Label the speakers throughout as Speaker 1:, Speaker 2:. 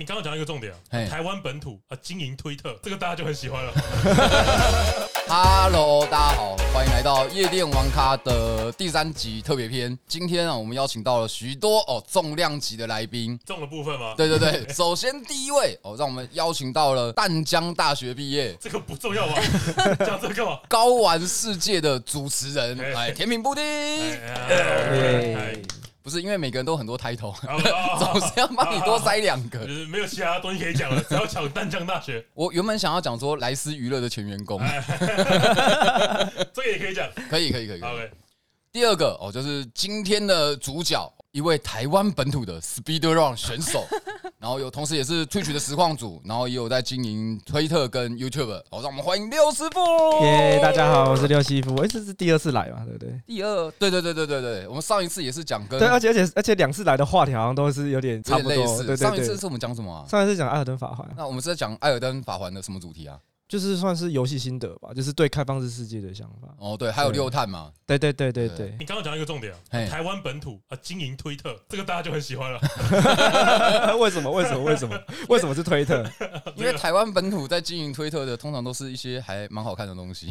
Speaker 1: 你刚刚讲到一个重点啊
Speaker 2: 嘿，
Speaker 1: 台湾本土啊，经营推特，这个大家就很喜欢了。
Speaker 2: Hello，大家好，欢迎来到夜店王咖的第三集特别篇。今天啊，我们邀请到了许多哦重量级的来宾。
Speaker 1: 中的部分吗？，
Speaker 2: 对对对，首先第一位哦，让我们邀请到了淡江大学毕业、
Speaker 1: 这个不重要吧？讲这个干嘛？
Speaker 2: 高玩世界的主持人，
Speaker 1: 哎
Speaker 2: 哎，甜品布丁。
Speaker 1: 哎哎
Speaker 2: 不是因为每个人都很多 title，
Speaker 1: 好好好
Speaker 2: 总是要帮你多塞两
Speaker 1: 就
Speaker 2: 个。
Speaker 1: 是没有其他东西可以讲了，只要讲淡江大学，
Speaker 2: 我原本想要讲说莱斯娱乐的前员工，
Speaker 1: 这个也可以讲。
Speaker 2: 可以可以可以。可以
Speaker 1: OK，
Speaker 2: 第二个哦，就是今天的主角，一位台湾本土的 Speed Run 选手，然后有同时也是 Twitch 的实况组，然后也有在经营推特跟 YouTube。好，让我们欢迎六师傅。
Speaker 3: 耶大家好，我是刘西夫，我这是第二次来嘛，对不对？
Speaker 2: 第二，对对对对对对，我们上一次也是讲跟
Speaker 3: 对，而且而且而且两次来的话题好像都是有点差
Speaker 2: 有
Speaker 3: 不
Speaker 2: 点
Speaker 3: 多，
Speaker 2: 类似。
Speaker 3: 对
Speaker 2: 上
Speaker 3: 对
Speaker 2: 一次
Speaker 3: 对。
Speaker 2: 是我们讲什么啊？
Speaker 3: 上一次讲《艾尔登法环》，
Speaker 2: 那我们是在讲艾尔登法环的什么主题啊？
Speaker 3: 就是算是游戏心得吧，就是对开放式世界的想法。
Speaker 2: 哦，对，还有
Speaker 3: 对
Speaker 2: 六探嘛。
Speaker 3: 对对对对
Speaker 2: 对
Speaker 3: 对，
Speaker 1: 你刚刚讲到一个重点啊
Speaker 2: 嘿，
Speaker 1: 台湾本土啊，经营推特，这个大家就很喜欢了。
Speaker 3: 为什么？为什么？为 什么？为什么是推特？
Speaker 2: 因为台湾本土在经营推特的，通常都是一些还蛮好看的东西。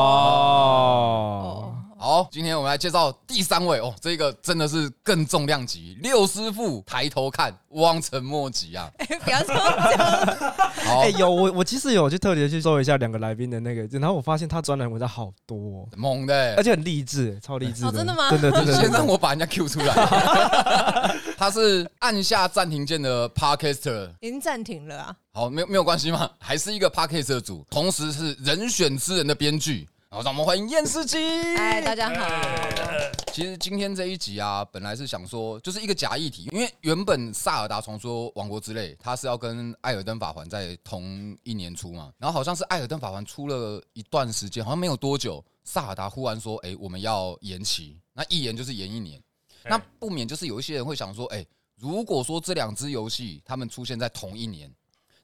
Speaker 3: 哦，
Speaker 2: 好，今天我们来介绍第三位哦，这个真的是更重量级，六师傅抬头看，望尘莫及啊！
Speaker 4: 哎不要这么讲，
Speaker 2: 好，
Speaker 3: 哎，有我我其实有去特别去搜一下两个来宾的那个，然后我发现他专栏文章好多哦，
Speaker 2: 猛的、欸
Speaker 3: 而，且很励志，超励志
Speaker 4: 哦真的吗
Speaker 3: 真的真的
Speaker 2: 先
Speaker 3: 真的
Speaker 2: 让。我把人家 Q 出来。 他是按下暂停键的 Podcaster，
Speaker 4: 已经暂停了啊！
Speaker 2: 好，没有没有关系嘛，还是一个 Podcaster 组，同时是人选之人的编剧。好，让我们欢迎验尸机。
Speaker 4: 哎，大家好，
Speaker 1: 哎
Speaker 2: 其实今天这一集啊，本来是想说，就是一个假议题，因为原本《萨尔达传说：王国之泪》它是要跟《艾尔登法环》在同一年出嘛，然后好像是《艾尔登法环》出了一段时间，好像没有多久，萨尔达忽然说：“哎、我们要延期。”那一延就是延一年，那不免就是有一些人会想说：“哎、如果说这两只游戏它们出现在同一年。”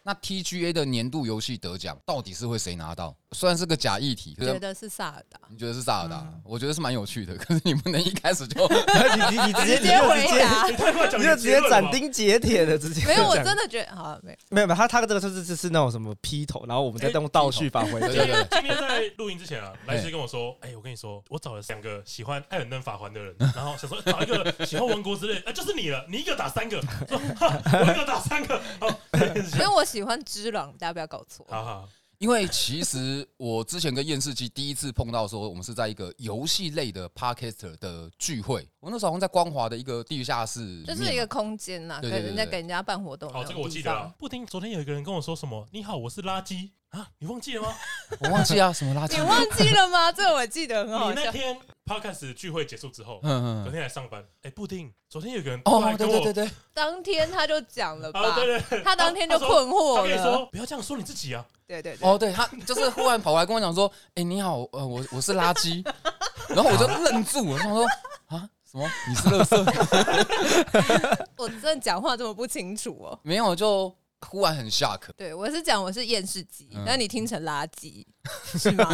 Speaker 2: 那 TGA 的年度游戏得奖到底是会谁拿到？虽然是个假议题，可
Speaker 4: 觉
Speaker 2: 是
Speaker 4: 得是萨尔 达，
Speaker 2: 你觉得是萨尔达？
Speaker 4: 嗯
Speaker 2: 我觉得是蛮有趣的，可是你不能一开 始就
Speaker 3: 你你你直接
Speaker 4: 直接回答，
Speaker 1: 你太快讲
Speaker 3: 你
Speaker 1: 你
Speaker 3: 就
Speaker 1: 的
Speaker 3: 直接
Speaker 1: 结论了吧
Speaker 3: 斩钉截铁的直接
Speaker 4: 没有，我
Speaker 3: 这样
Speaker 4: 真的觉得 好 没有，
Speaker 3: 没有没有，他他这个就是是是那种什么劈头，然后我们再用倒叙法回
Speaker 2: 对
Speaker 3: 去。
Speaker 2: 对对，
Speaker 1: 今天在录音之前啊，莱斯跟我说：“哎、我跟你说，我找了两个喜欢《艾尔登法环》的人，然后想说找一个喜欢《王国之泪》，哎、就是你了，你一个打三个，说 哈我一个打三个，好，
Speaker 4: 因为我喜欢之狼，大家不要搞错。
Speaker 1: 好好，
Speaker 2: 因为其实我之前跟验视机第一次碰到的时候，我们是在一个游戏类的 podcaster 的聚会，我那时候好像在光华的一个地下室里面
Speaker 4: 就
Speaker 2: 嘛，
Speaker 4: 是一个空间呐，
Speaker 2: 对
Speaker 4: 给
Speaker 2: 对对
Speaker 4: 人家
Speaker 2: 对
Speaker 4: 给人家办活动的
Speaker 1: 好，
Speaker 4: 那
Speaker 1: 这
Speaker 4: 种地方。
Speaker 1: 个我记得啊。布丁昨天有一个人跟我说什么：“你好，我是垃圾啊，你忘记了吗？
Speaker 2: 我忘记啊，什么垃圾
Speaker 4: 你，忘记了吗？ 这个我记得很好
Speaker 1: 你那
Speaker 4: 笑。
Speaker 1: 天 podcast 聚会结束之后，
Speaker 2: 嗯
Speaker 1: 昨
Speaker 2: 嗯，
Speaker 1: 天来上班，哎、布丁，昨天有个人过
Speaker 2: 哦，
Speaker 1: 来
Speaker 2: 对
Speaker 1: 跟我，
Speaker 2: 对对对，
Speaker 4: 当天他就讲了吧
Speaker 1: 啊，，对对对，
Speaker 4: 他当天就
Speaker 1: 他
Speaker 4: 困
Speaker 1: 他
Speaker 4: 惑
Speaker 1: 可以
Speaker 4: 了。
Speaker 1: 说不要这样说你自己啊，
Speaker 4: 对对对，
Speaker 2: 哦，对他就是忽然跑来跟我讲说，哎，你好，呃，我我是垃圾，然后我就愣住，我想说啊，什么？你是垃圾？
Speaker 4: 我真的讲话这么不清楚哦。
Speaker 2: 没有，就忽然很下课。
Speaker 4: 对，我是讲我是厌世鸡
Speaker 2: 嗯，
Speaker 4: 但你听成垃 圾是吗？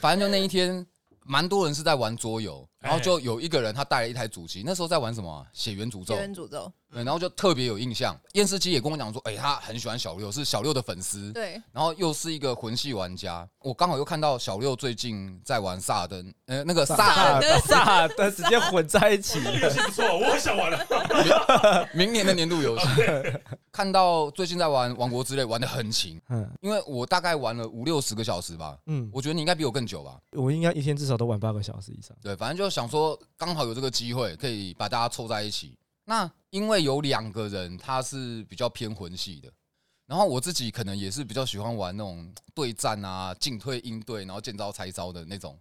Speaker 2: 反正就那一天，蛮多人是在玩桌游，然后
Speaker 1: 哎
Speaker 2: 就有一个人他带了一台主机，那时候在玩什么啊、血缘诅 咒
Speaker 4: 别，人诅 咒，
Speaker 2: 对，然后就特别有印象。验尸机也跟我讲说，哎、他很喜欢小六，是小六的粉丝，
Speaker 4: 对，
Speaker 2: 然后又是一个魂系玩家。我刚好又看到小六最近在玩萨尔登，呃，那个萨
Speaker 3: 萨
Speaker 2: 尔
Speaker 4: 尔登
Speaker 3: 萨登直接混在一起，
Speaker 1: 这 个游戏不错，我很想玩啊了。
Speaker 2: 明年的年度游 戏，看到最近在玩《王国之泪》玩的很勤，
Speaker 3: 嗯
Speaker 2: 因为我大概玩了五六十个小时吧，
Speaker 3: 嗯，
Speaker 2: 我觉得你应该比我更久吧。
Speaker 3: 我应该一天至少都玩八个小时以上。
Speaker 2: 对，反正就想说，刚好有这个机会可以把大家凑在一起。那因为有两个人他是比较偏魂系的，然后我自己可能也是比较喜欢玩那种对战啊、进退应对，然后见招拆招的那种，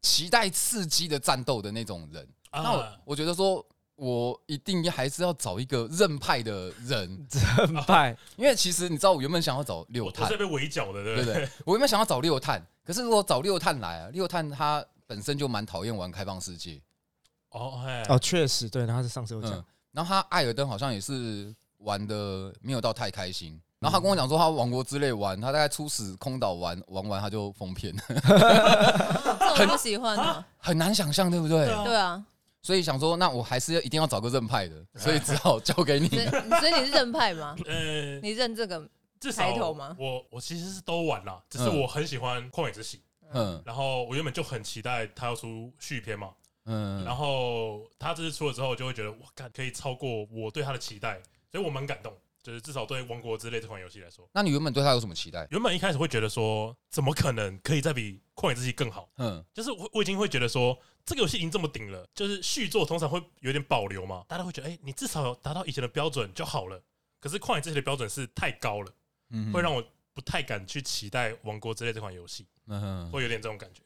Speaker 2: 期待刺激的战斗的那种人。
Speaker 1: 啊
Speaker 2: 那我我觉得说。我一定还是要找一个认派的人，
Speaker 3: 很拜，
Speaker 2: 因为其实你知道，我原本想要找六
Speaker 1: 我
Speaker 2: 探
Speaker 1: 都，是被围剿的，对
Speaker 2: 对
Speaker 1: 不
Speaker 2: 不
Speaker 1: 对？
Speaker 2: 对？我原本想要找六探，可是如果找六探来啊，六探他本身就蛮讨厌玩开放世界，
Speaker 1: 哦，哎，
Speaker 3: 哦，确实对，然后是上次有
Speaker 2: 嗯
Speaker 3: 讲，，
Speaker 2: 然后他艾尔登好像也是玩的没有到太开心，然后他跟我讲说他王国之泪玩，他大概初始空岛玩玩完他就封片，
Speaker 4: 这 我不喜欢啊。
Speaker 2: 很难想象，对不对？
Speaker 1: 对啊
Speaker 4: 对啊，
Speaker 2: 所以想说，那我还是一定要找个正派 的，所以只好交 给你。
Speaker 4: 所以所以你是认派吗？
Speaker 1: 呃，
Speaker 4: 你认这个？
Speaker 1: 至少
Speaker 4: 抬头吗
Speaker 1: 我我其实是都玩了，只是
Speaker 2: 嗯
Speaker 1: 我很喜欢《旷野之息》，
Speaker 2: 嗯
Speaker 1: 然后我原本就很期待他要出续篇嘛，
Speaker 2: 嗯，
Speaker 1: 然后他这次出了之后，我就会觉得哇，干可以超过我对他的期待，所以我蛮感动。就是至少对《王国之泪》这款游戏来说，
Speaker 2: 那你原本对他有什么期待？
Speaker 1: 原本一开始会觉得说，怎么可能可以再比《旷野之息》更好？
Speaker 2: 嗯
Speaker 1: 就是我我已经会觉得说，这个游戏已经这么顶了，就是续作通常会有点保留嘛，大家会觉得，哎、你至少有达到以前的标准就好了。可是《旷野之息》的标准是太高了，
Speaker 2: 嗯，
Speaker 1: 会让我不太敢去期待《王国之泪》这款游戏，
Speaker 2: 嗯
Speaker 1: 会有点这种感觉。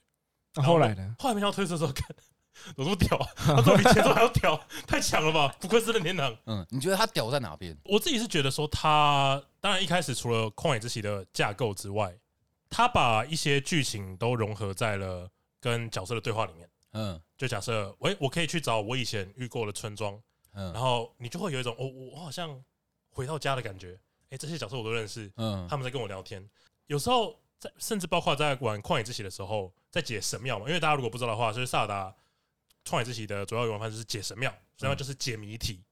Speaker 3: 啊后来呢？
Speaker 1: 后来没想到推出的时候， 看我这么屌，他怎么比前作还要屌，太强了吧！不愧是任天堂。
Speaker 2: 嗯，你觉得他屌在哪边？
Speaker 1: 我自己是觉得说他，当然一开始除了《旷野之息》的架构之外，他把一些剧情都融合在了跟角色的对话里面。
Speaker 2: 嗯
Speaker 1: 就假设，喂、我可以去找我以前遇过的村庄，然
Speaker 2: 嗯
Speaker 1: 后你就会有一种，哦，我我好像回到家的感觉。哎、这些角色我都认识，
Speaker 2: 嗯
Speaker 1: 他们在跟我聊天。有时候在，甚至包括在玩《旷野之息》的时候，在解神庙嘛。因为大家如果不知道的话，就是萨达《旷野之息》的主要游玩方式是解神庙，神庙就是解谜题。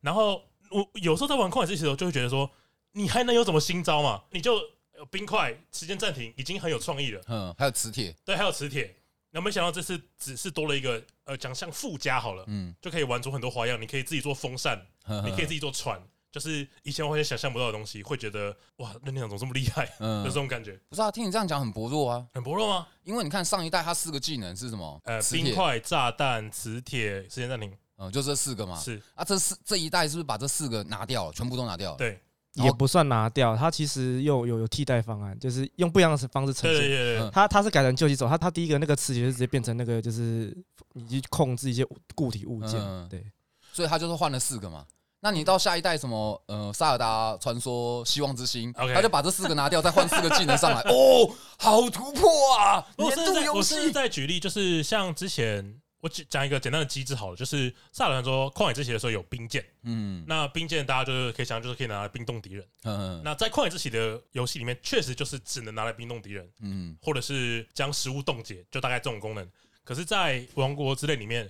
Speaker 1: 然后我有时候在玩《旷野之息》的时候，就会觉得说，你还能有什么新招嘛？你就呃冰块、时间暂停，已经很有创意了。
Speaker 2: 嗯，还有磁铁，
Speaker 1: 对，还有磁铁。那没想到这次只是多了一个呃奖项附加好了，
Speaker 2: 嗯，
Speaker 1: 就可以玩出很多花样。你可以自己做风扇，
Speaker 2: 你
Speaker 1: 你可以自己做船，就是以前我也想象不到的东西，会觉得哇，任天堂怎么这么厉害？
Speaker 2: 嗯
Speaker 1: 有这种感觉，
Speaker 2: 不是啊，听你这样讲很薄弱啊，
Speaker 1: 很薄弱吗？
Speaker 2: 因为你看上一代它四个技能是什么？
Speaker 1: 呃，
Speaker 2: 磁
Speaker 1: 冰
Speaker 2: 铁，
Speaker 1: 块、炸弹、磁铁、时间暂停，
Speaker 2: 嗯，就这四个嘛。
Speaker 1: 是
Speaker 2: 啊，这四这一代是不是把这四个拿掉了，全部都拿掉了？
Speaker 1: 对，
Speaker 2: 然
Speaker 3: 也
Speaker 2: 后
Speaker 3: 不算拿掉，它其实又有有替代方案，就是用不一样的方式呈
Speaker 1: 对对
Speaker 3: 现。
Speaker 1: 对对
Speaker 2: 嗯
Speaker 3: 它它是改成救急走，它它第一个那个磁铁就直接变成那个就是你去控制一些固体物件，
Speaker 2: 嗯
Speaker 3: 对，
Speaker 2: 所以他就是换了四个嘛。那你到下一代什么呃，萨尔达传说、希望之星
Speaker 1: OK
Speaker 2: 他就把这四个拿掉，再换四个技能上来。 哦，好突破啊！
Speaker 1: 我
Speaker 2: 年
Speaker 1: 甚至
Speaker 2: 度
Speaker 1: 在
Speaker 2: 游
Speaker 1: 我甚至
Speaker 2: 戏，
Speaker 1: 在举例，就是像之前我只讲一个简单的机制好了，就是《萨尔传说》旷野之息的时候有冰剑，
Speaker 2: 嗯
Speaker 1: 那冰剑大家就是可以想象，就是可以拿来冰冻敌人。
Speaker 2: 嗯
Speaker 1: 那在旷野之息的游戏里面，确实就是只能拿来冰冻敌人，
Speaker 2: 嗯
Speaker 1: 或者是将食物冻结，就大概这种功能。可是，在王国之泪里面，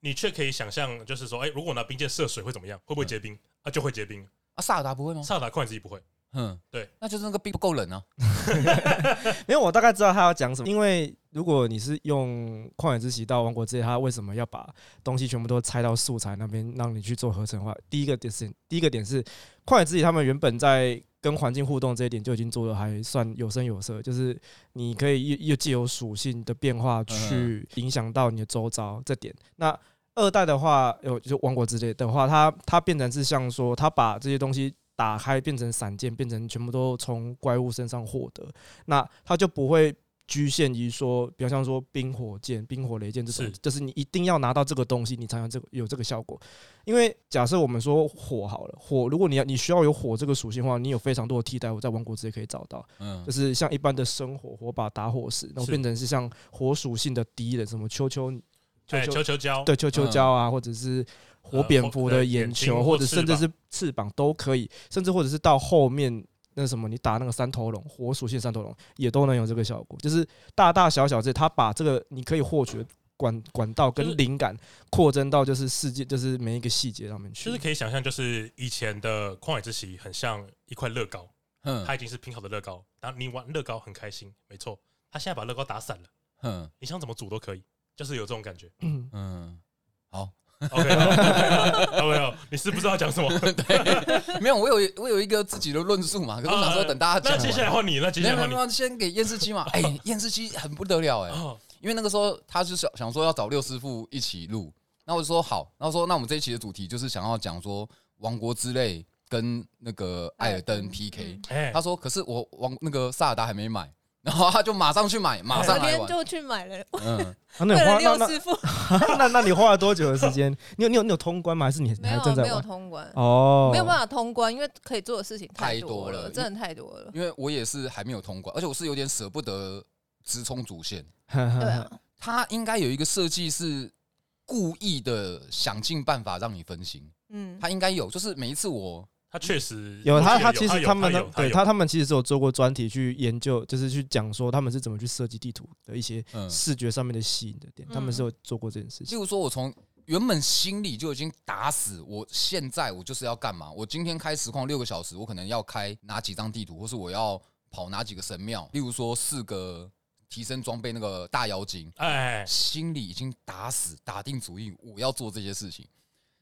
Speaker 1: 你却可以想象，就是说，哎、如果我拿冰剑射水会怎么样？会不会
Speaker 2: 嗯
Speaker 1: 结冰？啊，就会结冰。
Speaker 2: 啊，萨尔达不会吗？
Speaker 1: 萨尔达旷野之息不会。
Speaker 2: 嗯，
Speaker 1: 对，
Speaker 2: 那就是那个冰不够冷啊。
Speaker 3: 因为我大概知道他要讲什么，因为如果你是用旷野之息到王国之泪，他为什么要把东西全部都拆到素材那边让你去做合成化？第一个点是，第一个点是旷野之息他们原本在跟环境互动这一点就已经做的还算有声有色，就是你可以又又借由属性的变化去影响到你的周遭这点。那二代的话，有就是王国之泪的话，它它变成是像说，它把这些东西打开变成散件，变成全部都从怪物身上获得。那它就不会局限于说，比方像说冰火剑、冰火雷剑这种，
Speaker 1: 是
Speaker 3: 就是你一定要拿到这个东西，你才能这个有这个效果。因为假设我们说火好了，火如果你要你需要有火这个属性的话，你有非常多的替代物，在王国之也可以找到，
Speaker 2: 嗯
Speaker 3: 就，是像一般的生火、火把、打火石，然后
Speaker 1: 是
Speaker 3: 变成是像火属性的敌人，什么秋秋。
Speaker 1: 哎，球球胶，
Speaker 3: 对秋秋
Speaker 2: 嗯
Speaker 3: 椒啊，或者是火蝙蝠的眼
Speaker 1: 呃
Speaker 3: 球，
Speaker 1: 火
Speaker 3: 或
Speaker 1: 对
Speaker 3: 者
Speaker 1: 眼睛或
Speaker 3: 甚至是翅膀都可以，甚至或者是到后面那什么，你打那个三头龙，火属性三头龙也都能有这个效果，就是大大小小这，它把这个你可以获取的管管道
Speaker 1: 就是
Speaker 3: 跟灵感扩增到就是世界，就是每一个细节上面去
Speaker 1: 就是。可以想象，就是以前的旷野之息很像一块乐高，
Speaker 2: 嗯
Speaker 1: 它已经是拼好的乐高，然后你玩乐高很开心，没错。它现在把乐高打散了，
Speaker 2: 嗯
Speaker 1: 你想怎么组都可以，就是有这种感觉。
Speaker 3: 嗯
Speaker 2: 嗯，好，
Speaker 1: OK，好 OK，好你是不知道讲什么？
Speaker 2: 没有，我有我有一个自己的论述嘛，可是我想说等大家
Speaker 1: 呃那
Speaker 2: 讲
Speaker 1: 接下来
Speaker 2: 完。
Speaker 1: 换你，那接
Speaker 2: 没
Speaker 1: 下
Speaker 2: 有
Speaker 1: 来
Speaker 2: 没有
Speaker 1: 换你
Speaker 2: 没。有，先给验视机嘛。哎，验视机很不得了哎，
Speaker 1: 哦，
Speaker 2: 因为那个时候他是想想说要找六师傅一起录，那我就说好，然后说那我们这一期的主题就是想要讲说王国之泪跟那个艾尔登
Speaker 4: 嗯
Speaker 2: PK。
Speaker 1: 哎
Speaker 2: 他，说可是我王那个萨尔达还没买， 然后他就马上去买，马
Speaker 4: 昨
Speaker 2: 上 来
Speaker 4: 天
Speaker 2: 玩。
Speaker 4: 就去买了，
Speaker 2: 嗯，
Speaker 3: 啊那
Speaker 4: 为
Speaker 3: 你
Speaker 4: 了六
Speaker 3: 花那那
Speaker 4: 师傅，
Speaker 3: 那那你花了多久的时间？你有你有你有通关吗？还是你
Speaker 4: 没
Speaker 3: 还
Speaker 4: 有啊
Speaker 3: 正在
Speaker 4: 没有
Speaker 3: 玩？
Speaker 4: 通关，
Speaker 3: 哦，
Speaker 4: 没有办法通关，因为可以做的事情
Speaker 2: 太
Speaker 4: 多
Speaker 2: 多了
Speaker 4: 真的太多了。
Speaker 2: 因为我也是还没有通关，而且我是有点舍不得直冲主线。
Speaker 3: 法
Speaker 4: 对啊，
Speaker 2: 他应该有一个设计是故意的，想尽办法让你分心。
Speaker 4: 嗯，
Speaker 2: 他应该有，就是每一次我
Speaker 1: 他确实
Speaker 3: 有他，
Speaker 1: 他
Speaker 3: 他其实他们
Speaker 1: 有
Speaker 3: 对
Speaker 1: 有
Speaker 3: 他他们其实是有做过专题去研究，就是去讲说他们是怎么去设计地图的一些
Speaker 2: 嗯
Speaker 3: 视觉上面的吸引的点，
Speaker 4: 嗯
Speaker 3: 他们是有做过这件事
Speaker 2: 例
Speaker 3: 情。
Speaker 2: 如说，我从原本心里就已经打死，我现在我就是要干嘛？我今天开实况六个小时，我可能要开哪几张地图，或是我要跑哪几个神庙？例如说四个提升装备那个大妖精，
Speaker 1: 哎，
Speaker 2: 心里已经打死打定主意，我要做这些事情。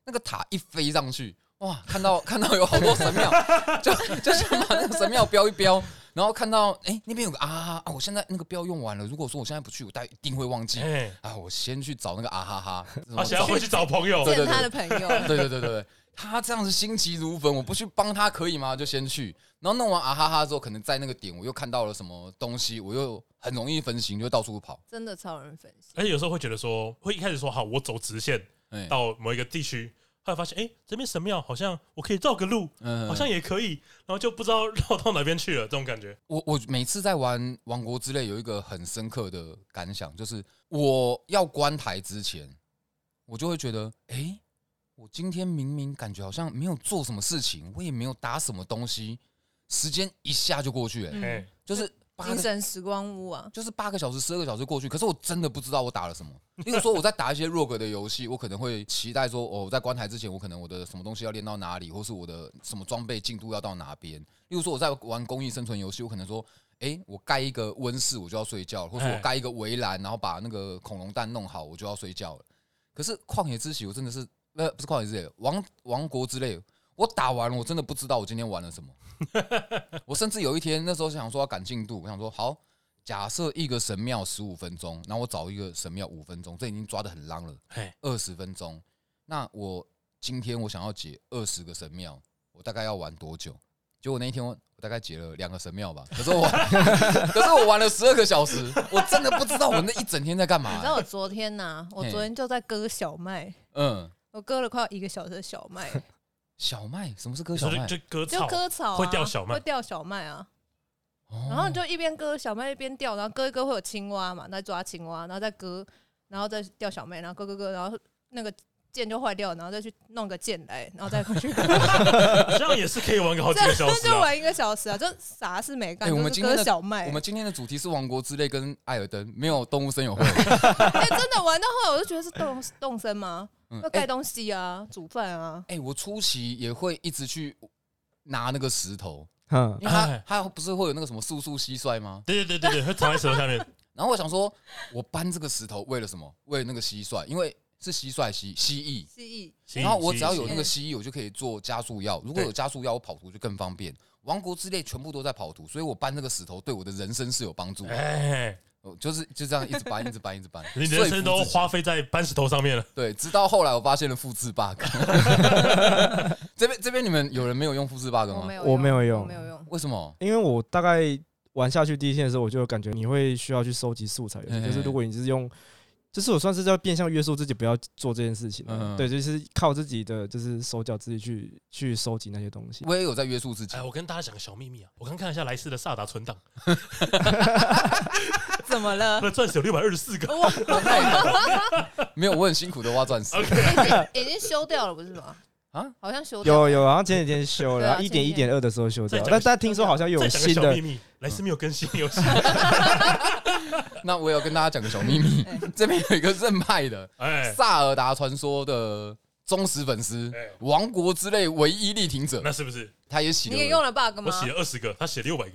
Speaker 2: 那个塔一飞上去，哇，看到 看到有好多神庙， 就就想把那个神庙标一标。然后看到哎、那边有个啊哈哈啊，我现在那个标用完了。如果说我现在不去，我大概一定会忘 记。
Speaker 1: 哎，
Speaker 2: 啊，我先去找那个啊哈 哈，
Speaker 1: 而且要回哦去找朋友，
Speaker 2: 对
Speaker 4: 见
Speaker 2: 对
Speaker 4: 他的朋友， 啊
Speaker 2: 对对对对对，他这样子心急如焚，我不去帮他可以吗？就先去，然后弄完啊哈哈之后，可能在那个点我又看到了什么东西，我又很容易分心，就到处跑。
Speaker 4: 真的超人分析。
Speaker 1: 而且有时候会觉得说，会一开始说好，我走直线
Speaker 2: 哎、
Speaker 1: 到某一个地区，后来发现哎、这边神庙好像我可以绕个路，
Speaker 2: 嗯
Speaker 1: 好像也可以，然后就不知道绕到哪边去了，这种感觉。
Speaker 2: 我我每次在玩《王国之泪》有一个很深刻的感想，就是我要关台之前，我就会觉得，哎、我今天明明感觉好像没有做什么事情，我也没有打什么东西，时间一下就过去了、
Speaker 4: 嗯
Speaker 1: 哎、
Speaker 2: 就是八
Speaker 4: 精
Speaker 2: 个
Speaker 4: 神时光屋
Speaker 5: 嗯
Speaker 4: 啊，
Speaker 2: 就是八个小时、十二个小时过去，可是我真的不知道我打了什么。例如说，我在打一些 ROG 的游戏，我可能会期待说，哦，我在关台之前，我可能我的什么东西要练到哪里，或是我的什么装备进度要到哪边。例如说，我在玩公益生存游戏，我可能说，诶，我盖一个温室我就要睡觉了，或是我
Speaker 1: 哎
Speaker 2: 盖一个围栏，然后把那个恐龙蛋弄好，我就要睡觉了。可是旷野之息，我真的是呃，不是旷野之泪，王王国之泪，我打完了，我真的不知道我今天玩了什么。我甚至有一天那时候想说要赶进度，我想说好，假设一个神庙十五分钟，那我找一个神庙五分钟，这已经抓的很浪了，
Speaker 1: 嘿
Speaker 2: 二十分钟。那我今天我想要解二十个神庙，我大概要玩多久？结果那一天我我大概解了两个神庙吧，可是我 可是我玩了十二个小时，我真的不知道我那一整天在干嘛、欸
Speaker 4: 你知道我昨天呐、我昨天就在割小麦，
Speaker 2: 嗯，
Speaker 4: 我割了快要一个小时的小麦，
Speaker 2: 小麦，什么是割
Speaker 1: 你
Speaker 2: 小
Speaker 1: 说
Speaker 2: 麦？
Speaker 1: 就就割
Speaker 4: 就
Speaker 1: 草，
Speaker 4: 割草、啊，
Speaker 1: 会掉小麦
Speaker 4: 会掉小麦啊。
Speaker 2: 哦
Speaker 4: 然后你就一边割小麦一边掉，然后割一割会有青蛙嘛，再抓青蛙，然后再割，然后再掉小麦，然后割割割，然后那个剑就坏掉，然后再去弄个剑来，然后再去割，
Speaker 1: 这样也是可以玩个好几 个
Speaker 4: 这
Speaker 1: 小
Speaker 4: 样
Speaker 1: 时、
Speaker 4: 就
Speaker 1: 啊。
Speaker 4: 玩一个小时啊，就啥事没干，
Speaker 2: 哎我们
Speaker 4: 就是
Speaker 2: 今天
Speaker 4: 割
Speaker 2: 的
Speaker 4: 小麦。
Speaker 2: 我们今天的主题是《王国之泪》跟《艾尔登》，没有动物森 友会。
Speaker 4: 哎、真的玩到后来我就觉得是动动身吗？
Speaker 2: 嗯
Speaker 4: 要
Speaker 2: 哎、
Speaker 4: 盖东西啊，煮饭啊，
Speaker 2: 哎我初期也会一直去拿那个石头，
Speaker 3: 嗯，
Speaker 2: 因为它
Speaker 1: 哎
Speaker 2: 它不是会有那个什么速速蟋蟀吗？
Speaker 1: 对对对对对，会藏在石头下面。
Speaker 2: 然后我想说，我搬这个石头为了什么？为了那个蟋蟀，因为是蟋蟀蜥蜥蜴。
Speaker 4: 蜥蜴。
Speaker 1: 行
Speaker 2: 然后我
Speaker 1: 行
Speaker 2: 只要有
Speaker 1: 行
Speaker 2: 那个蜥蜴，我就可以做加速药。如果
Speaker 1: 对
Speaker 2: 有加速药，我跑图就更方便。王国之泪全部都在跑图，所以我搬这个石头对我的人生是有帮助的。
Speaker 1: 哎，
Speaker 2: 我就是就这样一直搬，一直搬，一直搬，
Speaker 1: 你
Speaker 2: 说
Speaker 1: 人
Speaker 2: 服
Speaker 1: 生都
Speaker 2: 自己
Speaker 1: 花费在搬石头上面了。
Speaker 2: 对，直到后来我发现了复 制 bug。这边这边你们有人没有用复制 bug
Speaker 4: 我
Speaker 2: 吗
Speaker 4: 没？有，
Speaker 3: 我没有用
Speaker 4: 我没有用。
Speaker 2: 为什么？
Speaker 3: 因为我大概玩下去第一天的时候，我就有感觉你会需要去收集素材，
Speaker 2: 嘿嘿嘿
Speaker 3: 就是如果你是用，就是我算是在变相约束自己不要做这件事情
Speaker 2: 嗯
Speaker 3: 了，对，就是靠自己的就是手脚自己去去收集那些东西。
Speaker 2: 我也有在约束自己
Speaker 1: 哎，，我跟大家讲个小秘密啊，我刚看了一下莱斯的萨达存档，
Speaker 4: 怎么了
Speaker 1: 他？的钻石有六百二十四 个。
Speaker 4: 哇，
Speaker 2: 没有，我很辛苦的挖钻石
Speaker 1: OK，
Speaker 4: 已经修掉了不是吗？
Speaker 2: 啊
Speaker 4: 啊，好像修掉了
Speaker 3: 有有，好像前几天修
Speaker 4: 对啊
Speaker 3: 了，一点
Speaker 4: 前几
Speaker 3: 一
Speaker 4: 天
Speaker 3: 点二的时候修
Speaker 1: 再，
Speaker 3: 掉
Speaker 1: 讲
Speaker 3: 但但听说好像又
Speaker 1: 再
Speaker 3: 有
Speaker 1: 讲个
Speaker 3: 新
Speaker 1: 小
Speaker 3: 的
Speaker 1: 秘，密，莱斯没有更新游 戏。
Speaker 2: 那我有跟大家讲个小秘密
Speaker 4: 哎，
Speaker 2: 这边有一个任派的
Speaker 1: 哎，
Speaker 2: 萨尔达传说的忠实粉丝
Speaker 1: 哎，
Speaker 2: 王国之泪唯一力挺者，
Speaker 1: 那是不是
Speaker 2: 他也洗
Speaker 4: 你也用
Speaker 2: 了
Speaker 4: 了 bug
Speaker 5: 嗯
Speaker 1: 我
Speaker 4: 吗？
Speaker 1: 写了二十个，他写六百个？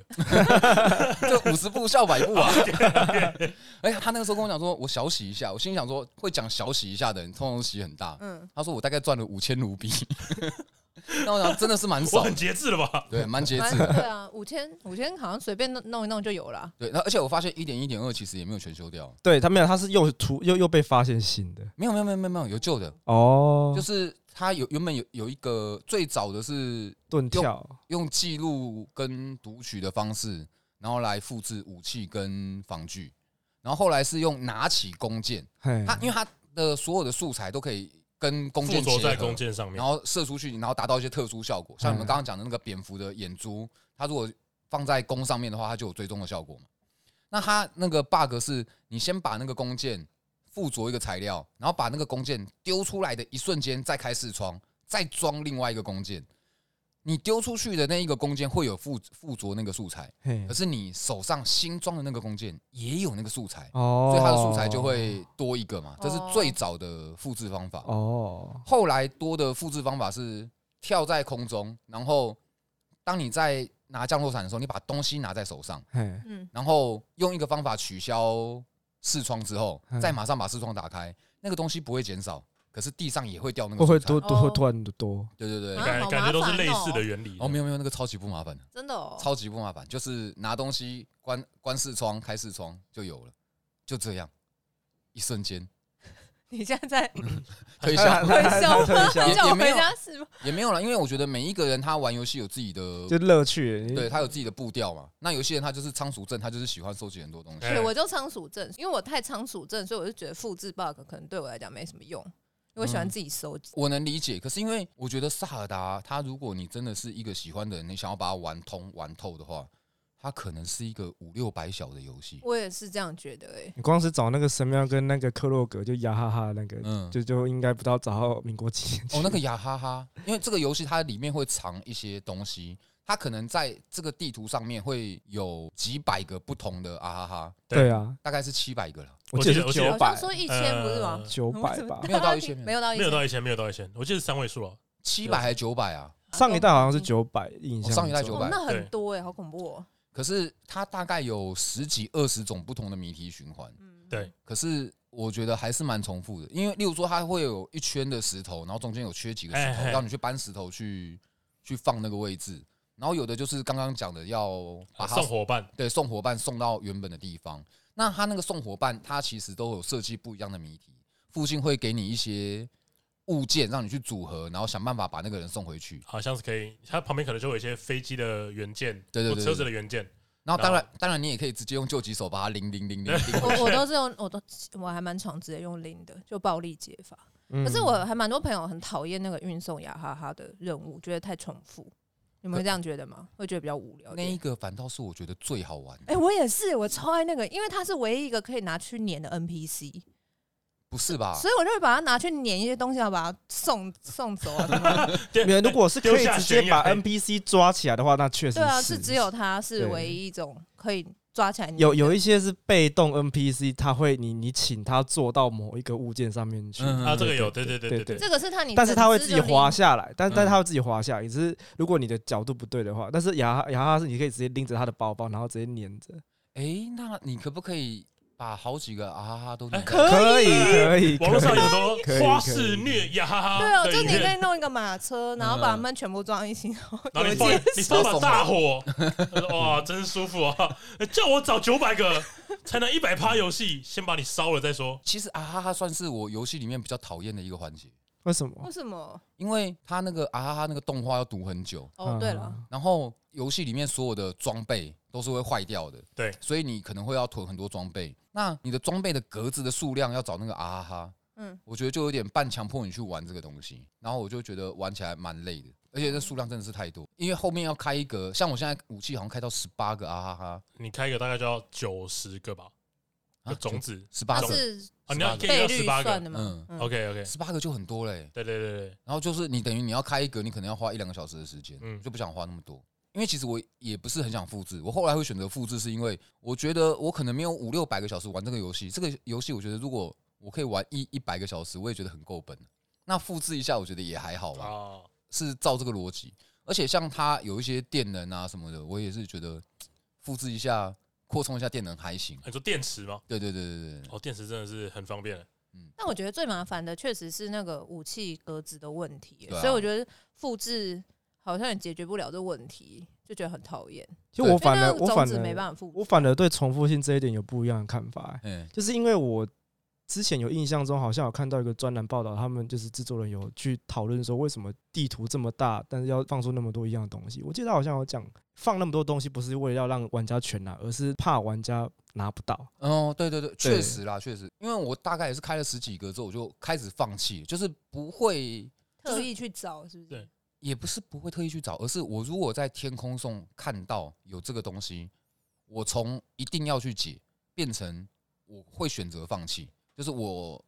Speaker 2: 我 这五十步笑百步 啊！
Speaker 1: 哦
Speaker 2: 哎，他那个时候跟我讲说，我小洗一下，我心里想说，会讲小洗一下的人，通常都洗很大。
Speaker 4: 嗯，
Speaker 2: 他说我大概赚了五千卢比， 那我想真的是蛮
Speaker 1: 我
Speaker 2: 少的
Speaker 1: 很节制了吧？
Speaker 2: 对，蛮节
Speaker 4: 蛮
Speaker 2: 制的。
Speaker 4: 对啊，五千五千好像随便弄弄一弄就有了。
Speaker 2: 对，然后而且我发现一点一点二其实也没有全修掉，
Speaker 3: 对他没有，他是又出又又被发现新的
Speaker 2: 没有没有没有没有没有有旧的，
Speaker 3: 哦，
Speaker 2: 就
Speaker 3: 就是
Speaker 2: 是它有原本有有一个最早的是
Speaker 3: 盾跳，
Speaker 2: 用记录跟读取的方式，然后来复制武器跟防具，然后后来是用拿起弓箭，
Speaker 3: 嘿，
Speaker 2: 它因为它的所有的素材都可以跟弓
Speaker 1: 附
Speaker 2: 箭
Speaker 1: 着在
Speaker 2: 结合
Speaker 1: 弓，箭上面
Speaker 2: 然。后射出去，然后达到一些特殊效果，像你们
Speaker 3: 嗯
Speaker 2: 刚刚讲的那个蝙蝠的眼珠，它如果放在弓上面的话，它就有追踪的效果嘛。那它那个 bug 是你先把那个弓箭附着一个材料，然后把那个弓箭丢出来的一瞬间再开视窗，再装另外一个弓箭。你丢出去的那一个弓箭会有附附着那个素材，
Speaker 3: 嘿
Speaker 2: 可，是你手上新装的那个弓箭也有那个素材，
Speaker 3: 哦
Speaker 2: 所以它的素材就会多一个嘛。这是
Speaker 5: 哦
Speaker 2: 最早的复制方法。
Speaker 3: 哦，
Speaker 2: 后来多的复制方法是跳在空中，然后当你在拿降落伞的时候，你把东西拿在手上，
Speaker 3: 嘿，
Speaker 5: 嗯，
Speaker 2: 然后用一个方法取消视窗之后，
Speaker 3: 嗯
Speaker 2: 再马上把视窗打开，那个东西不会减少，可是地上也会掉那
Speaker 3: 会不
Speaker 2: 个
Speaker 3: 会
Speaker 2: 素材。
Speaker 3: 多多会
Speaker 5: 哦
Speaker 3: 突然的多？
Speaker 2: 对对对
Speaker 5: 啊，
Speaker 1: 感
Speaker 5: 好
Speaker 1: 感觉
Speaker 5: 麻
Speaker 1: 都是
Speaker 5: 烦
Speaker 1: 类似
Speaker 5: 哦
Speaker 1: 的原理。
Speaker 2: 哦，没有没有，那个超级不麻烦的，
Speaker 5: 真的哦，
Speaker 2: 超级不麻烦，就是拿东西关关视窗、开视窗就有了，就这样，一瞬 间
Speaker 5: 你现在 在
Speaker 2: 推
Speaker 3: 他
Speaker 2: 销
Speaker 3: 他他他推销
Speaker 5: 叫
Speaker 2: 也
Speaker 5: 我
Speaker 2: 没
Speaker 5: 回
Speaker 2: 有
Speaker 5: 家是吗？
Speaker 2: 也没有了，因为我觉得每一个人他玩游戏有自己的
Speaker 3: 就乐趣，你
Speaker 2: 对他有自己的步调嘛。那有些人他就是仓鼠症，他就是喜欢收集很多东西。
Speaker 1: 哎
Speaker 5: 对，我就仓鼠症，因为我太仓鼠症，所以我就觉得复制 bug 可能对我来讲没什么用，因为我喜欢
Speaker 2: 嗯
Speaker 5: 自己收集。
Speaker 2: 我能理解，可是因为我觉得萨尔达，他如果你真的是一个喜欢的人，你想要把它玩通玩透的话，它可能是一个五六百小的游戏。
Speaker 5: 我也是这样觉得、欸，
Speaker 3: 你光是找那个神庙跟那个克洛格就雅哈哈那个，
Speaker 2: 嗯，
Speaker 3: 就就应该不到找到民国几年去
Speaker 2: 哦，那个雅哈哈，因为这个游戏它里面会藏一些东西，它可能在这个地图上面会有几百个不同的啊哈哈，
Speaker 3: 对啊，
Speaker 2: 大概是七百个了，
Speaker 1: 我
Speaker 3: 我
Speaker 1: 记
Speaker 3: 记
Speaker 1: 得
Speaker 3: 得
Speaker 1: 我
Speaker 3: 是
Speaker 1: 记得
Speaker 5: 好
Speaker 3: 九
Speaker 5: 像
Speaker 3: 百
Speaker 5: 说一千不是吗
Speaker 1: 呃？
Speaker 3: 九百吧
Speaker 5: 我怎么，
Speaker 2: 没有到一千
Speaker 5: 没有到一
Speaker 1: 没有
Speaker 5: 千，啊
Speaker 1: 到一千，没有到一千，我记得是三位数了。
Speaker 2: 七百还是九百啊？
Speaker 3: 上一代好像是九百，印象
Speaker 2: 上一代900
Speaker 3: 中
Speaker 5: 嗯哦，那
Speaker 1: 对
Speaker 5: 很多哎、好恐怖、 哦。
Speaker 2: 可是它大概有十几二十种不同的谜题循环，
Speaker 5: 嗯，
Speaker 1: 对，
Speaker 2: 可是我觉得还是蛮重复的，因为例如说它会有一圈的石头，然后中间有缺几个石
Speaker 1: 哎
Speaker 2: 头，
Speaker 1: 哎
Speaker 2: 让你去搬石头去去放那个位置，然后有的就是刚刚讲的要把它
Speaker 1: 啊送伙伴，
Speaker 2: 对送伙伴送到原本的地方。那它那个送伙伴，它其实都有设计不一样的谜题，附近会给你一些物件让你去组合，然后想办法把那个人送回去。
Speaker 1: 好像是可以，它旁边可能就有一些飞机的元件，
Speaker 2: 对对
Speaker 1: 或
Speaker 2: 对
Speaker 1: 车子的元件，
Speaker 2: 然后当然当然你也可以直接用救急手把它零零零零零回
Speaker 5: 我
Speaker 2: 去。
Speaker 5: 我都是用，我都我还蛮常直接用零的，就暴力解法。
Speaker 3: 嗯
Speaker 5: 可是我还蛮多朋友很讨厌那个运送雅哈哈的任务，觉得太重复。你们会这样觉得吗？会觉得比较无聊
Speaker 2: 那
Speaker 5: 一点。
Speaker 2: 一个反倒是我觉得最好玩的，
Speaker 5: 哎、我也是，我超爱那个，因为它是唯一一个可以拿去粘的 NPC，、
Speaker 2: 不是
Speaker 3: 啊
Speaker 2: 吧？
Speaker 5: 所以我就会把它拿去粘一些东西，然后把它送送走啊。
Speaker 1: 对
Speaker 3: 没有，如果是可
Speaker 1: 丢
Speaker 3: 以
Speaker 1: 下
Speaker 3: 直接
Speaker 1: 悬崖
Speaker 3: 把 NPC 抓起来的话，那确实
Speaker 5: 对啊，
Speaker 3: 是
Speaker 5: 是只有它是
Speaker 3: 对
Speaker 5: 唯一一种可以抓起来粘的。
Speaker 3: 有有一些是被动 NPC，他会你你请他坐到某一个物件上面去，
Speaker 2: 嗯
Speaker 1: 啊，这个有，对对对对
Speaker 3: 对
Speaker 1: 对，
Speaker 5: 这个是它你，
Speaker 3: 但是他会自己滑
Speaker 5: 滑。
Speaker 3: 下来，但
Speaker 2: 嗯
Speaker 3: 但他会自己滑下来。只是如果你的角度不对的话，但是雅哈雅哈是你可以直接拎着他的包包，然后直接粘着，
Speaker 2: 哎、那你可不可以把好几个啊哈哈都
Speaker 1: 哎
Speaker 2: 弄在
Speaker 1: 可以
Speaker 3: 以可以
Speaker 1: 网络上
Speaker 3: 可以
Speaker 1: 有很多
Speaker 3: 可以
Speaker 1: 花式虐呀哈哈，
Speaker 5: 对哦，
Speaker 1: 的
Speaker 5: 就
Speaker 1: 影
Speaker 5: 你可
Speaker 1: 片
Speaker 5: 以弄一个马车，然后
Speaker 3: 嗯
Speaker 5: 把它们全部装 一起，
Speaker 1: 然后你
Speaker 5: 有
Speaker 1: 放
Speaker 5: 接
Speaker 1: 你放把大火，哇，真舒服啊！叫我找九百个才能一百趴游戏，先把你烧了再说。
Speaker 2: 其实啊哈哈算是我游戏里面比较讨厌的一个环节，
Speaker 3: 为什
Speaker 5: 为
Speaker 3: 么？
Speaker 5: 什么？
Speaker 2: 因为它那个啊哈哈那个动画要读很久，
Speaker 5: 哦，对了，
Speaker 3: 嗯，
Speaker 2: 然后游戏里面所有的装备都是会坏掉的，
Speaker 1: 对
Speaker 2: 所以你可能会要囤很多装备。那你的装备的格子的数量要找那个啊哈哈，
Speaker 5: 嗯，
Speaker 2: 我觉得就有点半强迫你去玩这个东西，然后我就觉得玩起来蛮累的，而且这数量真的是太多，因为后面要开一个，像我现在武器好像开到十八个啊哈哈，
Speaker 1: 你开一个大概就要九十个吧，
Speaker 2: 啊
Speaker 1: 种子
Speaker 2: 十八
Speaker 5: 它
Speaker 2: 个，
Speaker 5: 是
Speaker 1: 啊，你要可以
Speaker 5: 倍
Speaker 1: 要
Speaker 5: 率
Speaker 1: 十八
Speaker 5: 算
Speaker 1: 个。
Speaker 5: 的嘛？
Speaker 2: 嗯
Speaker 5: 嗯
Speaker 1: OK OK，
Speaker 2: 十八个就很多嘞、
Speaker 1: 对对对对，
Speaker 2: 然后就是你等于你要开一个，你可能要花一两个小时的时间，
Speaker 1: 嗯
Speaker 2: 我就不想花那么多。因为其实我也不是很想复制，我后来会选择复制，是因为我觉得我可能没有五六百个小时玩这个游戏。这个游戏我觉得如果我可以玩一一百个小时，我也觉得很够本。那复制一下，我觉得也还好吧，
Speaker 1: 啊，
Speaker 2: 是照这个逻辑。而且像它有一些电能啊什么的，我也是觉得嘖复制一下，扩充一下电能还行。
Speaker 1: 你说电池吗？
Speaker 2: 对对对对对对，
Speaker 1: 哦，电池真的是很方便的。
Speaker 5: 但我觉得最麻烦的确实是那个武器格子的问题，
Speaker 2: 对啊
Speaker 5: 所以我觉得复制好像也解决不了这问题，就觉得很讨厌。
Speaker 3: 就我
Speaker 5: 因为
Speaker 3: 反
Speaker 5: 那
Speaker 3: 而
Speaker 5: 个
Speaker 3: 我
Speaker 5: 种
Speaker 3: 反
Speaker 5: 子没
Speaker 3: 而
Speaker 5: 办法复
Speaker 3: 我
Speaker 5: 制，
Speaker 3: 反而对重复性这一点有不一样的看法、欸
Speaker 2: 嗯，
Speaker 3: 就是因为我之前有印象中，好像有看到一个专栏报道，他们就是制作人有去讨论说，为什么地图这么大，但是要放出那么多一样的东西。我记得好像有讲，放那么多东西不是为了要让玩家全拿，而是怕玩家拿不到。
Speaker 2: 哦，对对对，确实啦，确实，因为我大概也是开了十几个之后，我就开始放弃，就是不会，
Speaker 5: 特意去找是不
Speaker 1: 对
Speaker 5: 是？
Speaker 2: 也不是不会特意去找，而是我如果在天空中看到有这个东西，我从一定要去解，变成我会选择放弃，就是我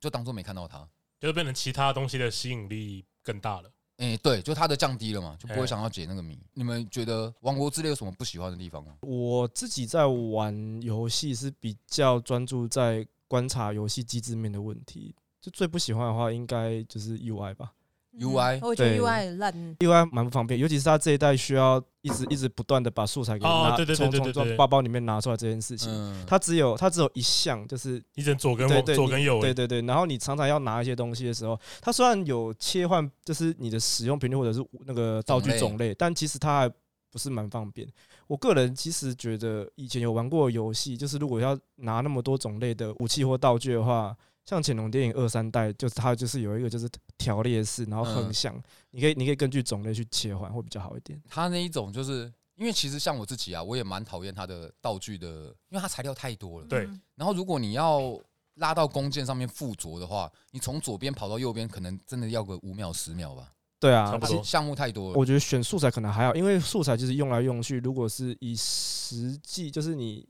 Speaker 2: 就当做没看到它。
Speaker 1: 就是变成其他东西的吸引力更大了。
Speaker 2: 哎、对，就它的降低了嘛，就不
Speaker 1: 哎
Speaker 2: 会想要解那个谜。你们觉得《王国之泪》有什么不喜欢的地方吗？
Speaker 3: 我自己在玩游戏是比较专注在观察游戏机制面的问题，就最不喜欢的话应该就是 UI 吧。
Speaker 5: 嗯
Speaker 2: UI
Speaker 4: 我觉得
Speaker 3: 对
Speaker 4: UI 很烂，
Speaker 3: UI 蛮不方便，尤其是它这一代需要一直一直不断的把素材给
Speaker 1: 哦
Speaker 3: 拿
Speaker 1: 对对对
Speaker 3: 从
Speaker 1: 对
Speaker 3: 从
Speaker 1: 对对
Speaker 3: 从包包里面拿出来这件事情。
Speaker 2: 嗯，
Speaker 3: 它只有它只有一项，就是
Speaker 1: 你只能左跟
Speaker 3: 对
Speaker 1: 往
Speaker 3: 对
Speaker 1: 左
Speaker 3: 你
Speaker 1: 跟右而
Speaker 3: 对
Speaker 1: 已，
Speaker 3: 对对，然后你常常要拿一些东西的时候，它虽然有切换，就是你的使用频率或者是那个道具种
Speaker 2: 种
Speaker 3: 类，但其实它还不是蛮方便。我个人其实觉得以前有玩过的游戏，就是如果要拿那么多种类的武器或道具的话，像《潜龙电影》二三代，就是它就是有一个就是条列式，然后横
Speaker 2: 嗯
Speaker 3: 向，你可以你可以根据种类去切换，会比较好一点。
Speaker 2: 它那一种就是因为其实像我自己啊，我也蛮讨厌它的道具的，因为它材料太多了。
Speaker 1: 对
Speaker 4: 嗯
Speaker 2: 然后如果你要拉到弓箭上面附着的话，你从左边跑到右边，可能真的要个五秒十秒吧。
Speaker 3: 对
Speaker 1: 差
Speaker 3: 啊
Speaker 1: 不，多
Speaker 2: 它项目太多了。
Speaker 3: 我觉得选素材可能还好，因为素材就是用来用去。如果是以实际，就是你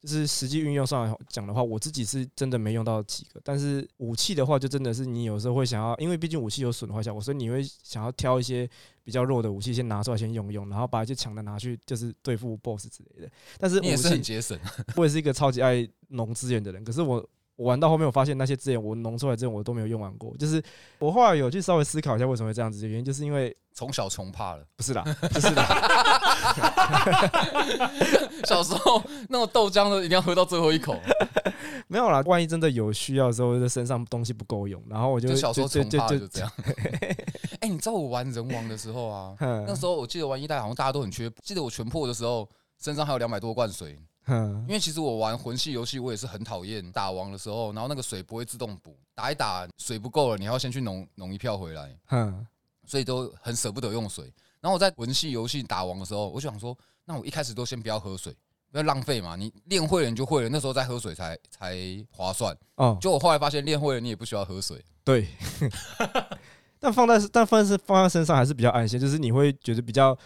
Speaker 3: 就是实际运用上来讲的话，我自己是真的没用到几个。但是武器的话，就真的是你有时候会想要，因为毕竟武器有损坏效果，所以你会想要挑一些比较弱的武器先拿出来先用一用，然后把一些强的拿去就是对付 BOSS 之类的。但是
Speaker 2: 你也
Speaker 3: 武
Speaker 2: 是很
Speaker 3: 器，
Speaker 2: 节 省，
Speaker 3: 我也是一个超级爱农资源的人，可是我。我玩到后面，我发现那些资源我农出来之前我都没有用完过。就是我后来有去稍微思考一下为什么会这样子，原因就是因为
Speaker 2: 从小穷怕了。
Speaker 3: 不是啦， 不是啦，
Speaker 2: 小时候那种豆浆的一定要喝到最后一口，
Speaker 3: 没有啦，万一真的有需要的时候，就身上东西不够用，然后我就
Speaker 2: 就小时候
Speaker 3: 就
Speaker 2: 穷
Speaker 3: 就
Speaker 2: 怕
Speaker 3: 就
Speaker 2: 就这样。 哎，你知道我玩人王的时候啊，那
Speaker 3: 哼
Speaker 2: 时候我记得玩一代好像大家都很缺，记得我全破的时候身上还有两百多罐水，
Speaker 3: 哼
Speaker 2: 因为其实我玩魂系游戏，我也是很讨厌打王的时候，然后那个水不会自动补，打一打水不够了，你还要先去农农一票回来，
Speaker 3: 哼，
Speaker 2: 所以都很舍不得用水。然后我在魂系游戏打王的时候，我就想说，那我一开始都先不要喝水，不要浪费嘛，你练会了你就会了，那时候再喝水才才划算。
Speaker 3: 哦，
Speaker 2: 就我后来发现练会了你也不需要喝水，
Speaker 3: 对。 但放在但放在身放在身上还是比较安心，就是你会觉得比较，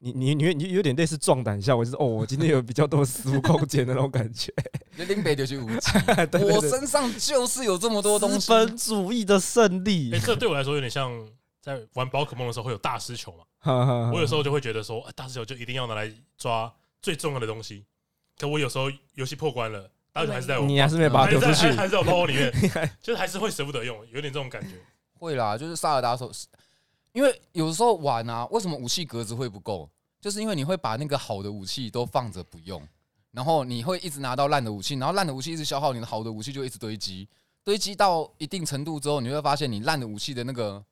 Speaker 3: 你你你会你有点类似壮胆效果，就是哦，我今天有比较多私物空间的那种感觉。
Speaker 2: 就拎杯就去无极。
Speaker 3: 对对
Speaker 2: 我
Speaker 3: 对
Speaker 2: 身上就是有这么多东
Speaker 3: 资
Speaker 2: 西，
Speaker 3: 本主义的胜利
Speaker 1: 哎，。这对我来说有点像在玩宝可梦的时候会有大师球嘛，我
Speaker 3: 我
Speaker 1: 有时候就会觉得说，啊大师球就一定要拿来抓最重要的东西，可我有时候游戏破关了，大师球还是在我。
Speaker 3: 你还是没把它
Speaker 1: 还是
Speaker 3: 丢
Speaker 1: 在
Speaker 3: 出
Speaker 1: 还
Speaker 3: 去
Speaker 1: 是，还是在我包包里 面，就是还是会舍不得用，有点这种感觉。
Speaker 2: 会啦，就是萨尔达手，因为有时候玩啊，为什么武器格子会不够？就是因为你会把那个好的武器都放着不用，然后你会一直拿到烂的武器，然后烂的武器一直消耗你的好的武器，就一直堆积，堆积到一定程度之后，你会发现你烂的武器的那个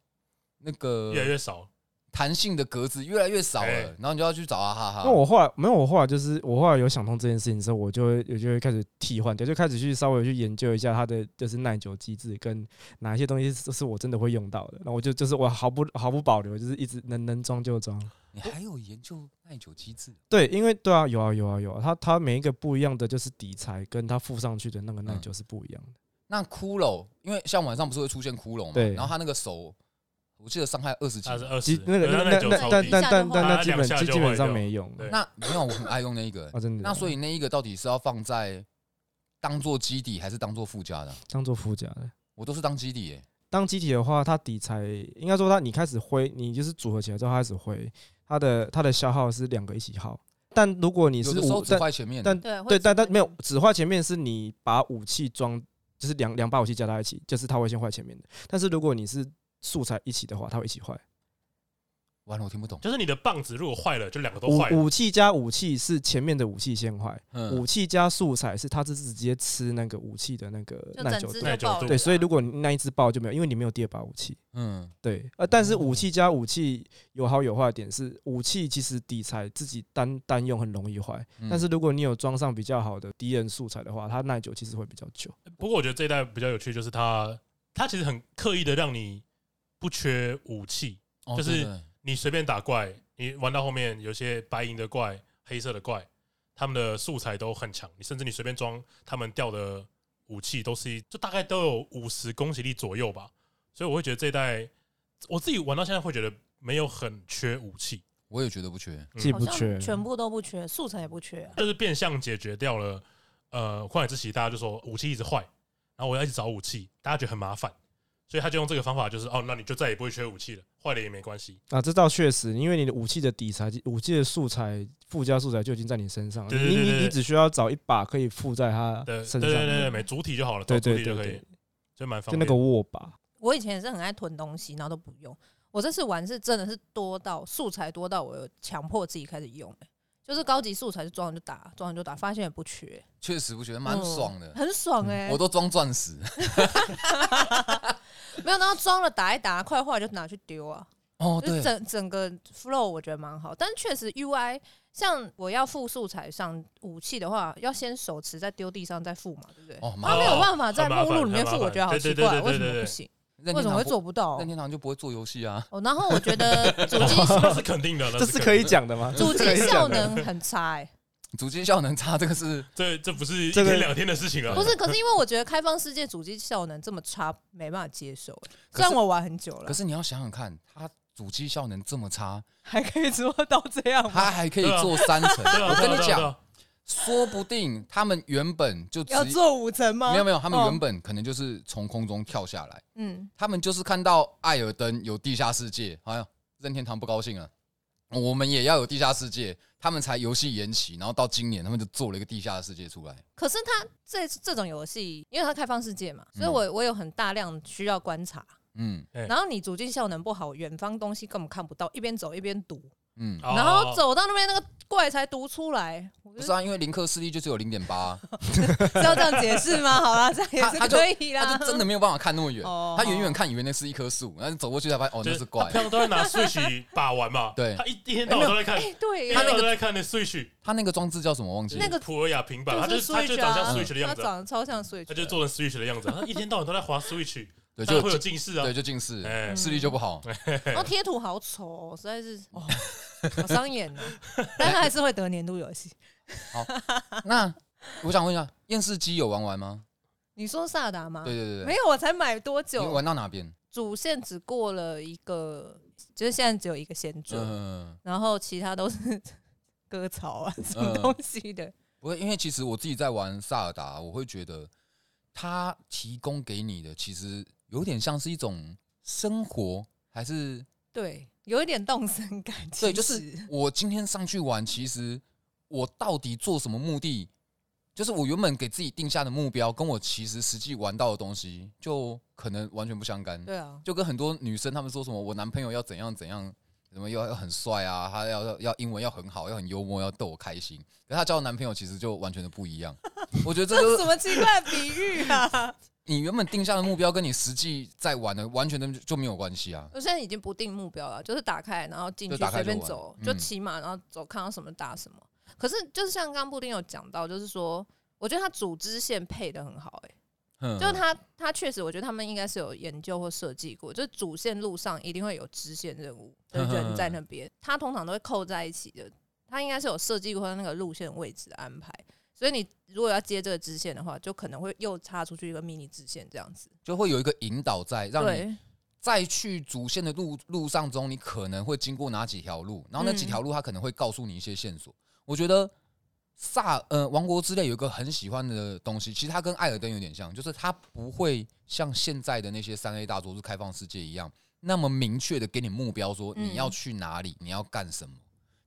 Speaker 2: 那个
Speaker 1: 越来越少，
Speaker 2: 弹性的格子越来越少了，
Speaker 1: 哎
Speaker 2: 然后你就要去找啊哈哈。
Speaker 3: 那我后来没有，我后来就是我后来有想通这件事情之后，我就会我就会开始替换掉，就开始去稍微去研究一下它的就是耐久机制跟哪一些东西是是我真的会用到的。那我就就是我毫不毫不保留，就是一直能能装就装。
Speaker 2: 你还有研究耐久机制，
Speaker 3: 对，因为对啊，有啊有啊有啊，它它每一个不一样的就是底材跟它附上去的那个耐久是不一样的。
Speaker 2: 那骷髅，因为像晚上不是会出现骷髅嘛，
Speaker 3: 对
Speaker 2: 然后他那个手，我记得伤害二十几
Speaker 1: 它
Speaker 2: 吧，
Speaker 1: 是二
Speaker 3: 基
Speaker 1: 十，
Speaker 3: 那个
Speaker 1: 对
Speaker 3: 那
Speaker 1: 耐
Speaker 3: 那
Speaker 1: 久
Speaker 3: 那
Speaker 1: 超
Speaker 3: 但
Speaker 1: 低
Speaker 3: 但但
Speaker 4: 一下就
Speaker 3: 但
Speaker 1: 坏
Speaker 3: 那基
Speaker 1: 了
Speaker 3: 本
Speaker 1: 两下
Speaker 3: 基
Speaker 1: 就
Speaker 3: 基本上
Speaker 1: 坏掉
Speaker 3: 没用
Speaker 1: 对
Speaker 2: 那没有，我很爱用那一个、欸
Speaker 3: 啊，真的。
Speaker 2: 那所以那一个到底是要放在当做基底还是当做附加的？啊
Speaker 3: 当做附加的。
Speaker 2: 我都是当基底耶、
Speaker 3: 当机体的话，它底材应该说它你开始挥，你就是组合起来之后它开始挥，它的它的消耗是两个一起耗。但如果你
Speaker 2: 你有
Speaker 3: 是
Speaker 2: 的时候
Speaker 3: 武，
Speaker 2: 只
Speaker 3: 但
Speaker 2: 坏前面，
Speaker 3: 但
Speaker 4: 对，会
Speaker 3: 对，
Speaker 4: 怎
Speaker 3: 但但
Speaker 4: 么
Speaker 3: 没有只坏前面是你把武器装，就是两两把武器加在一起，就是它会先坏前面的。但是如果你是素材一起的话，它会一起坏。
Speaker 2: 完了我听不懂。
Speaker 1: 就是你的棒子如果坏了，就两个都坏了。
Speaker 3: 武武器加武器是前面的武器先坏，
Speaker 2: 嗯
Speaker 3: 武，器加素材是它是直接吃那个武器的那个
Speaker 4: 就
Speaker 3: 耐
Speaker 4: 整
Speaker 3: 久
Speaker 4: 只
Speaker 3: 度。
Speaker 1: 耐
Speaker 4: 就
Speaker 1: 久啊
Speaker 4: 爆
Speaker 1: 度
Speaker 4: 了。
Speaker 3: 对，
Speaker 5: 啊
Speaker 3: 所以如果你那一只爆就没有，因为你没有第二把武器。
Speaker 2: 嗯，
Speaker 3: 对，呃，但是
Speaker 2: 哦
Speaker 3: 武器加武器有好有坏的点是，武器其实底材自己单单用很容易坏，
Speaker 2: 嗯
Speaker 3: 但是如果你有装上比较好的敌人素材的话，它耐久其实会比较久。
Speaker 1: 不过我觉得这一代比较有趣，就是它它其实很刻意的让你不缺武器，
Speaker 2: 哦
Speaker 1: 就是
Speaker 2: 对对对
Speaker 1: 你随便打怪，你玩到后面有些白银的怪、黑色的怪，他们的素材都很强，你甚至你随便装他们掉的武器都是一，就大概都有五十攻击力左右吧。所以我会觉得这一代我自己玩到现在会觉得没有很缺武器，
Speaker 2: 我也觉得不缺。
Speaker 1: 嗯
Speaker 3: 既
Speaker 1: 好
Speaker 3: 不缺，
Speaker 5: 全部都不缺，素材也不缺、啊
Speaker 1: 就是变相解决掉了呃旷野之息，大家就说武器一直坏，然后我要一直找武器，大家觉得很麻烦，所以他就用这个方法，就是哦，那你就再也不会缺武器了，坏了也没关系。
Speaker 3: 啊，这倒确实，因为你的武器的底材、武器的素材、附加素材就已经在你身上了，
Speaker 1: 对对对
Speaker 3: 你
Speaker 1: 对
Speaker 3: 你
Speaker 1: 对
Speaker 3: 你只需要找一把可以附在它
Speaker 1: 对对
Speaker 3: 身上，
Speaker 1: 对对对，没主体就好了，找主
Speaker 3: 对
Speaker 1: 体
Speaker 3: 对
Speaker 1: 就
Speaker 3: 对
Speaker 1: 可以
Speaker 3: 对，
Speaker 1: 就蛮方
Speaker 3: 就
Speaker 1: 便
Speaker 3: 那
Speaker 1: 的。
Speaker 3: 个握把，
Speaker 5: 我以前也是很爱囤东西，然后都不用。我这次玩是真的是多到素材多到我有强迫自己开始用、欸就是高级素材就装了就打，装了就打，发现也不缺，
Speaker 2: 确实不觉得蛮
Speaker 5: 嗯
Speaker 2: 爽的。
Speaker 5: 很爽哎、
Speaker 2: 我都装钻石，
Speaker 5: 没有，然后装了打一打，快坏了就拿去丢啊。
Speaker 2: 哦，
Speaker 5: 就
Speaker 2: 对
Speaker 5: 是，整整个 flow 我觉得蛮好，但确实 UI 像我要附素材上武器的话，要先手持再丢地上再附嘛，对不对？
Speaker 2: 哦，
Speaker 5: 他
Speaker 2: 妈
Speaker 5: 没
Speaker 2: 的，
Speaker 5: 有办法在
Speaker 1: 很麻
Speaker 5: 目录
Speaker 1: 烦
Speaker 5: 里面附，
Speaker 1: 很麻
Speaker 5: 我觉得好
Speaker 1: 烦对
Speaker 5: 奇
Speaker 1: 对对
Speaker 5: 怪，
Speaker 1: 对
Speaker 5: 为什么
Speaker 1: 对
Speaker 5: 不
Speaker 1: 对
Speaker 5: 行？
Speaker 2: 任
Speaker 5: 为
Speaker 2: 天
Speaker 5: 什么会
Speaker 2: 堂不
Speaker 5: 做不到
Speaker 2: 任？天堂就不会做游戏啊。
Speaker 5: 哦，然后我觉得 主机
Speaker 1: 那是肯定的，那
Speaker 3: 这是可
Speaker 1: 肯
Speaker 3: 以
Speaker 1: 定的。
Speaker 3: 讲的吗？
Speaker 5: 主
Speaker 3: 这是可
Speaker 5: 机
Speaker 3: 以
Speaker 5: 效
Speaker 3: 讲的
Speaker 5: 能很差 哎、
Speaker 2: 主机效能差，这个 是
Speaker 1: 这这不是一
Speaker 3: 这个
Speaker 1: 天两天的事情了，啊
Speaker 5: 不是，可是因为我觉得开放世界主机效能这么差，没办法接受、欸。
Speaker 2: 可
Speaker 5: 虽然
Speaker 2: 是
Speaker 5: 我玩很久了
Speaker 2: 可，是你要想想看，它主机效能这么差，
Speaker 5: 还可以做到这样吗？
Speaker 2: 它还可以
Speaker 1: 对啊
Speaker 2: 做三层。
Speaker 1: 对啊。对
Speaker 2: 我
Speaker 1: 啊
Speaker 2: 跟
Speaker 1: 对啊
Speaker 2: 你，
Speaker 1: 对
Speaker 2: 讲，
Speaker 1: 啊
Speaker 2: 说不定他们原本就只
Speaker 5: 要做五层吗？
Speaker 2: 没有没有，他们
Speaker 5: 哦
Speaker 2: 原本可能就是从空中跳下来，
Speaker 5: 嗯，
Speaker 2: 他们就是看到艾尔登有地下世界，哎呀，任天堂不高兴了。我们也要有地下世界，他们才游戏延期，然后到今年他们就做了一个地下世界出来。
Speaker 5: 可是它这这种游戏，因为它开放世界嘛，所以
Speaker 2: 嗯
Speaker 5: 我我有很大量需要观察。
Speaker 2: 嗯
Speaker 1: 对
Speaker 5: 然后你主机效能不好，远方东西根本看不到，一边走一边读，
Speaker 2: 嗯，
Speaker 1: 哦
Speaker 5: 然后走到那边那个怪才读出来。我
Speaker 2: 不
Speaker 5: 就是
Speaker 2: 啊，因为林克视力就只有零点 八，
Speaker 5: 是要这样解释 吗？好啊啦，这样也
Speaker 2: 他他
Speaker 5: 是
Speaker 2: 就
Speaker 5: 可以啦
Speaker 2: 他。就真的没有办法看那么远
Speaker 5: 啊哦，
Speaker 2: 他远远看以为那是一棵树，然后走过去才发现哦，
Speaker 1: 就
Speaker 2: 那是怪
Speaker 1: 他。平常都在拿 Switch 把玩嘛，
Speaker 2: 对
Speaker 1: 他一一天到晚都在看，一
Speaker 5: 哎，对耶，
Speaker 1: 天到晚都在看那 Switch，
Speaker 2: 他那个装置叫什么？忘记了
Speaker 5: 那。个
Speaker 1: 普尔雅平板，他
Speaker 5: 就
Speaker 1: 就是是他就
Speaker 5: Switch
Speaker 1: 长像
Speaker 5: 啊
Speaker 1: Switch 的
Speaker 5: 它
Speaker 1: 样子啊，
Speaker 5: 长得超像 Switch，
Speaker 1: 他就做成 Switch 的样子啊，他一天到晚都在滑 Switch，
Speaker 2: 对，
Speaker 1: 当然
Speaker 2: 就
Speaker 1: 会有
Speaker 2: 就
Speaker 1: 近视啊
Speaker 2: 对，，就近视，
Speaker 1: 哎，
Speaker 2: 视力就不好。
Speaker 5: 然后哦贴图好丑、哦，实在是哦，好伤眼哦。但它还是会得年度游戏。
Speaker 2: 那我想问一下，验视机有玩完吗？
Speaker 5: 你说萨达吗？
Speaker 2: 对对对
Speaker 5: 没
Speaker 2: 对，
Speaker 5: 有，我才买多
Speaker 2: 你
Speaker 5: 久？
Speaker 2: 玩到哪边？
Speaker 5: 主线只过了一个，就是现在只有一个先做，
Speaker 2: 嗯，
Speaker 5: 然后其他都是 割草啊，什么东西的。
Speaker 2: 不会，因为其实我自己在玩萨尔达，我会觉得它提供给你的其实有点像是一种生活，还是
Speaker 5: 对，有一点动身感。
Speaker 2: 对，
Speaker 5: 其
Speaker 2: 就
Speaker 5: 实
Speaker 2: 是我今天上去玩，其实我到底做什么目的？就是我原本给自己定下的目标，跟我其实实际玩到的东西，就可能完全不相干。
Speaker 5: 对啊，
Speaker 2: 就跟很多女生她们说什么，我男朋友要怎样怎样，什么要要很帅啊，他要要要英文要很好，要很幽默，要逗我开心。可是她交的男朋友其实就完全的不一 样。我觉得这就
Speaker 5: 什
Speaker 2: 是
Speaker 5: 么奇怪的比喻啊！
Speaker 2: 你原本定下的目标，跟你实际在玩的完全的就没有关系啊。
Speaker 5: 我现在已经不定目标了，就是打开然后进
Speaker 2: 就
Speaker 5: 去
Speaker 2: 打开
Speaker 5: 随
Speaker 2: 就
Speaker 5: 便
Speaker 2: 玩
Speaker 5: 走，
Speaker 2: 嗯
Speaker 5: 就骑马然后走，看到什么打什么。可是就是像刚刚布丁有讲到，就是说，我觉得他组织线配的很好、欸，
Speaker 2: 嗯
Speaker 5: 就是他他确实，我觉得他们应该是有研究或设计过，就是主线路上一定会有支线任务
Speaker 2: 嗯
Speaker 5: 的人在那边，他通常都会扣在一起的，他应该是有设计过那个路线位置的安排。所以你如果要接这个支线的话，就可能会又插出去一个迷你支线这样子。
Speaker 2: 就会有一个引导在，让你
Speaker 5: 对，
Speaker 2: 在去主线的路路上中，你可能会经过哪几条路，然后那
Speaker 5: 嗯
Speaker 2: 几条路它可能会告诉你一些线索。我觉得萨呃《王国之泪》有一个很喜欢的东西，其实它跟《艾尔登》有点像，就是它不会像现在的那些三 A 大作是开放世界一样那么明确的给你目标，说
Speaker 5: 嗯
Speaker 2: 你要去哪里，你要干什么。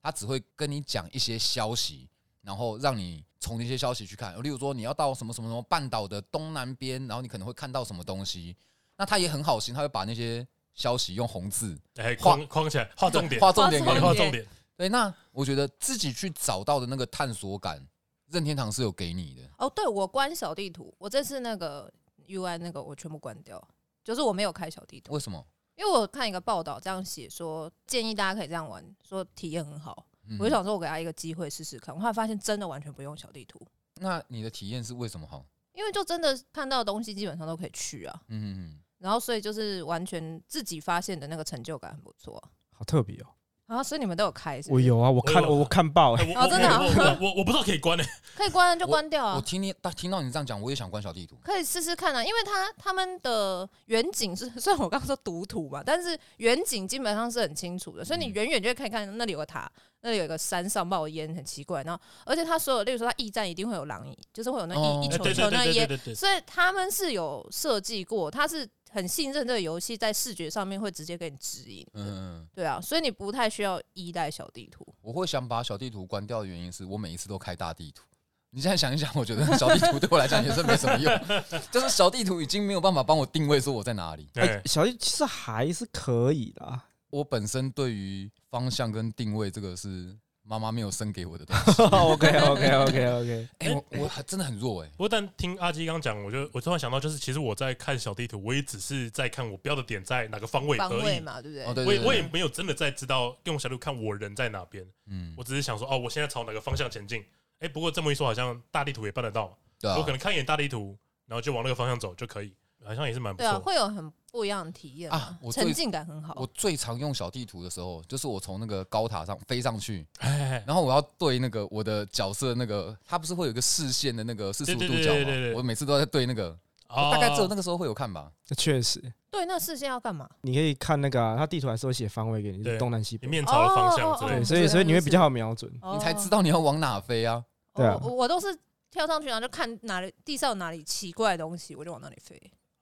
Speaker 2: 它只会跟你讲一些消息，然后让你从那些消息去看。例如说，你要到什么什么什么半岛的东南边，然后你可能会看到什么东西。那他也很好心，他会把那些消息用红字
Speaker 1: 哎，
Speaker 2: 画
Speaker 1: 框框起来，画重点，
Speaker 2: 画重点给
Speaker 5: 画
Speaker 1: 哎
Speaker 2: 你
Speaker 5: 重。
Speaker 1: 画
Speaker 5: 点
Speaker 1: 重点，
Speaker 2: 对，那我觉得自己去找到的那个探索感，任天堂是有给你的。
Speaker 5: 哦，对我关小地图，我这次那个 UI 那个我全部关掉，就是我没有开小地图，
Speaker 2: 为什么？
Speaker 5: 因为我看一个报道这样写说，建议大家可以这样玩，说体验很好。
Speaker 2: 嗯
Speaker 5: 我就想说，我给他一个机会试试看。我后来发现真的完全不用小地图，
Speaker 2: 那你的体验是为什么好？
Speaker 5: 因为就真的看到的东西基本上都可以去啊，
Speaker 2: 嗯嗯
Speaker 5: 然后所以就是完全自己发现的那个成就感很不错
Speaker 3: 好特别哦，
Speaker 5: 啊。啊所以你们都有开是不
Speaker 3: 我
Speaker 5: 是，
Speaker 3: 有啊，我看
Speaker 1: 我有
Speaker 3: 我看爆哎
Speaker 1: 哎，我
Speaker 5: 哦
Speaker 1: 我
Speaker 5: 真的啊
Speaker 1: 我我我我不知道可以 关哎，
Speaker 5: 可以关就关掉
Speaker 2: 嗯。我
Speaker 5: 啊，
Speaker 2: 听你大听到你这样讲，我也想关小地图。
Speaker 5: 可以试试看啊。因为他他们的远景是， 虽然我刚刚说读图嘛，但是远景基本上是很清楚的，所以你
Speaker 2: 嗯
Speaker 5: 远远就会看看那里有个塔，那里有个山上冒烟，很奇怪。然后而且他所有，例如说他驿站一定会有狼蚁，就是会有那一、
Speaker 2: 哦
Speaker 5: 一
Speaker 1: 哎
Speaker 5: 球
Speaker 1: 对
Speaker 5: 球
Speaker 1: 对
Speaker 5: 那
Speaker 1: 对
Speaker 5: 烟
Speaker 1: 对对对，
Speaker 5: 所以他们是有设计过，它是很信任这个游戏在视觉上面会直接给你指引。
Speaker 2: 嗯，
Speaker 5: 对啊，所以你不太需要依赖小地图。
Speaker 2: 我会想把小地图关掉的原因是我每一次都开大地图。你现在想一想，我觉得小地图对我来讲也是没什么用， 就是小地图已经没有办法帮我定位说我在哪里。
Speaker 1: 对
Speaker 3: 哎，小弟其实还是可以的，
Speaker 2: 我本身对于方向跟定位这个是妈妈没有生给我的东 西。
Speaker 1: 哦
Speaker 3: OK OK OK OK，
Speaker 2: 哎、我我还真的很弱哎、
Speaker 1: 不过，但听阿基刚讲，我就我突然想到，就是其实我在看小地图，我也只是在看我标的点在哪个方位
Speaker 5: 方
Speaker 1: 而
Speaker 5: 位
Speaker 1: 已。
Speaker 5: 嘛，对不对？
Speaker 2: 哦，对
Speaker 1: 我
Speaker 2: 对
Speaker 1: 也
Speaker 2: 对，
Speaker 1: 我也没有真的在知道用小地图看我人在哪边，
Speaker 2: 嗯
Speaker 1: 我，只是想说，哦，我现在朝哪个方向前进。哎，不过这么一说，好像大地图也办得到，
Speaker 2: 对啊
Speaker 1: 我可，能看一眼大地图，然后就往那个方向走就可以，好像也是蛮不
Speaker 5: 对啊，
Speaker 1: 错。
Speaker 5: 会有很不一样的体验
Speaker 2: 啊我最
Speaker 5: 沉浸感很好。哦
Speaker 2: 我最常用小地图的时候，就是我从那个高塔上飞上去，
Speaker 1: 哎，
Speaker 2: 然后我要对那个我的角色那个，它不是会有一个视线的那个四十五
Speaker 1: 对
Speaker 2: 度
Speaker 1: 对对
Speaker 2: 角
Speaker 1: 对对
Speaker 2: 吗
Speaker 1: 对？
Speaker 2: 我每次都在对那个，
Speaker 1: 哦
Speaker 2: 大概只有那个时候会有看吧。
Speaker 3: 确实，
Speaker 5: 对，那视线要干嘛？
Speaker 3: 你可以看那个啊，它地图还是会写方位给你，就
Speaker 1: 对
Speaker 3: 是东南西北
Speaker 1: 你，面朝的方向之
Speaker 5: 哦哦
Speaker 1: 类
Speaker 3: 对，
Speaker 1: 的。
Speaker 3: 所以所以你会比较好瞄准。
Speaker 5: 哦
Speaker 2: 你才知道你要往哪飞啊！
Speaker 3: 对啊
Speaker 5: 我我都是跳上去，然后就看哪里地上有哪里奇怪的东西，我就往哪里飞。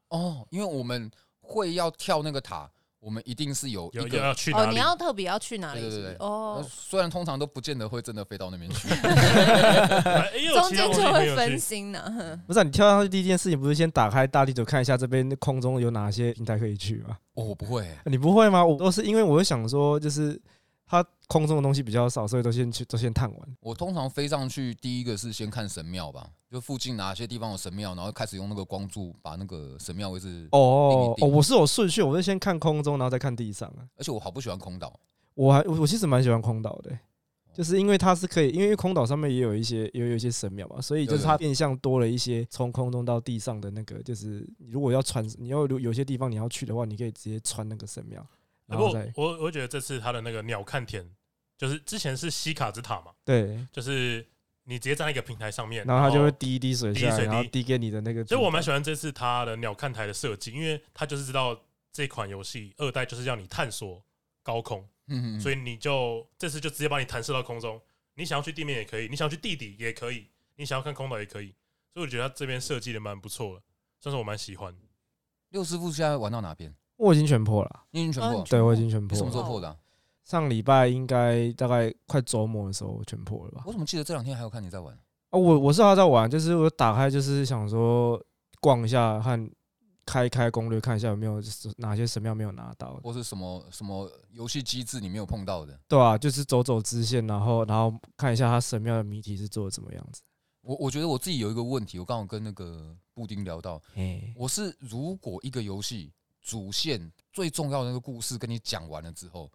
Speaker 2: 哦，因为我们会要跳那个塔，我们一定是有
Speaker 1: 有
Speaker 2: 一
Speaker 1: 有
Speaker 2: 个，
Speaker 1: 要去
Speaker 5: 哦，
Speaker 1: 哪里？
Speaker 5: 你要特别要去哪里？
Speaker 2: 对对
Speaker 5: 是不是
Speaker 2: 对
Speaker 5: 哦，
Speaker 2: 虽然通常都不见得会真的飞到那边 去。
Speaker 1: 哎也有
Speaker 5: 中
Speaker 1: 其他
Speaker 5: 间
Speaker 1: 东
Speaker 5: 就
Speaker 1: 西没
Speaker 5: 会
Speaker 1: 有
Speaker 5: 分
Speaker 1: 去。
Speaker 5: 心呢、哼
Speaker 3: 不是啊、你跳上去第一件事情，不是先打开大地图看一下这边空中有哪些平台可以去吗？
Speaker 2: 哦，我不会欸，
Speaker 3: 你不会吗？我都是因为我想说，就是它空中的东西比较少，所以都先去都先探完。
Speaker 2: 我通常飞上去第一个是先看神庙吧，就附近哪些地方有神庙，然后开始用那个光柱把那个神庙位置。
Speaker 3: 哦
Speaker 2: 定
Speaker 3: 哦，
Speaker 2: 一定
Speaker 3: 我是有顺序，我是先看空中，然后再看地上啊。
Speaker 2: 而且我好不喜欢空岛，
Speaker 3: 我还我我其实蛮喜欢空岛的、欸
Speaker 1: 哦
Speaker 3: 就是因为它是可以，因为空岛上面也有一些也有一些神庙嘛，所以就是它
Speaker 2: 对
Speaker 3: 变相多了一些从空中到地上的那个，就是你如果要穿，你要有有些地方你要去的话，你可以直接穿那个神庙，
Speaker 1: 哎不
Speaker 3: 然后
Speaker 1: 过
Speaker 3: 再
Speaker 1: 我我觉得这次他的那个鸟看田，就是之前是西卡之塔嘛，
Speaker 3: 对，
Speaker 1: 就是你直接站在一个平台上面，
Speaker 3: 然后它就会滴一滴水
Speaker 1: 滴一
Speaker 3: 下来，
Speaker 1: 水
Speaker 3: 然后
Speaker 1: 滴
Speaker 3: 滴给你的那个。
Speaker 1: 所以我蛮喜欢这次它的鸟看台的设计，因为它就是知道这款游戏二代就是让你探索高空，
Speaker 2: 嗯，
Speaker 1: 所
Speaker 2: 以
Speaker 1: 以你就这次就直接把你弹射到空中。你想要去地面也可以，你想要去地底也可以，你想要看空岛也可以。所以我觉得它这边设计的蛮不错的，算是我蛮喜欢。
Speaker 2: 六师傅现在玩到哪边？
Speaker 3: 我已经全破了啊，
Speaker 2: 你已经全破
Speaker 5: 哦
Speaker 2: 了，
Speaker 3: 对我已经全
Speaker 2: 你
Speaker 3: 破
Speaker 2: 什么时
Speaker 3: 了。
Speaker 2: 候破的啊？
Speaker 3: 上礼拜应该大概快周末的时候我全破了吧？
Speaker 2: 我怎么记得这两天还有看你在玩？
Speaker 3: 啊，我我是还在玩，就是我打开就是想说逛一下和开一开攻略看一下有没有就是哪些神庙没有拿到，
Speaker 2: 或是什么什么游戏机制你没有碰到的？
Speaker 3: 对啊，就是走走支线，然后然后看一下它神庙的谜题是做的怎么样子。
Speaker 2: 我我觉得我自己有一个问题，我刚好跟那个布丁聊到，
Speaker 3: 哎，
Speaker 2: 我是如果一个游戏主线最重要的那个故事跟你讲完了之后，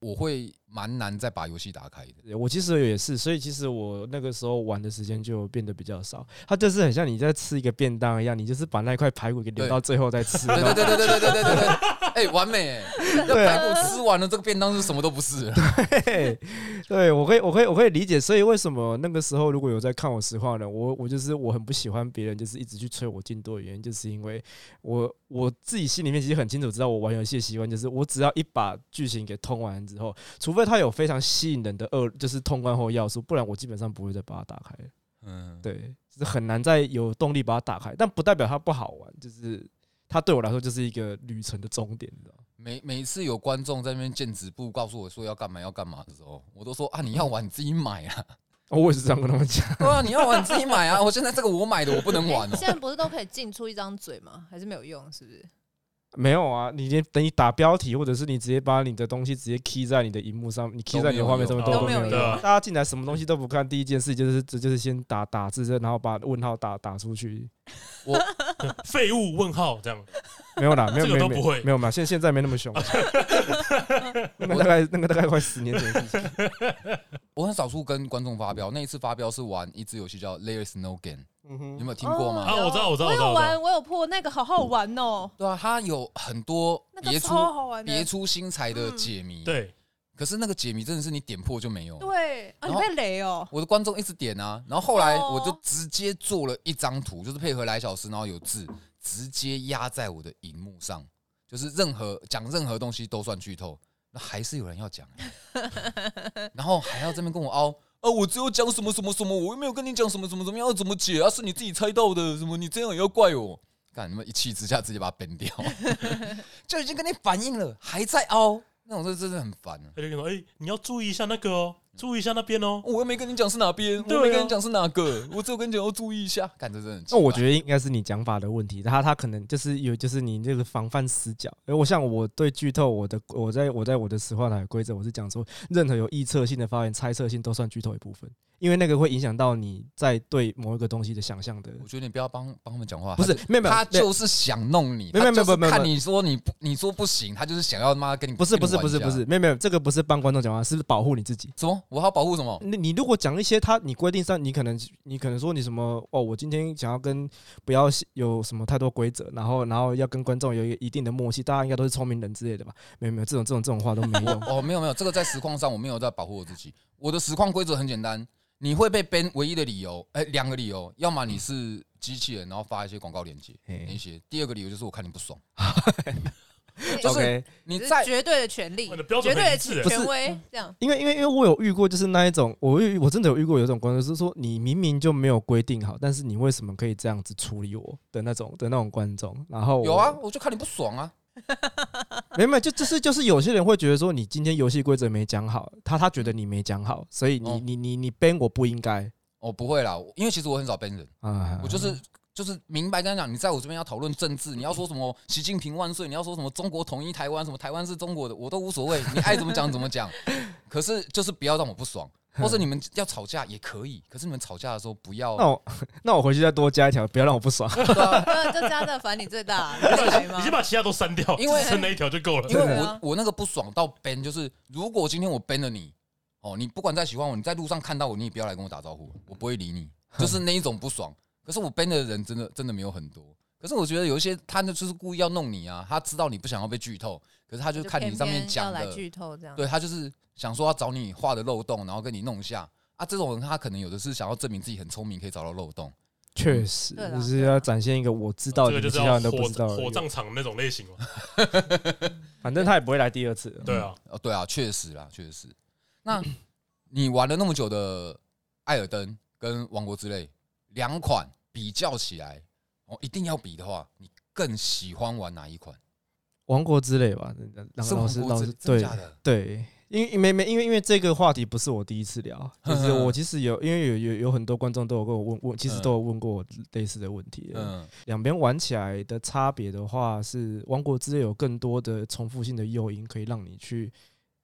Speaker 2: 我会蛮难再把游戏打开的。
Speaker 3: 我其实也是，所以其实我那个时候玩的时间就变得比较少。它就是很像你在吃一个便当一样，你就是把那一块排骨给留
Speaker 2: 对
Speaker 3: 到最后再吃。
Speaker 2: 对
Speaker 3: 然后
Speaker 2: 对对对对对对对对对，哎、完美哎、那
Speaker 3: 对
Speaker 2: 排骨吃完了，这个便当是什么都不是了。
Speaker 3: 对，对我可以，我可以，我可以理解。所以为什么那个时候如果有在看我实况的人，我我就是我很不喜欢别人就是一直去催我进度的原因，就是因为我我自己心里面其实很清楚知道我玩游戏的习惯就是，我只要一把剧情给通完之后，除非它有非常吸引人的二就是通关后要素，不然我基本上不会再把它打开。
Speaker 2: 嗯，
Speaker 3: 对，就是很难再有动力把它打开，但不代表它不好玩，就是。它对我来说就是一个旅程的终点，你知道吗？
Speaker 2: 每每次有观众在那边见指部告诉我说要干嘛要干嘛的时候，我都说啊，你要玩你自己买 啊，
Speaker 3: 哦我也是这样跟他们讲。
Speaker 2: 对啊，你要玩你自己买啊。我现在这个我买的我不能
Speaker 5: 哎
Speaker 2: 玩哦、
Speaker 5: 现在不是都可以进出一张嘴吗？还是没有用？是不是？
Speaker 3: 没有啊，你连等你打标题，或者是你直接把你的东西直接 key 在你的荧幕上，你 key 在你的画面上面
Speaker 1: 都
Speaker 3: 都
Speaker 1: 没
Speaker 3: 没
Speaker 1: 有
Speaker 3: 有
Speaker 1: 用
Speaker 3: 用。
Speaker 1: 对啊
Speaker 3: 大家进来什么东西都不看，第一件事就是这就是先打打字，然后把问号打打出去。
Speaker 1: 废物问号这样，
Speaker 2: 嗯
Speaker 3: 没有啦，没有
Speaker 1: 这个
Speaker 3: 没
Speaker 1: 都
Speaker 3: 有
Speaker 1: 不会
Speaker 3: 没有嘛，现现在没那 么凶。那个大概那个大概快十年前的事情。
Speaker 2: 我很少数跟观众发飙，那一次发飙是玩一支游戏叫《Layers No Game》，
Speaker 5: 哦
Speaker 3: 嗯
Speaker 2: 你
Speaker 3: 哼
Speaker 2: 有没有听过吗？
Speaker 1: 啊
Speaker 5: 有
Speaker 1: 我知道我知道
Speaker 5: 我
Speaker 1: 我知道
Speaker 5: 有
Speaker 1: 我知道
Speaker 5: 玩，我有破那个，好好玩哦，
Speaker 2: 对啊，它有很多
Speaker 5: 那
Speaker 2: 别
Speaker 5: 个
Speaker 2: 出
Speaker 5: 超好玩
Speaker 2: 别
Speaker 5: 的。嗯
Speaker 2: 出心裁的解谜。，
Speaker 1: 对，
Speaker 2: 可是那个解谜真的是你点破就没有。
Speaker 5: 对，啊，
Speaker 2: 然
Speaker 5: 你
Speaker 2: 后
Speaker 5: 被雷哦，
Speaker 2: 我的观众一直点啊，然后后来
Speaker 5: 哦
Speaker 2: 我就直接做了一张图，就是配合来小时，然后有字，直接压在我的荧幕上，就是任何讲任何东西都算剧透，那还是有人要 讲、啊然后还要这边跟我凹。啊！我只有讲什么什么什么，我又没有跟你讲什么什么什么样，要怎么解啊？是你自己猜到的，什么你这样也要怪我？干你们一气之下直接把它崩掉， 就已经跟你反应了，还在凹，那种这真的很烦、啊。
Speaker 1: 他就跟我说：“哎、你要注意一下那个哦，注意一下那边哦。
Speaker 2: 我又没跟你讲是哪边，我
Speaker 1: 对啊
Speaker 2: 又没跟你讲是哪个，我只有跟你讲要注意一下。干这真的很奇
Speaker 3: 那
Speaker 2: 怪，
Speaker 3: 我觉得应该是你讲法的问题，他他可能就是有就是你这个防范死角。因为我像我对剧透，我的我在我在我的实话台规则，我是讲说，任何有臆测性的发言、猜测性都算剧透一部分，因为那个会影响到你在对某一个东西的想象的。
Speaker 2: 我觉得你不要帮帮他们讲话，
Speaker 3: 不是，没有没有，
Speaker 2: 他
Speaker 3: 没有
Speaker 2: 就是想弄你，
Speaker 3: 没有
Speaker 2: 他
Speaker 3: 没有
Speaker 2: 就是
Speaker 3: 没有
Speaker 2: 看
Speaker 3: 没有
Speaker 2: 你说你不你说不行，他就是想要妈跟你
Speaker 3: 不是
Speaker 2: 跟
Speaker 3: 不
Speaker 2: 你
Speaker 3: 是不是
Speaker 2: 玩一
Speaker 3: 不
Speaker 2: 下
Speaker 3: 是，没有没有，这个不是帮观众讲话，是保护你自己。
Speaker 2: 什么？我还要保护什么？。
Speaker 3: 你你如果讲一些他你规定上，你可能你可能说你什么哦，我今天想要跟不要有什么太多规则，然后然后要跟观众有一个一定的默契，大家应该都是聪明人之类的吧？没有没有，这种这种这种话都没用
Speaker 2: 哦，没有没有，这个在实况上我没有在保护我自己。我的实况规则很简单，你会被 ban 唯一的理由，哎、两个理由，要么你是机器人，然后发一些广告链接
Speaker 3: 嘿
Speaker 2: 那些；第二个理由就是我看你不爽，
Speaker 5: 就
Speaker 3: OK，
Speaker 2: 你
Speaker 5: 这是
Speaker 2: 在
Speaker 5: 绝对的权利
Speaker 1: 我的标，准
Speaker 5: 绝
Speaker 1: 很
Speaker 5: 对的
Speaker 1: 一致欸
Speaker 5: 权威，这样
Speaker 3: 因为因为因为我有遇过，就是那一种，我遇我真的有遇过有一种观众是说，你明明就没有规定好，但是你为什么可以这样子处理我的那种的那种观众？然后我
Speaker 2: 有啊，，我就看你不爽啊。
Speaker 3: 没有没有，就就是就是有些人会觉得说，你今天游戏规则没讲好，他他觉得你没讲好，所以你、
Speaker 2: 哦
Speaker 3: 你你你 ban 我不应该
Speaker 2: 哦，不会啦，我因为其实我很少 ban 人，
Speaker 3: 啊，
Speaker 2: 我就是。就是明白跟他讲，你在我这边要讨论政治，你要说什么习近平万岁，你要说什么中国统一台湾，什么台湾是中国的，我都无所谓，你爱怎么讲怎么讲。可是就是不要让我不爽，或者你们要吵架也可以，可是你们吵架的时候不要
Speaker 3: 那我那我回去再多加一条，不要让我不爽。
Speaker 2: 对啊
Speaker 5: 那呃这家的烦你最大， 你
Speaker 1: 你
Speaker 5: 认为
Speaker 1: 先
Speaker 5: 吗
Speaker 1: 你先把其他都删掉，
Speaker 2: 因为
Speaker 1: 只剩那一条就够了
Speaker 2: 因。为
Speaker 3: 真
Speaker 5: 的
Speaker 2: 我
Speaker 5: 啊
Speaker 2: 我那个不爽到 ban，就是如果今天我 ban 了你，哦，你不管再喜欢我，你在路上看到我，你也不要来跟我打招呼，我不会理你，就是那一种不爽。可是我 ban 的人真的真的没有很多，可是我觉得有一些他那就是故意要弄你啊，他知道你不想要被剧透，可是他就
Speaker 5: 就
Speaker 2: 看你
Speaker 5: 偏
Speaker 2: 上面
Speaker 5: 偏要
Speaker 2: 讲
Speaker 5: 来
Speaker 2: 的，
Speaker 5: 剧透这样，
Speaker 2: 对他就是想说要找你画的漏洞，然后跟你弄一下啊。这种人他可能有的是想要证明自己很聪明，可以找到漏洞。
Speaker 3: 确实，
Speaker 5: 对啦
Speaker 3: 就是
Speaker 2: 啊
Speaker 3: 要展现一个我知道
Speaker 1: 这个
Speaker 3: 你们
Speaker 1: 就
Speaker 3: 其
Speaker 1: 是
Speaker 3: 他
Speaker 1: 要
Speaker 3: 人都不
Speaker 1: 火
Speaker 3: 知道而已
Speaker 1: 火葬场那种类型 嘛。
Speaker 3: 反正他也不会来第二次。
Speaker 1: 对啊，
Speaker 2: 哦，对啊，确实啦，确实。那你玩了那么久的《艾尔登》跟《王国之泪》两款比较起来，哦，一定要比的话，你更喜欢玩哪一款？
Speaker 3: 王国之泪吧，然
Speaker 2: 是
Speaker 3: 后
Speaker 2: 王
Speaker 3: 老师
Speaker 2: 国
Speaker 3: 老
Speaker 2: 之
Speaker 3: 师
Speaker 2: 真的
Speaker 3: 对
Speaker 2: 假的？
Speaker 3: 对，因为没没因为因为这个话题不是我第一次聊，
Speaker 2: 嗯
Speaker 3: 就是我其实有因为有有有很多观众都有跟我问问，其实都有问过我类似的问题。
Speaker 2: 嗯，
Speaker 3: 两边玩起来的差别的话，是王国之泪有更多的重复性的诱因，可以让你去，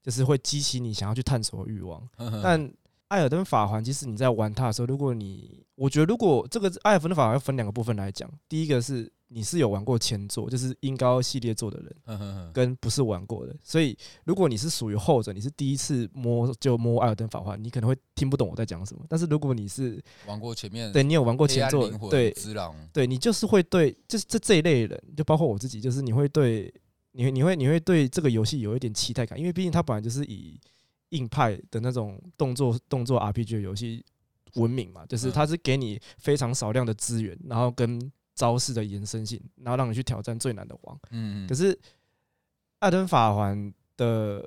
Speaker 3: 就是会激起你想要去探索的欲望。
Speaker 2: 呵呵
Speaker 3: 但艾尔登法环，其实你在玩它的时候，如果你，我觉得如果这个艾尔登法环要分两个部分来讲，第一个是你是有玩过前作，就是英高系列作的人，
Speaker 2: 呵呵呵
Speaker 3: 跟不是玩过的，所以如果你是属于后者，你是第一次摸就摸艾尔登法环，你可能会听不懂我在讲什么。但是如果你是
Speaker 2: 玩过前面
Speaker 3: 对你有玩过
Speaker 2: 黑
Speaker 3: 前
Speaker 2: 暗
Speaker 3: 作
Speaker 2: 灵，魂、
Speaker 3: 对
Speaker 2: 之狼，
Speaker 3: 对，你就是会对，就是这这一类人，就包括我自己，就是你会对你你会你会对这个游戏有一点期待感，因为毕竟它本来就是以硬派的那种动作动作 RPG 的游戏闻名嘛，就是
Speaker 2: 嗯
Speaker 3: 它是给你非常少量的资源，然后跟招式的延伸性，然后让你去挑战最难的王。
Speaker 2: 嗯，
Speaker 3: 可
Speaker 2: 是
Speaker 3: 是《艾登法环》的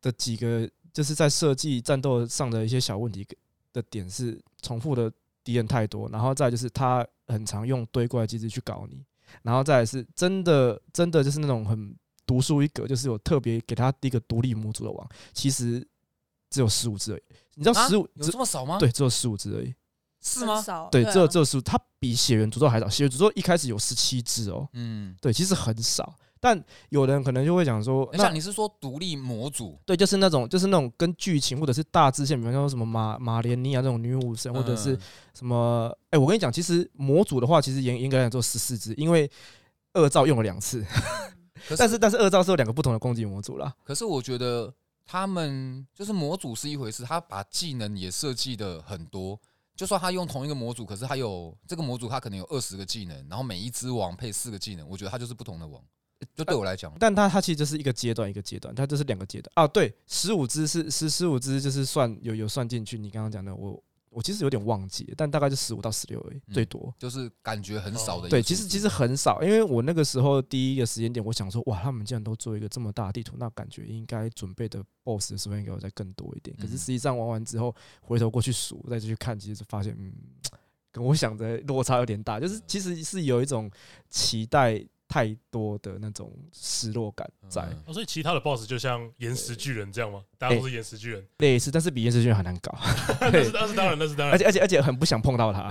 Speaker 3: 的几个就是在设计战斗上的一些小问题的点是重复的敌人太多，然后再来就是他很常用堆怪机制去搞你，然后再来是真的真的就是那种很独树一格，就是有特别给他第一个独立模组的王，其实只有十五只而已。你知道
Speaker 2: 啊
Speaker 3: 十五、
Speaker 2: 有这么少吗？
Speaker 3: 对，只有十五只而已。
Speaker 2: 是吗
Speaker 5: 很？少
Speaker 3: 对，
Speaker 5: 啊
Speaker 3: 只有只有十五，它比血缘诅咒还少。血缘诅咒一开始有十七只哦，
Speaker 2: 嗯，
Speaker 3: 对，其实很少。但有人可能就会讲说，
Speaker 2: 等一下
Speaker 3: 那
Speaker 2: 你是说独立模组？
Speaker 3: 对，就是那种就是那种跟剧情或者是大支线，比方说什么马马莲尼亚这种女武神，或者是
Speaker 2: 嗯
Speaker 3: 什么，哎、我跟你讲，其实模组的话，其实严严格来讲做十四只，因为二兆用了两次，
Speaker 2: 可
Speaker 3: 但是但是二兆是有两个不同的攻击模组啦。
Speaker 2: 可是我觉得他们就是模组是一回事，他把技能也设计的很多。就算他用同一个模组，可是他有这个模组，他可能有二十个技能，然后每一只王配四个技能，我觉得他就是不同的王。就对我来讲，
Speaker 3: 但它它其实就是一个阶段一个阶段，它就是两个阶段啊。对，十五只是十十五只就是算有有算进去，你刚刚讲的我。我其实有点忘记了，但大概就十五到十六而已，
Speaker 2: 嗯
Speaker 3: 最多。
Speaker 2: 就是感觉很少的一个数字、
Speaker 3: 对，其实其实很少，因为我那个时候第一个时间点，我想说，哇，他们竟然都做一个这么大的地图，那感觉应该准备的 BOSS 的时候应该有再更多一点。可是
Speaker 2: 嗯
Speaker 3: 实际上玩完之后，回头过去数，再去看，其实就发现，嗯，跟我想的 落差有点大，就是其实是有一种期待太多的那种失落感在，
Speaker 2: 嗯
Speaker 1: 哦，所以其他的 BOSS 就像岩石巨人这样吗？大家
Speaker 3: 哎
Speaker 1: 都是岩石巨人，
Speaker 3: 类似，但是比《岩石卷》还难搞，
Speaker 1: 那是那是当然，那是当
Speaker 3: 而
Speaker 1: 然。
Speaker 3: 且而且而且很不想碰到它。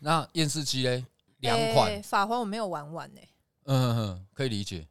Speaker 2: 那验视机嘞，两款，
Speaker 5: 欸法环我没有玩完呢、
Speaker 2: 嗯，嗯可以理解。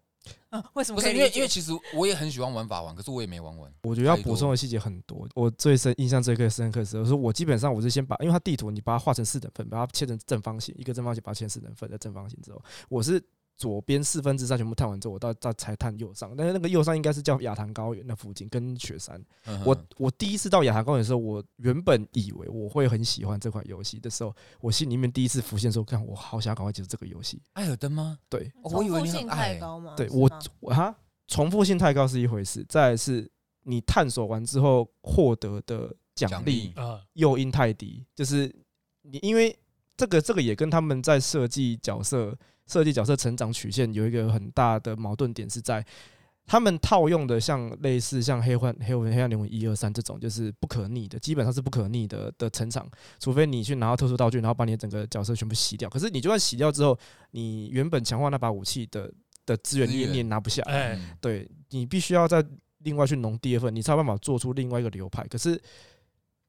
Speaker 5: 啊， 为
Speaker 3: 嗯
Speaker 5: 什
Speaker 2: 不是
Speaker 5: 么可以
Speaker 2: 因为
Speaker 5: 理解
Speaker 2: 因为其实我也很喜欢玩法玩，可是我也没玩完。
Speaker 3: 我觉得要补充的细节很多。我最深印象最刻深刻的时候，是我基本上我是先把，因为它地图你把它画成四等份，把它切成正方形，一个正方形把它切成四等份，再正方形之后，我是左边四分之三全部探完之后，我到到才探右上，但是那个右上应该是叫亚坛高原那附近跟雪山。
Speaker 2: 嗯哼
Speaker 3: 我我第一次到亚坛公园的时候，我原本以为我会很喜欢这款游戏的时候，我心里面第一次浮现说，看我好想要赶快结束这个游戏。
Speaker 2: 艾尔登哎吗？
Speaker 3: 对，
Speaker 2: 哦我以为你
Speaker 5: 重复
Speaker 2: 很
Speaker 5: 性
Speaker 2: 爱
Speaker 5: 太。高吗？
Speaker 3: 对
Speaker 5: 是
Speaker 3: 我
Speaker 5: 吗
Speaker 3: 我哈重复性太高是一回事，再来是你探索完之后获得的奖
Speaker 2: 奖励
Speaker 3: 励
Speaker 1: 啊，
Speaker 3: 诱因太低，就是你因为这个这个也跟他们在设计角色设计角色成长曲线有一个很大的矛盾点是在。他们套用的像类似像黑幻黑魂黑暗灵魂一二三这种，就是不可逆的，基本上是不可逆的的成长，除非你去拿到特殊道具，然后把你的整个角色全部洗掉。可是你就算洗掉之后，你原本强化那把武器的的资源，
Speaker 2: 资
Speaker 3: 你也
Speaker 2: 源
Speaker 3: 你也拿不下来。
Speaker 1: 哎，
Speaker 2: 嗯
Speaker 3: 对你必须要再另外去弄第二份，你才有办法做出另外一个流派。可是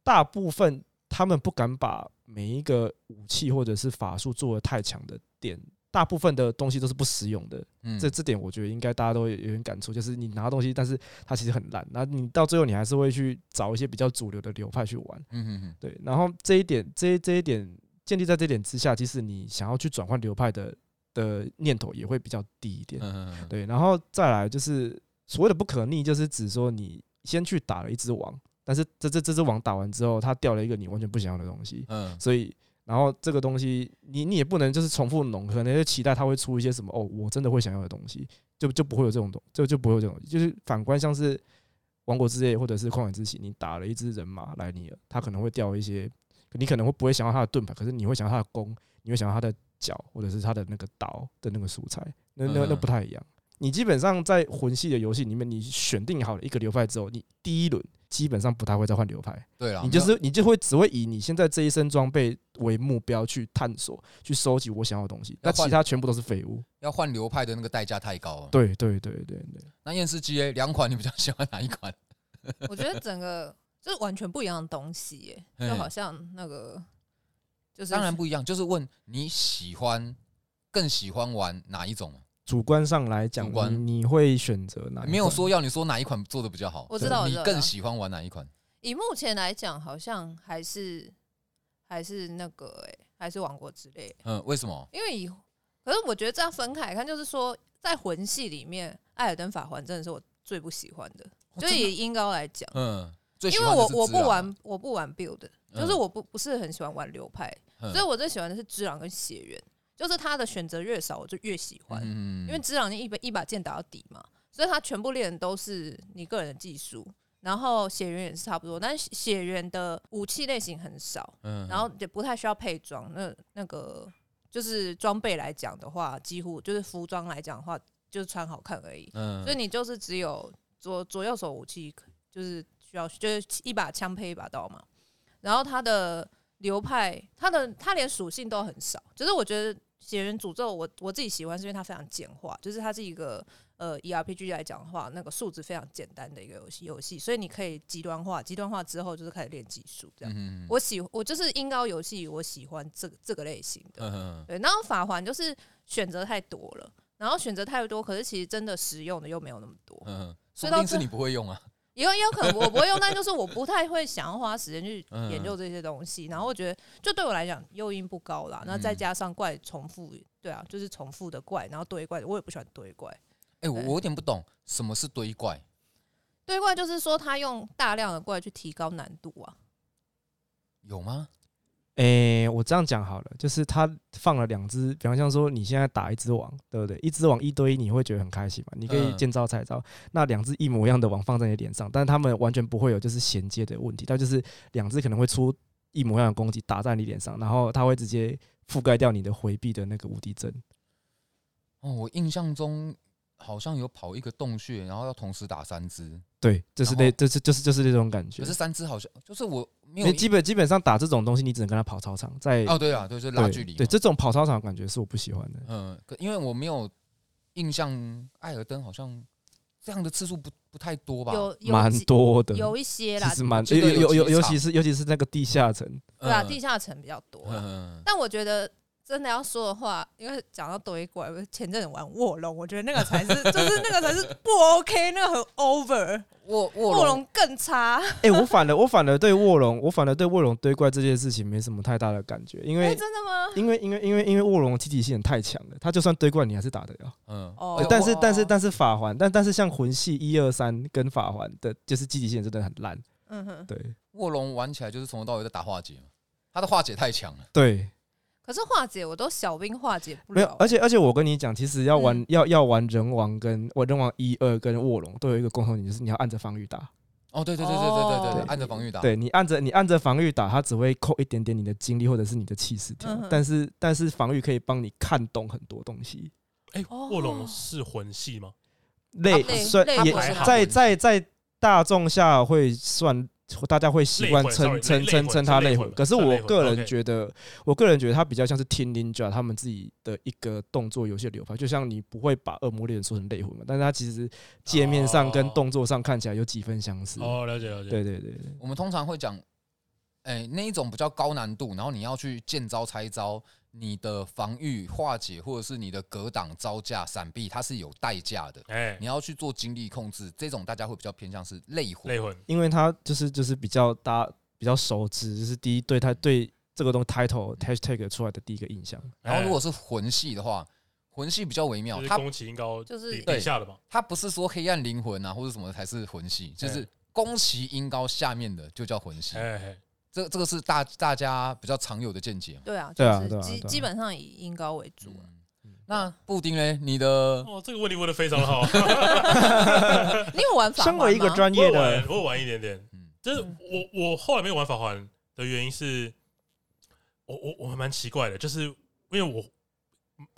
Speaker 3: 大部分他们不敢把每一个武器或者是法术做的太强的点，大部分的东西都是不实用的。
Speaker 2: 嗯
Speaker 3: 这这点我觉得应该大家都有有点感触，就是你拿到东西，但是它其实很烂，那你到最后你还是会去找一些比较主流的流派去玩。
Speaker 2: 嗯嗯嗯
Speaker 3: 对，然后这一点，这这一点建立在这点之下，其实你想要去转换流派的的念头也会比较低一点。
Speaker 2: 嗯嗯，嗯，
Speaker 3: 对，然后再来就是所谓的不可逆，就是指说你先去打了一只王，但是这这这只王打完之后，它掉了一个你完全不想要的东西，
Speaker 2: 嗯
Speaker 3: 所以然后这个东西你你也不能就是重复弄，可能就期待它会出一些什么哦，我真的会想要的东西，就就不会有这种东，就就不会有这种，就是反观像是王国之泪或者是旷野之息，你打了一只人马莱尼尔，它可能会掉一些，你可能会不会想要它的盾牌，可是你会想要它的弓，你会想要它的脚或者是它的那个刀的那个素材，那那那
Speaker 2: 嗯
Speaker 3: 不太一样。你基本上在魂系的游戏里面，你选定好了一个流派之后，你第一轮基本上不太会再换流派，
Speaker 2: 对啦，
Speaker 3: 你就
Speaker 2: 没有
Speaker 3: 是你就会只会以你现在这一身装备为目标去探索、去收集我想要的东西，那
Speaker 2: 要换哦
Speaker 3: 其他全部都是废物。
Speaker 2: 要换流派的那个代价太高了。
Speaker 3: 对对对对对，
Speaker 2: 那验视机嘞，两款你比较喜欢哪一款？
Speaker 5: 我觉得整个就是完全不一样的东西 耶、
Speaker 2: 嘿
Speaker 5: 就好像那个就是
Speaker 2: 当然不一样，就是问你喜欢更喜欢玩哪一种嘛？
Speaker 3: 主观上来讲
Speaker 2: 主，观
Speaker 3: 你你会选择哪一款？
Speaker 2: 没有说要你说哪一款做的比较好，
Speaker 5: 嗯我知道我
Speaker 2: 你
Speaker 5: 知道
Speaker 2: 更喜欢玩哪一款？
Speaker 5: 以目前来讲，好像还是还是那个哎、还是王国之类耶，
Speaker 2: 嗯，为什么？
Speaker 5: 因为以可是我觉得这样分开来看，就是说在魂系里面，艾尔登法环真的是我最不喜欢的，
Speaker 2: 哦
Speaker 5: 就
Speaker 2: 真的
Speaker 5: 以音高来讲。
Speaker 2: 嗯，最喜
Speaker 5: 因为
Speaker 2: 欢的
Speaker 5: 我
Speaker 2: 是
Speaker 5: 我
Speaker 2: 自
Speaker 5: 不
Speaker 2: 然，
Speaker 5: 玩我不玩 build，的
Speaker 2: 嗯
Speaker 5: 就是我不不是很喜欢玩流派，
Speaker 2: 嗯
Speaker 5: 所以我最喜欢的是之狼跟血缘，就是他的选择越少，我就越喜欢，
Speaker 2: 嗯
Speaker 5: 因为之狼你一把一把剑打到底嘛，所以他全部练的都是你个人的技术，然后血缘也是差不多，但是血缘的武器类型很少，
Speaker 2: 嗯
Speaker 5: 然后也不太需要配装，那那个就是装备来讲的话，几乎就是服装来讲的话，就是穿好看而已，
Speaker 2: 嗯
Speaker 5: 所以你就是只有左左右手武器，就是需要就是一把枪配一把刀嘛。然后它的流派，它的它连属性都很少，就是我觉得《血缘诅咒我》我自己喜欢，是因为它非常简化，就是它是一个呃以 RPG 来讲的话，那个数值非常简单的一个游戏游戏，所以你可以极端化，极端化之后就是开始练技术这样。
Speaker 2: 嗯
Speaker 5: 我喜我就是音高游戏，我喜欢这个这个类型的。
Speaker 2: 嗯
Speaker 5: 对，然后法环就是选择太多了，然后选择太多，可是其实真的实用的又没有那么多，
Speaker 2: 嗯，说不
Speaker 5: 所以到
Speaker 2: 定是
Speaker 5: 这
Speaker 2: 你不会用啊。
Speaker 5: 也有也有可能我不会用，但就是我不太会想要花时间去
Speaker 2: 嗯
Speaker 5: 研究这些东西，然后我觉得就对我来讲诱因不高啦，那再
Speaker 2: 嗯
Speaker 5: 加上怪重复，对啊，就是重复的怪，然后堆怪，我也不喜欢堆怪。
Speaker 2: 哎，我
Speaker 5: 对
Speaker 2: 我有点不懂什么是堆怪，
Speaker 5: 堆怪就是说，他用大量的怪去提高难度啊。
Speaker 2: 有吗？
Speaker 3: 诶、我这样讲好了，就是他放了两只，比方像说你现在打一只王，对不对？一只王一对一，你会觉得很开心嘛？你可以
Speaker 2: 嗯
Speaker 3: 见招拆招。那两只一模一样的王放在你脸上，但是他们完全不会有就是衔接的问题，它就是两只可能会出一模一样的攻击打在你脸上，然后它会直接覆盖掉你的回避的那个无敌帧。
Speaker 2: 哦，我印象中好像有跑一个洞穴，然后要同时打三只，
Speaker 3: 对，这是
Speaker 2: 然
Speaker 3: 那，
Speaker 2: 后
Speaker 3: 这是就是就是那种感觉
Speaker 2: 可。是三只好像就是我没有
Speaker 3: 你基本基本上打这种东西，你只能跟他跑操场，在
Speaker 2: 哦，对啊，对，就是拉
Speaker 3: 对
Speaker 2: 距离嘛，
Speaker 3: 对，这种跑操场的感觉是我不喜欢的。
Speaker 2: 嗯，可因为我没有印象，艾尔登好像这样的次数不不太多吧？嗯
Speaker 5: 有有
Speaker 3: 蛮
Speaker 5: 几
Speaker 3: 多的，
Speaker 5: 有一些
Speaker 3: 其
Speaker 5: 啦，
Speaker 3: 实蛮
Speaker 2: 记
Speaker 3: 有
Speaker 2: 得有
Speaker 3: 有有，
Speaker 2: 几
Speaker 3: 尤
Speaker 2: 场
Speaker 3: 其是尤其是那个地下 层，
Speaker 5: 对啊，
Speaker 2: 嗯
Speaker 5: 地下城比较多啦。
Speaker 2: 嗯，
Speaker 5: 但我觉得真的要说的话，因为讲到多一怪，我前阵子玩卧龙，我觉得那个才是，就是那个才是不 OK，那个很 over，
Speaker 2: 卧
Speaker 5: 卧
Speaker 2: 卧龙
Speaker 5: 龙更差，
Speaker 3: 哎，我反而我反而对卧龙，我反而对卧龙堆怪这件事情没什么太大的感觉，因
Speaker 5: 哎、
Speaker 3: 为
Speaker 5: 真的吗？
Speaker 3: 因为因为因为因为卧龙的积极性太强了，他就算堆怪你还是打得了。
Speaker 2: 嗯
Speaker 5: 哦
Speaker 2: 哎
Speaker 3: 但是
Speaker 5: 哦
Speaker 3: 但是但是法环，但但是像魂系一二三跟法环的，就是积极性真的很烂。
Speaker 5: 嗯哼。
Speaker 3: 对
Speaker 2: 卧龙玩起来就是从头到尾在打化解嘛，他的化解太强了，
Speaker 3: 对，
Speaker 5: 可是化解我都小兵化解不
Speaker 3: 没有
Speaker 5: 了，，
Speaker 3: 而且而且我跟你讲，其实要玩、
Speaker 5: 嗯
Speaker 3: 要要玩人王跟我人王一二跟卧龙都有一个共同点，就是你要按着防御打。
Speaker 2: 哦，对对对对对对对，
Speaker 5: 哦
Speaker 2: 按着防御打，
Speaker 3: 对你按着你按着防御打，它只会扣一点点你的精力或者是你的气势条，
Speaker 5: 嗯哼
Speaker 3: 但是但是防御可以帮你看懂很多东西。
Speaker 1: 哎，
Speaker 5: 哦
Speaker 1: 卧龙是魂系吗？
Speaker 3: 类
Speaker 5: 类
Speaker 3: 算
Speaker 5: 类
Speaker 3: 也
Speaker 1: 不是
Speaker 3: 在
Speaker 2: 魂
Speaker 3: 在在大众下会算，大家会习惯
Speaker 1: 类魂
Speaker 3: 称
Speaker 1: sorry，
Speaker 3: 称
Speaker 1: 类
Speaker 3: 称
Speaker 1: 类魂
Speaker 3: 称
Speaker 1: 是
Speaker 3: 它
Speaker 1: 类
Speaker 3: 类
Speaker 1: 魂
Speaker 3: 魂。可是
Speaker 1: 算
Speaker 3: 我
Speaker 1: 类魂
Speaker 3: 个人
Speaker 1: OK
Speaker 3: 觉得，我个人觉得它比较像是 Team Ninja 他们自己的一个动作游戏流派，就像你不会把恶魔猎人说成类魂嘛，但是它其实界面上跟
Speaker 1: 哦
Speaker 3: 动作上看起来有几分相似。
Speaker 1: 哦，了解了解。
Speaker 3: 对对对对，
Speaker 2: 我们通常会讲，哎、那一种比较高难度，然后你要去见招拆招，你的防御化解或者是你的格挡招架闪避，它是有代价的，
Speaker 1: 哎，
Speaker 2: 你要去做精力控制，这种大家会比较偏向是类魂，
Speaker 1: 类魂
Speaker 3: 因为它就是就是比较大比较熟知，就是第一对它对这个东西 title hashtag 出来的第一个印象。
Speaker 2: 然后如果是魂系的话，魂系比较微妙
Speaker 1: 哎就，是
Speaker 2: 它
Speaker 1: 宫崎英高
Speaker 5: 就是
Speaker 1: 底
Speaker 2: 对
Speaker 1: 底下的嘛，
Speaker 2: 它不是说黑暗灵魂啊或者什么才是魂系，就是宫崎英高下面的就叫魂系，
Speaker 1: 哎哎，
Speaker 2: 这这个是大大家比较常有的见解嘛。
Speaker 5: 对啊，
Speaker 3: 对
Speaker 5: 就
Speaker 3: 啊
Speaker 5: 是
Speaker 3: 对啊
Speaker 5: 基
Speaker 3: 对啊
Speaker 5: 基本上以音高为主啊。
Speaker 2: 嗯那布丁嘞，你的
Speaker 1: 哦，这个问题问的非常 好。
Speaker 5: 你有玩法
Speaker 3: 身为一个
Speaker 5: 环吗
Speaker 3: 专
Speaker 1: 我
Speaker 3: 业
Speaker 1: 有
Speaker 3: 的
Speaker 1: 玩，我有玩一点点
Speaker 2: 嗯。
Speaker 1: 就是我我后来没有玩法环的原因是，我我我还蛮奇怪的，就是因为我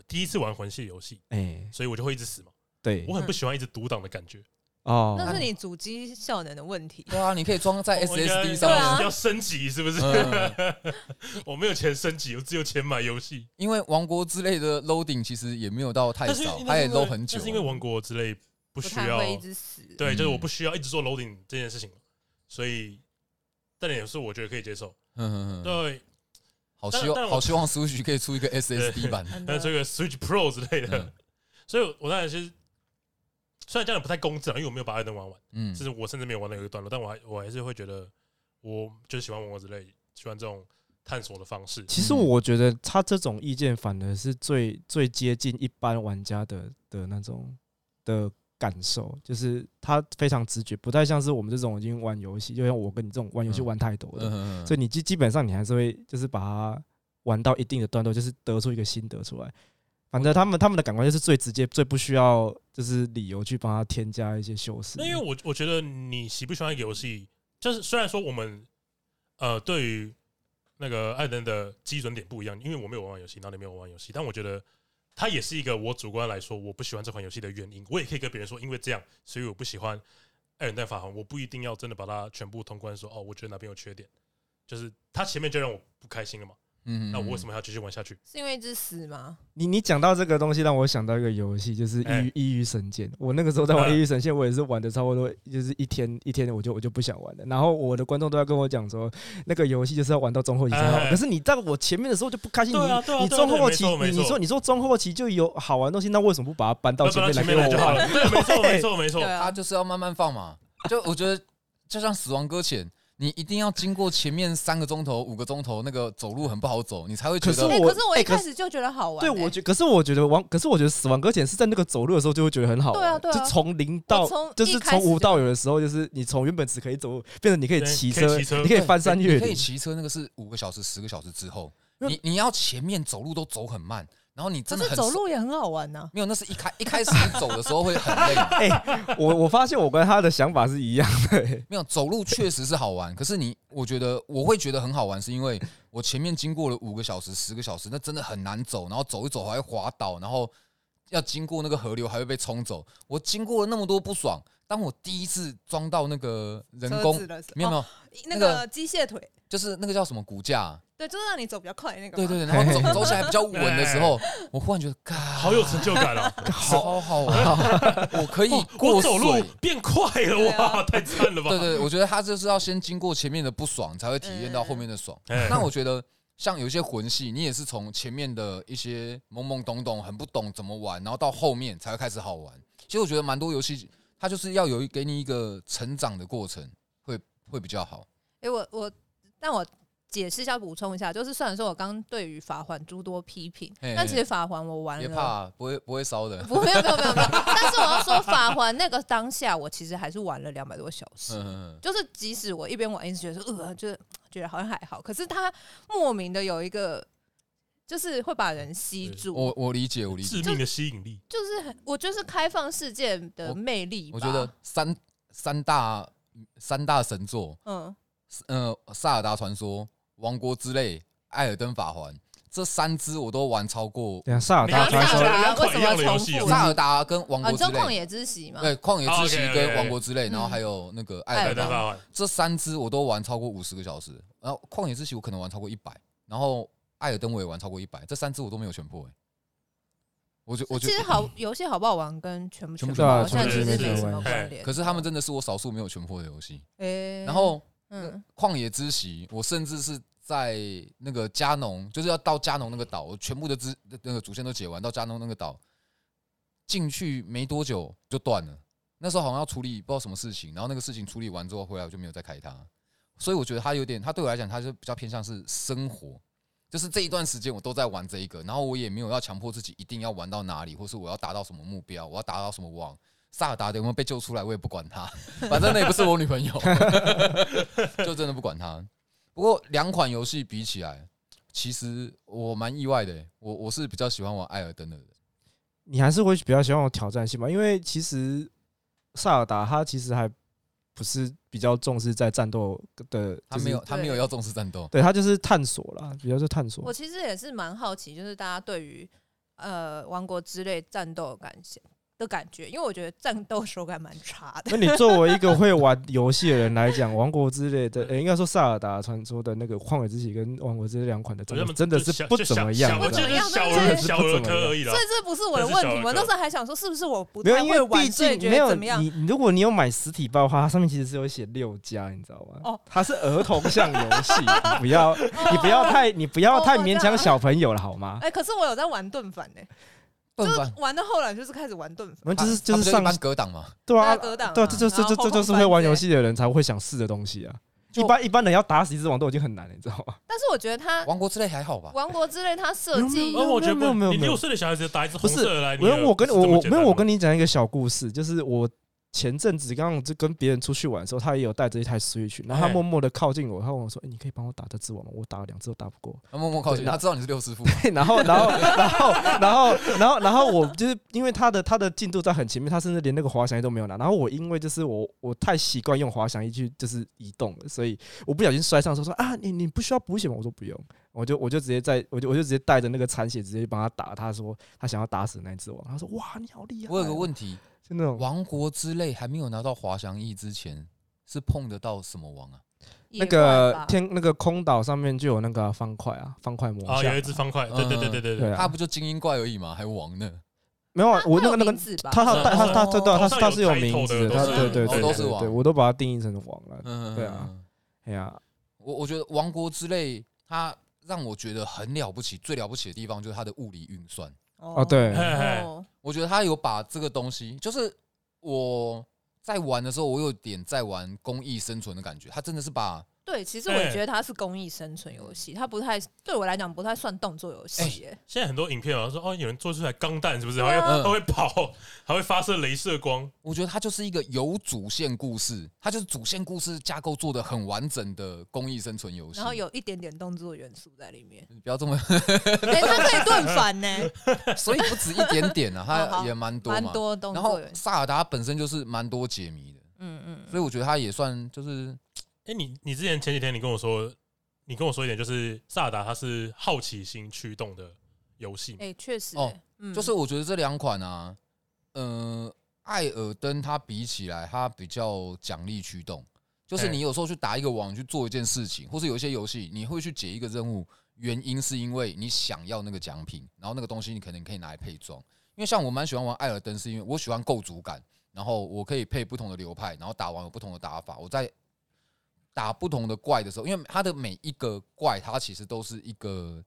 Speaker 1: 第一次玩魂系游戏，
Speaker 3: 哎、
Speaker 1: 所以我就会一直死嘛。
Speaker 3: 对
Speaker 1: 我很不喜欢一直独挡的感觉。
Speaker 3: 哦，
Speaker 5: 那是你主机效能的问题。
Speaker 2: 对啊，你可以装在
Speaker 1: 我应该
Speaker 2: SSD
Speaker 5: 对
Speaker 2: 上
Speaker 5: 啊
Speaker 2: 面。
Speaker 1: 要升级是不是？
Speaker 2: 嗯，
Speaker 1: 我没有钱升级，我只有钱买游戏。
Speaker 2: 因为王国之类的 loading 其实也没有到太
Speaker 1: 哎但是
Speaker 2: 少，它
Speaker 1: 但
Speaker 2: 也
Speaker 1: 是因为
Speaker 2: load 很久啊
Speaker 1: 但是因为王国之类不
Speaker 5: 不
Speaker 1: 需
Speaker 5: 太
Speaker 1: 要，
Speaker 5: 会一直死。
Speaker 1: 对，就是我
Speaker 2: 嗯
Speaker 1: 不需要一直做 loading 这件事情，所以这点是我觉得可以接受。
Speaker 2: 嗯嗯嗯，
Speaker 1: 对，
Speaker 2: 好希
Speaker 1: 但但我
Speaker 2: 望好希望 Switch 可以出一个 SSD 版。
Speaker 5: 真
Speaker 1: 但
Speaker 5: 的
Speaker 1: 是这个 Switch Pro 之类的
Speaker 2: 嗯，
Speaker 1: 所以我当然是虽然这样不太公正啊，因为我没有把艾登玩完，
Speaker 2: 嗯
Speaker 1: 甚至我甚至没有玩到有一个段落，但我还我还是会觉得我就是喜欢王国之类，喜欢这种探索的方式。
Speaker 3: 其实
Speaker 2: 嗯
Speaker 3: 我觉得他这种意见反而是最最接近一般玩家的的那种的感受，就是他非常直觉，不太像是我们这种已经玩游戏，就像我跟你这种玩游戏
Speaker 2: 嗯
Speaker 3: 玩太多
Speaker 2: 嗯
Speaker 3: 的，
Speaker 2: 嗯嗯
Speaker 3: 所以你基基本上你还是会就是把它玩到一定的段落，就是得出一个心得出来。反正他们他们的感官就是最直接，最不需要就是理由去帮他添加一些修饰。
Speaker 1: 那因为我我觉得你喜不喜欢一个游戏，就是虽然说我们呃对于那个艾登的基准点不一样，因为我没有玩完游戏，然后你没有玩完游戏，但我觉得它也是一个我主观来说我不喜欢这款游戏的原因。我也可以跟别人说，因为这样，所以我不喜欢《艾尔登法环》，我不一定要真的把它全部通关说哦，我觉得哪边有缺点，就是它前面就让我不开心了嘛，
Speaker 2: 嗯
Speaker 1: 那我为什
Speaker 2: 么？
Speaker 1: 么还要继续玩下去？
Speaker 5: 是因为一直死吗？
Speaker 3: 你你讲到这个东西，让我想到一个游戏，就是《
Speaker 1: 哎
Speaker 3: 异域异域神剑》。我那个时候在玩
Speaker 1: 嗯
Speaker 3: 《异域神剑》，我也是玩的差不多，就是一天一天，我就我就不想玩了。然后我的观众都在跟我讲说，那个游戏就是要玩到中后期才好。
Speaker 1: 哎
Speaker 3: 可是你在我前面的时候就不开心，你
Speaker 1: 对啊对啊
Speaker 3: 你
Speaker 1: 对啊
Speaker 3: 中后
Speaker 1: 对
Speaker 3: 期，
Speaker 1: 没错没
Speaker 3: 你
Speaker 1: 错
Speaker 3: 你说你说中后期就有好玩的东西，那为什么不把它搬到
Speaker 1: 那
Speaker 3: 前
Speaker 1: 不然
Speaker 3: 面来
Speaker 1: 前面来
Speaker 3: 给
Speaker 1: 就
Speaker 3: 我
Speaker 1: 好
Speaker 3: 玩？
Speaker 1: 了，对，没错没错没错
Speaker 5: 对，啊
Speaker 2: 它，就是要慢慢放嘛。就我觉得，就像死亡搁浅，你一定要经过前面三个钟头、五个钟头，那个走路很不好走，你才会觉
Speaker 3: 可是
Speaker 2: 得
Speaker 5: 哎，
Speaker 3: 我
Speaker 5: 可是我
Speaker 3: 哎
Speaker 5: 一
Speaker 3: 可
Speaker 5: 开始就觉得好玩
Speaker 3: 对，
Speaker 5: 欸。
Speaker 3: 我觉可是我觉得玩，可是我觉得死亡搁浅是在那个走路的时候就会觉得很好玩，
Speaker 5: 对啊对啊
Speaker 3: 就从零到
Speaker 5: 我从
Speaker 3: 就是
Speaker 5: 一开
Speaker 3: 从
Speaker 5: 始
Speaker 3: 无到有的时候，就是你从原本只可以走，变成你可以
Speaker 1: 对
Speaker 3: 骑
Speaker 1: 可以
Speaker 3: 车，
Speaker 1: 骑车
Speaker 3: 你可以翻山越
Speaker 2: 你可以
Speaker 3: 岭。
Speaker 2: 骑车，那个是五个小时、十个小时之后，
Speaker 3: 那
Speaker 2: 你你要前面走路都走很慢，然后你
Speaker 5: 可
Speaker 2: 真的
Speaker 5: 是
Speaker 2: 很
Speaker 5: 走
Speaker 2: 瘦
Speaker 5: 路也很好玩啊呐。
Speaker 2: 没有，那是一开一开始你走的时候会很累，
Speaker 3: 哎、我我发现我跟他的想法是一样的、哎
Speaker 2: 没有走路确实是好玩，可是你我觉得我会觉得很好玩，是因为我前面经过了五个小时、十个小时，那真的很难走，然后走一走还会滑倒，然后要经过那个河流，还会被冲走。我经过了那么多不爽，当我第一次装到那个人工
Speaker 4: 车子，的时候
Speaker 2: 没有没有，
Speaker 4: 那
Speaker 2: 那
Speaker 4: 个机械腿，
Speaker 2: 就是那个叫什么骨架啊、
Speaker 4: 对，就是让你走比较快那个
Speaker 2: 对
Speaker 4: 嘛。
Speaker 2: 对对，然后走走起来比较稳的时候，我忽然觉得，嘎，
Speaker 1: 好有成就感哦！
Speaker 2: 好好玩， 我可以
Speaker 1: 哦
Speaker 2: 过
Speaker 1: 我走路
Speaker 2: 水。
Speaker 1: 变快了哇，太赞了吧！
Speaker 2: 对对，我觉得他就是要先经过前面的不爽，才会体验到后面的爽。
Speaker 1: 哎
Speaker 2: 那我觉得像有一些魂系，你也是从前面的一些懵懵懂懂、很不懂怎么玩，然后到后面才会开始好玩。其实我觉得蛮多游戏，它就是要有一给你一个成长的过程，会会比较好。
Speaker 5: 哎、我我，但我解释一下，补充一下，就是虽然说我刚刚对于法环诸多批评，
Speaker 2: 嘿
Speaker 5: 但其实法环我玩
Speaker 2: 别
Speaker 5: 了。
Speaker 2: 怕，啊不会不会烧的。
Speaker 5: 哎不，没有没有没有没有，但是我要说，法环那个当下，我其实还是玩了两百多小时。
Speaker 2: 嗯，
Speaker 5: 就是即使我一边玩一直觉得说，呃，就是觉得好像还好，可是它莫名的有一个，就是会把人吸
Speaker 1: 对
Speaker 5: 住。
Speaker 2: 嗯我我理解，我理解。
Speaker 1: 致命的吸引力，
Speaker 5: 就是很，我觉得是开放世界的魅力吧
Speaker 2: 我觉得，三三大三大神作，
Speaker 5: 嗯，
Speaker 2: 呃，《萨尔达传说》《王国之泪》《艾尔登法环》这三支我都玩超过
Speaker 3: 等一下萨 尔
Speaker 1: 你
Speaker 3: 达
Speaker 1: 刚
Speaker 5: 刚
Speaker 3: 传
Speaker 1: 刚讲两
Speaker 3: 说
Speaker 5: 才说的
Speaker 1: 款一样的游
Speaker 5: 为
Speaker 1: 戏
Speaker 5: 什
Speaker 1: 哦
Speaker 5: 么，
Speaker 2: 萨尔达跟王
Speaker 5: 啊，
Speaker 2: 国
Speaker 5: 你
Speaker 2: 之
Speaker 5: 说旷
Speaker 2: 泪，
Speaker 5: 野之息嘛，
Speaker 2: 对，旷野之息
Speaker 1: 哦，OK，OK，OK
Speaker 2: 跟王国之泪，然后还有那个艾
Speaker 5: 哎艾
Speaker 2: 尔
Speaker 1: 哎，
Speaker 5: 尔
Speaker 1: 对
Speaker 5: 登
Speaker 2: 达，
Speaker 1: 吧？
Speaker 2: 这三支我都玩超过五十个小时，然后旷野之息我可能玩超过一百，然后艾尔登我也玩超过一百，这三支我都没有全破、欸。我觉我觉
Speaker 5: 其实
Speaker 2: 得，
Speaker 5: 好游戏好不好玩跟全不
Speaker 2: 全
Speaker 5: 全
Speaker 2: 部
Speaker 5: 不好玩
Speaker 3: 全
Speaker 5: 现
Speaker 1: 部
Speaker 5: 在其
Speaker 1: 全
Speaker 5: 实
Speaker 1: 部
Speaker 5: 没什
Speaker 1: 全
Speaker 5: 么
Speaker 1: 部
Speaker 5: 关联。
Speaker 2: 可是他们真的是我少数没有全破的游戏。
Speaker 5: 诶，
Speaker 2: 然后
Speaker 5: 嗯，
Speaker 2: 旷野之息，我甚至是在那个加农，就是要到加农那个岛，我全部的支那个主线都解完，到加农那个岛进去没多久就断了。那时候好像要处理不知道什么事情，然后那个事情处理完之后回来，我就没有再开它。所以我觉得它有点，它对我来讲，它就比较偏向是生活，就是这一段时间我都在玩这一个，然后我也没有要强迫自己一定要玩到哪里，或是我要达到什么目标，我要达到什么网。萨尔达的有没有被救出来，我也不管他，反正那也不是我女朋友。 就真的不管它。不过两款游戏比起来，其实我蛮意外的欸、我我是比较喜欢玩艾尔登的人。
Speaker 3: 你还是会比较喜欢有挑战性吧？因为其实萨尔达它其实还不是比较重视在战斗的，
Speaker 2: 他
Speaker 3: 就是
Speaker 2: 没有，他没有要重视战斗。
Speaker 3: 对它就是探索啦，比较是探索
Speaker 5: 我。其实也是蛮好奇，就是大家对于呃《王国之泪》战斗的感想的感觉，因为我觉得战斗手感蛮差的。
Speaker 3: 那你作为一个会玩游戏的人来讲，《王国之泪》的，呃，应该说《萨尔达传说》的那个《旷野之息》跟《王国之泪》两款的
Speaker 1: 我觉
Speaker 3: 战
Speaker 1: 得他
Speaker 3: 斗
Speaker 1: 们
Speaker 3: 真的
Speaker 1: 就是小
Speaker 3: 不
Speaker 1: 就
Speaker 3: 怎
Speaker 1: 小
Speaker 3: 么样啊
Speaker 1: 小我
Speaker 3: 的
Speaker 1: 记得就是小
Speaker 5: 真
Speaker 1: 儿
Speaker 5: 的是
Speaker 1: 小
Speaker 3: 不
Speaker 1: 儿
Speaker 3: 怎么
Speaker 1: 科
Speaker 3: 样
Speaker 1: 而已啦
Speaker 5: 所以。这不是我的
Speaker 1: 啊这是
Speaker 5: 问
Speaker 1: 小
Speaker 5: 题，
Speaker 1: 儿
Speaker 5: 我那
Speaker 1: 科
Speaker 5: 时候还想说是不是我不
Speaker 3: 没有，
Speaker 5: 太
Speaker 3: 因
Speaker 5: 会
Speaker 3: 为
Speaker 5: 玩，
Speaker 3: 毕
Speaker 5: 所以觉
Speaker 3: 竟没
Speaker 5: 得
Speaker 3: 有
Speaker 5: 怎么样？
Speaker 3: 你，你如果你有买实体包的话，它上面其实是有写六加，你知道吗？
Speaker 5: 哦，
Speaker 3: 它是儿童向游戏，你不 要，你不要太，你不
Speaker 5: 哦
Speaker 3: 要太勉强小朋友了，好吗？
Speaker 5: 哎、可是我有在玩盾反呢、
Speaker 2: 笨
Speaker 5: 就是
Speaker 2: 蛋，
Speaker 5: 玩到后来就是开始玩盾反，
Speaker 3: 我们就是
Speaker 2: 他
Speaker 3: 就是
Speaker 2: 他
Speaker 3: 上
Speaker 2: 一般格挡嘛。
Speaker 3: 对啊
Speaker 5: 大，格挡、啊，
Speaker 3: 对啊，这就这
Speaker 5: 然后
Speaker 3: 这这
Speaker 5: 后
Speaker 3: 就是
Speaker 5: 空翻
Speaker 3: 会玩
Speaker 5: 之类
Speaker 3: 游戏的人才会想试的东西啊。一般一般人要打死一只王都已经很难了，你知道吗？
Speaker 5: 但是我觉得他
Speaker 2: 王国之泪还好吧？
Speaker 5: 王国之泪，他设
Speaker 3: 没
Speaker 5: 计
Speaker 3: 有
Speaker 1: 而我觉得不
Speaker 3: 没有没有
Speaker 1: 你
Speaker 3: 没有
Speaker 1: 六岁的小孩子打一只
Speaker 3: 不
Speaker 1: 红
Speaker 3: 是
Speaker 1: 色的来，
Speaker 3: 我
Speaker 1: 你
Speaker 3: 我跟我我没有我跟
Speaker 1: 你
Speaker 3: 你讲一个小故事，就是我前阵子刚刚就跟别人出去玩的时候，他也有带着一台 Switch，然后他
Speaker 1: 哎
Speaker 3: 默默的靠近我，他问我说：“哎，你可以帮我打这只王吗？”我打了两只都打不过。
Speaker 2: 他默默靠近，
Speaker 3: 对那
Speaker 2: 他知道你是六 师傅。
Speaker 3: 对，然后，然后，然后，然后，然后，然后我就是因为他的他的进度在很前面，他甚至连那个滑翔翼都没有拿。然后我因为就是我我太习惯用滑翔翼去就是移动了，所以我不小心摔上的时候说啊，你你不需要补血吗？我说不用，我就我就直接在我就我就直接带着那个残血直接帮他打。他说他想要打死那只王，他说哇你好厉害哦、
Speaker 2: 我有个问题，
Speaker 3: 就那种
Speaker 2: 王国之泪还没有拿到滑翔翼之前，是碰得到什么王啊？
Speaker 5: 野
Speaker 3: 那
Speaker 5: 怪
Speaker 3: 个
Speaker 5: 吧
Speaker 3: 天那个空岛上面就有那个啊方块啊方块魔
Speaker 1: 啊，
Speaker 3: 像
Speaker 1: 有一只方块，对对对对对
Speaker 3: 对
Speaker 1: 对，
Speaker 2: 他
Speaker 3: 啊，
Speaker 2: 不就精英怪而已嘛，还王呢？
Speaker 3: 没有啊
Speaker 5: 它
Speaker 3: 我
Speaker 5: 它
Speaker 3: 那个
Speaker 5: 有
Speaker 3: 那个
Speaker 5: 名字吧
Speaker 3: 他他
Speaker 1: 是
Speaker 3: 他他他
Speaker 2: 哦
Speaker 3: 对啊，
Speaker 1: 头
Speaker 3: 他
Speaker 1: 上
Speaker 3: 他
Speaker 1: 有
Speaker 3: 是有
Speaker 1: title
Speaker 3: 名字
Speaker 1: 的
Speaker 3: 他
Speaker 1: 都
Speaker 3: 对
Speaker 1: 是
Speaker 3: 对
Speaker 1: 哦
Speaker 3: 对
Speaker 1: 都
Speaker 2: 是
Speaker 3: 对
Speaker 2: 王
Speaker 3: 对，我都把它定义成王了。
Speaker 2: 嗯，
Speaker 3: 对啊。哎呀，
Speaker 2: 我我觉得《王国之泪》它让我觉得很了不起，最了不起的地方就是它的物理运算。
Speaker 3: 哦，对，
Speaker 1: 嘿
Speaker 2: 哎
Speaker 1: 嘿，
Speaker 5: 哦，
Speaker 2: 我觉得他有把这个东西，就是我在玩的时候，我有点在玩公益生存的感觉。他真的是把，
Speaker 5: 对，其实我
Speaker 1: 哎
Speaker 5: 觉得它是公益生存游戏，它不太对我来讲不太算动作游
Speaker 2: 哎
Speaker 5: 戏、耶
Speaker 1: 现在很多影片啊说哦，有人做出来钢弹是不是？
Speaker 5: 对啊
Speaker 1: 还会
Speaker 2: 嗯
Speaker 1: 它会跑， 还会发射镭射光，
Speaker 2: 我觉得它就是一个有主线故事，它就是主线故事架构做的很完整的公益生存游戏。，
Speaker 5: 然后有一点点动作元素在里面
Speaker 2: 嗯你不要这么，
Speaker 5: 哎、它可以盾反呢、
Speaker 2: 所以不止一点点啊，
Speaker 5: 哦好
Speaker 2: 它也蛮 多
Speaker 5: 蛮
Speaker 2: 嘛。
Speaker 5: 多动
Speaker 2: 然后
Speaker 5: 作元素。
Speaker 2: 萨尔达本身就是蛮多解谜的，
Speaker 5: 嗯嗯
Speaker 2: 所以我觉得它也算就是
Speaker 1: 哎、你你之前前几天你跟我说，你跟我说一点，就是萨达他是好奇心驱动的游戏嘛。
Speaker 5: 哎，确实
Speaker 2: 哦
Speaker 5: 欸，嗯
Speaker 2: 就是我觉得这两款啊，呃，艾尔登它比起来，它比较奖励驱动，就是
Speaker 1: 嘿
Speaker 2: 你有时候去打一个网去做一件事情，或是有一些游戏，你会去解一个任务，原因是因为你想要那个奖品，然后那个东西你可能可以拿来配装。因为像我蛮喜欢玩艾尔登，是因为我喜欢构筑感，然后我可以配不同的流派，然后打完有不同的打法。我在打不同的怪的时候，因为它的每一个怪，它其实都是一个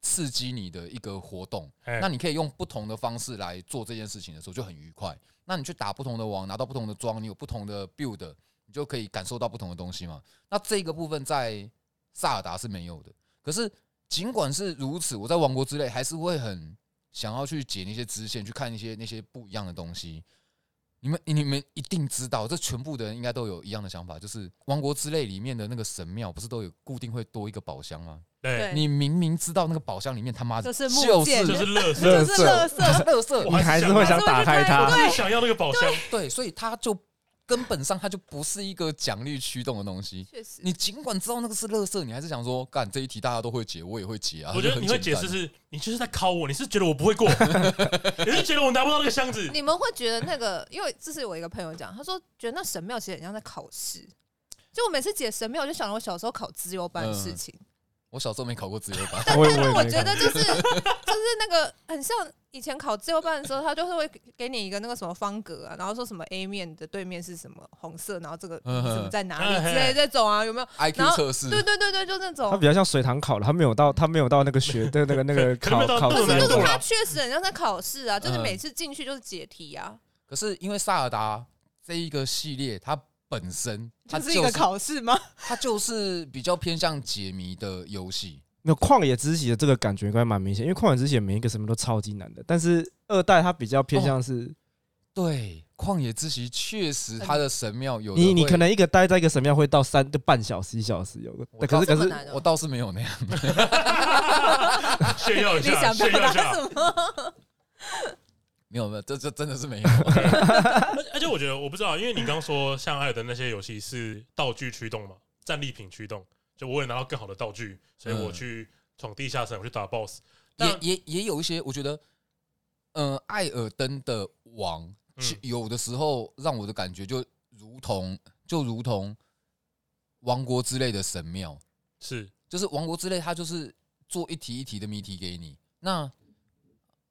Speaker 2: 刺激你的一个活动。
Speaker 1: 哎
Speaker 2: 那你可以用不同的方式来做这件事情的时候就很愉快。那你去打不同的王，拿到不同的装，你有不同的 build，你就可以感受到不同的东西嘛。那这个部分在萨尔达是没有的。可是尽管是如此，我在王国之泪还是会很想要去解那些支线，去看一些那些不一样的东西。你们你们一定知道，这全部的人应该都有一样的想法，就是王国之泪里面的那个神庙不是都有固定会多一个宝箱吗？
Speaker 1: 对，
Speaker 5: 对
Speaker 2: 你明明知道那个宝箱里面他妈的
Speaker 5: 就是木
Speaker 2: 就
Speaker 5: 剑
Speaker 1: 就是是乐色，
Speaker 3: 垃
Speaker 5: 这是
Speaker 3: 圾，
Speaker 5: 乐 色，
Speaker 2: 乐色
Speaker 1: 我，
Speaker 3: 你还是会想打开它
Speaker 5: 对
Speaker 1: 就是想要那个宝箱，
Speaker 2: 对，所以它就根本上它就不是一个奖励驱动的东西。
Speaker 5: 确实，
Speaker 2: 你尽管知道那个是乐色，你还是想说，干这一题大家都会解，我也会解啊。
Speaker 1: 我觉得
Speaker 2: 就很
Speaker 1: 你会解
Speaker 2: 简单
Speaker 1: 释是，你就是在考我，你是觉得我不会 过，你是觉得我拿不到那个箱子，
Speaker 5: 你们会觉得那个，因为这是我一个朋友讲，他说觉得那神庙其实很像在考试。就我每次解神庙，我就想到我小时候考资优班的
Speaker 2: 嗯
Speaker 5: 事情。
Speaker 2: 我小时候没考过自由 班，
Speaker 3: 我也
Speaker 5: 但是
Speaker 3: 我
Speaker 5: 我
Speaker 3: 也没
Speaker 5: 觉
Speaker 3: 看
Speaker 5: 得就是 就是那个很像以前考自由班的时候，他就是会给你一个那个什么方格啊，然后说什么 A 面的对面是什么红色，然后这个
Speaker 2: 嗯
Speaker 5: 什么在哪
Speaker 1: 嗯
Speaker 5: 里之类的这种啊，有没有？然
Speaker 2: IQ
Speaker 5: 后
Speaker 2: 测试，
Speaker 5: 对对对对，就那
Speaker 3: 它
Speaker 5: 种
Speaker 3: 比。较像水塘考了，它没有到，它没有到那个学的那个 那个
Speaker 1: 可能没
Speaker 3: 考
Speaker 1: 有到
Speaker 3: 考
Speaker 1: 那
Speaker 5: 可
Speaker 1: 么
Speaker 3: 试
Speaker 5: 是
Speaker 1: 难
Speaker 5: 就
Speaker 1: 度啦
Speaker 5: 是他确实很像在考试啊，就是
Speaker 2: 啊嗯
Speaker 5: 每次进去就是解题啊，
Speaker 2: 可是因为萨尔达这一个系列，它本身它
Speaker 5: 就是一个考 试吗？
Speaker 2: 它就是比较偏向解谜的游戏。
Speaker 3: 没有旷野之息的这个感觉应该蛮明显，因为旷野之息每一个什么都超级难的，但是二代它比较偏向是
Speaker 2: 对，旷野之息确实它的神庙哦有的
Speaker 3: 你你
Speaker 2: 会
Speaker 3: 可能一个待在一个神庙会到三就半小时一小时有个，
Speaker 2: 我
Speaker 3: 可
Speaker 2: 倒
Speaker 3: 是可
Speaker 5: 这么
Speaker 3: 是
Speaker 5: 难哦
Speaker 2: 我倒是没有那样。
Speaker 1: 炫耀一
Speaker 5: 你
Speaker 1: 下，
Speaker 5: 想
Speaker 1: 炫
Speaker 5: 表
Speaker 1: 耀一
Speaker 5: 达
Speaker 1: 下
Speaker 5: 什。么？
Speaker 2: 没有没有，这这真的是没有。
Speaker 1: 而而且我觉得我不知道，因为你刚刚说像艾尔的那些游戏是道具驱动嘛，战利品驱动，就我也拿到更好的道具，所以我
Speaker 2: 嗯
Speaker 1: 去闯地下城，我去打 BOSS。
Speaker 2: 也
Speaker 1: 但
Speaker 2: 也也有一些，我觉得，呃，艾尔登的王，
Speaker 1: 嗯
Speaker 2: 其有的时候让我的感觉就如同就如同王国之类的神庙，
Speaker 1: 是
Speaker 2: 就是王国之类，它就是做一题一题的谜题给你。那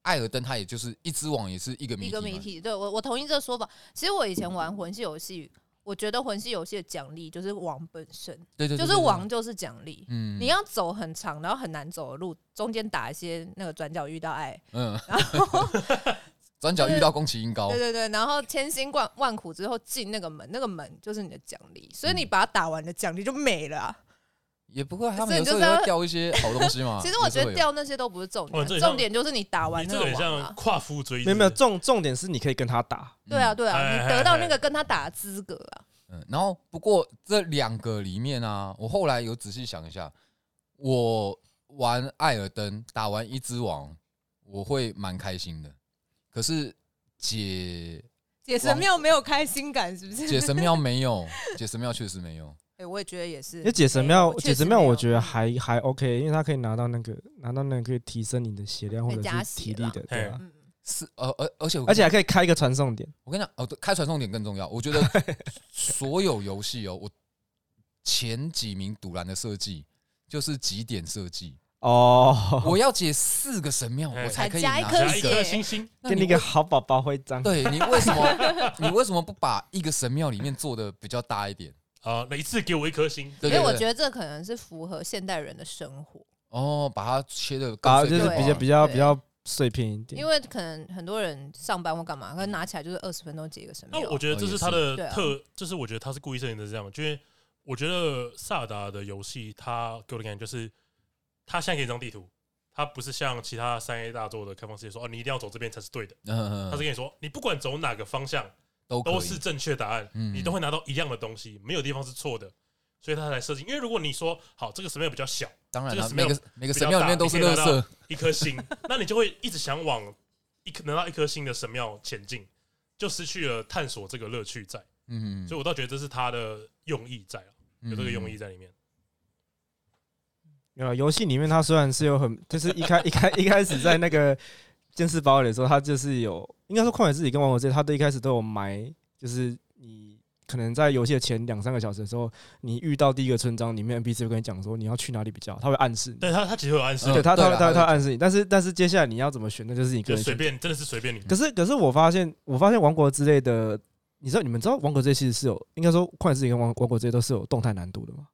Speaker 2: 艾尔登它也就是一只网，也是一个谜
Speaker 5: 一
Speaker 2: 题嘛，
Speaker 5: 个谜题。对我，我同意这个说法。其实我以前玩魂系游戏，我觉得魂系游戏的奖励就是王本身，
Speaker 2: 对，对对对，
Speaker 5: 就是
Speaker 2: 对
Speaker 5: 王，就是奖励。
Speaker 2: 嗯
Speaker 5: 你要走很长，然后很难走的路，中间打一些那个转角遇到爱，
Speaker 2: 嗯，
Speaker 5: 然后
Speaker 2: 转角遇到宫崎英高
Speaker 5: 对，对对，然后千辛万万苦之后进那个门，那个门就是你的奖励，所以你把它打完的奖励就没了、啊。
Speaker 2: 也不会，他
Speaker 5: 所
Speaker 2: 们
Speaker 5: 以
Speaker 2: 有
Speaker 5: 你
Speaker 2: 时候
Speaker 5: 就是
Speaker 2: 也
Speaker 5: 要。
Speaker 2: 会掉一些好东西嘛
Speaker 5: 其实我觉
Speaker 2: 啊也是
Speaker 5: 得
Speaker 2: 会有，
Speaker 5: 掉那些都不是重
Speaker 1: 哇哦
Speaker 5: 点，
Speaker 1: 这很像
Speaker 5: 重点就是你打完
Speaker 1: 你
Speaker 5: 那
Speaker 1: 这个很
Speaker 5: 王
Speaker 1: 像
Speaker 5: 啊。
Speaker 1: 跨夫追，
Speaker 3: 没有没有重重点是你可以跟他打，
Speaker 2: 嗯
Speaker 5: 对啊，对啊，
Speaker 1: 哎
Speaker 5: 你
Speaker 1: 哎
Speaker 5: 得到
Speaker 1: 哎
Speaker 5: 那个跟他打的资格啊，
Speaker 2: 嗯，然后不过这两个里面啊，我后来有仔细想一下，我玩艾尔登打完一只王，我会蛮开心的。可是解
Speaker 5: 解神庙没有开心感，是不是？
Speaker 2: 解 神庙没有，解神庙确实没有。
Speaker 5: 哎、我也觉得也是。
Speaker 3: 因为解神庙
Speaker 5: 没有
Speaker 3: 解神庙我觉得还还 OK，因为它可以拿到那个拿到那个可以提升你的血量或
Speaker 5: 可
Speaker 3: 者
Speaker 5: 以加
Speaker 3: 是
Speaker 5: 血
Speaker 3: 体力
Speaker 5: 啦
Speaker 3: 的，对
Speaker 5: 确
Speaker 3: 啊
Speaker 5: 实没有，嗯
Speaker 2: 是，呃，而而且我
Speaker 3: 而且还可以开一个传送点，
Speaker 2: 我跟你讲，哦，对开传送点更重要。我觉得所有游戏哦，我前几名堵拦的设计就是几点设计，
Speaker 3: 哦，
Speaker 2: 我要解四个神庙，
Speaker 1: 哎
Speaker 2: 我才可以
Speaker 5: 才加一
Speaker 2: 拿
Speaker 5: 颗
Speaker 2: 下
Speaker 1: 加一
Speaker 5: 血
Speaker 1: 颗星星，
Speaker 2: 那
Speaker 3: 给你一
Speaker 2: 为
Speaker 3: 个好宝宝徽 章，
Speaker 2: 对你为什么你为什么不把一个神庙里面做的比较大一点？
Speaker 1: 啊，每一次给我一颗星，
Speaker 2: 对
Speaker 5: 因为
Speaker 2: 对
Speaker 5: 我
Speaker 2: 对
Speaker 5: 觉得这可能是符合现代人的生活，
Speaker 2: 哦，把它切的
Speaker 3: 然后啊就是
Speaker 5: 对
Speaker 3: 比较比较比较碎片一点
Speaker 5: 因。为可能很多人上班或干嘛，可能拿起来就是二十分钟解一个神
Speaker 1: 那
Speaker 5: 庙。
Speaker 1: 我觉得这是他
Speaker 5: 哦也是对
Speaker 1: 的
Speaker 5: 啊
Speaker 1: 特，就是我觉得他是故意设定的是这样嘛，因为我觉得萨尔达的游戏，它给我的感觉就是，它现在给你一张地图，它不是像其他三 A 大作的开放世界说哦，你一定要走这边才是对的，
Speaker 2: 嗯
Speaker 1: 它是跟你说，你不管走哪个方向
Speaker 2: 都
Speaker 1: 都
Speaker 2: 可以
Speaker 1: 是正确答案，
Speaker 2: 嗯
Speaker 1: 你都会拿到一样的东西，没有地方是错的，所以它才设计。因为如果你说好，这个神庙比较小，
Speaker 2: 当然
Speaker 1: 这
Speaker 2: 了，
Speaker 1: 个神
Speaker 2: 每
Speaker 1: 庙
Speaker 2: 个每个
Speaker 1: 比
Speaker 2: 神
Speaker 1: 较
Speaker 2: 庙里
Speaker 1: 大
Speaker 2: 面都是
Speaker 1: 你可
Speaker 2: 垃
Speaker 1: 以拿到
Speaker 2: 圾，
Speaker 1: 一颗星，那你就会一直想往一颗拿到一颗星的神庙前进，就失去了探索这个乐趣在。
Speaker 2: 嗯，
Speaker 1: 所以我
Speaker 3: 嗯
Speaker 1: 倒觉得这是他的用意在啊，有这个用意在里面。
Speaker 3: 没有啦游戏里面它虽然是有很，就是一开一开一开始在那个 监视堡垒的时候，它就是有，应该说旷野之息跟王国之泪，它都一开始都有埋，就是你可能在游戏的前两三个小时的时候，你遇到第一个村庄里面 NPC 会跟你讲说你要去哪里比较好，他会暗示你，
Speaker 1: 对他他其实有暗示，
Speaker 2: 嗯
Speaker 3: 对他
Speaker 2: 对
Speaker 3: 他
Speaker 2: 啦
Speaker 3: 他
Speaker 2: 他
Speaker 3: 他
Speaker 2: 会
Speaker 3: 暗示你，但是但是接下来你要怎么选，那就是你个
Speaker 1: 就
Speaker 3: 人选
Speaker 1: 随便，真的是随便你。
Speaker 3: 可是可是我发现，我发现王国之类的，你知道你们知道王国之类其实是有，应该说旷野之息跟王王国之类都是有动态难度的吗？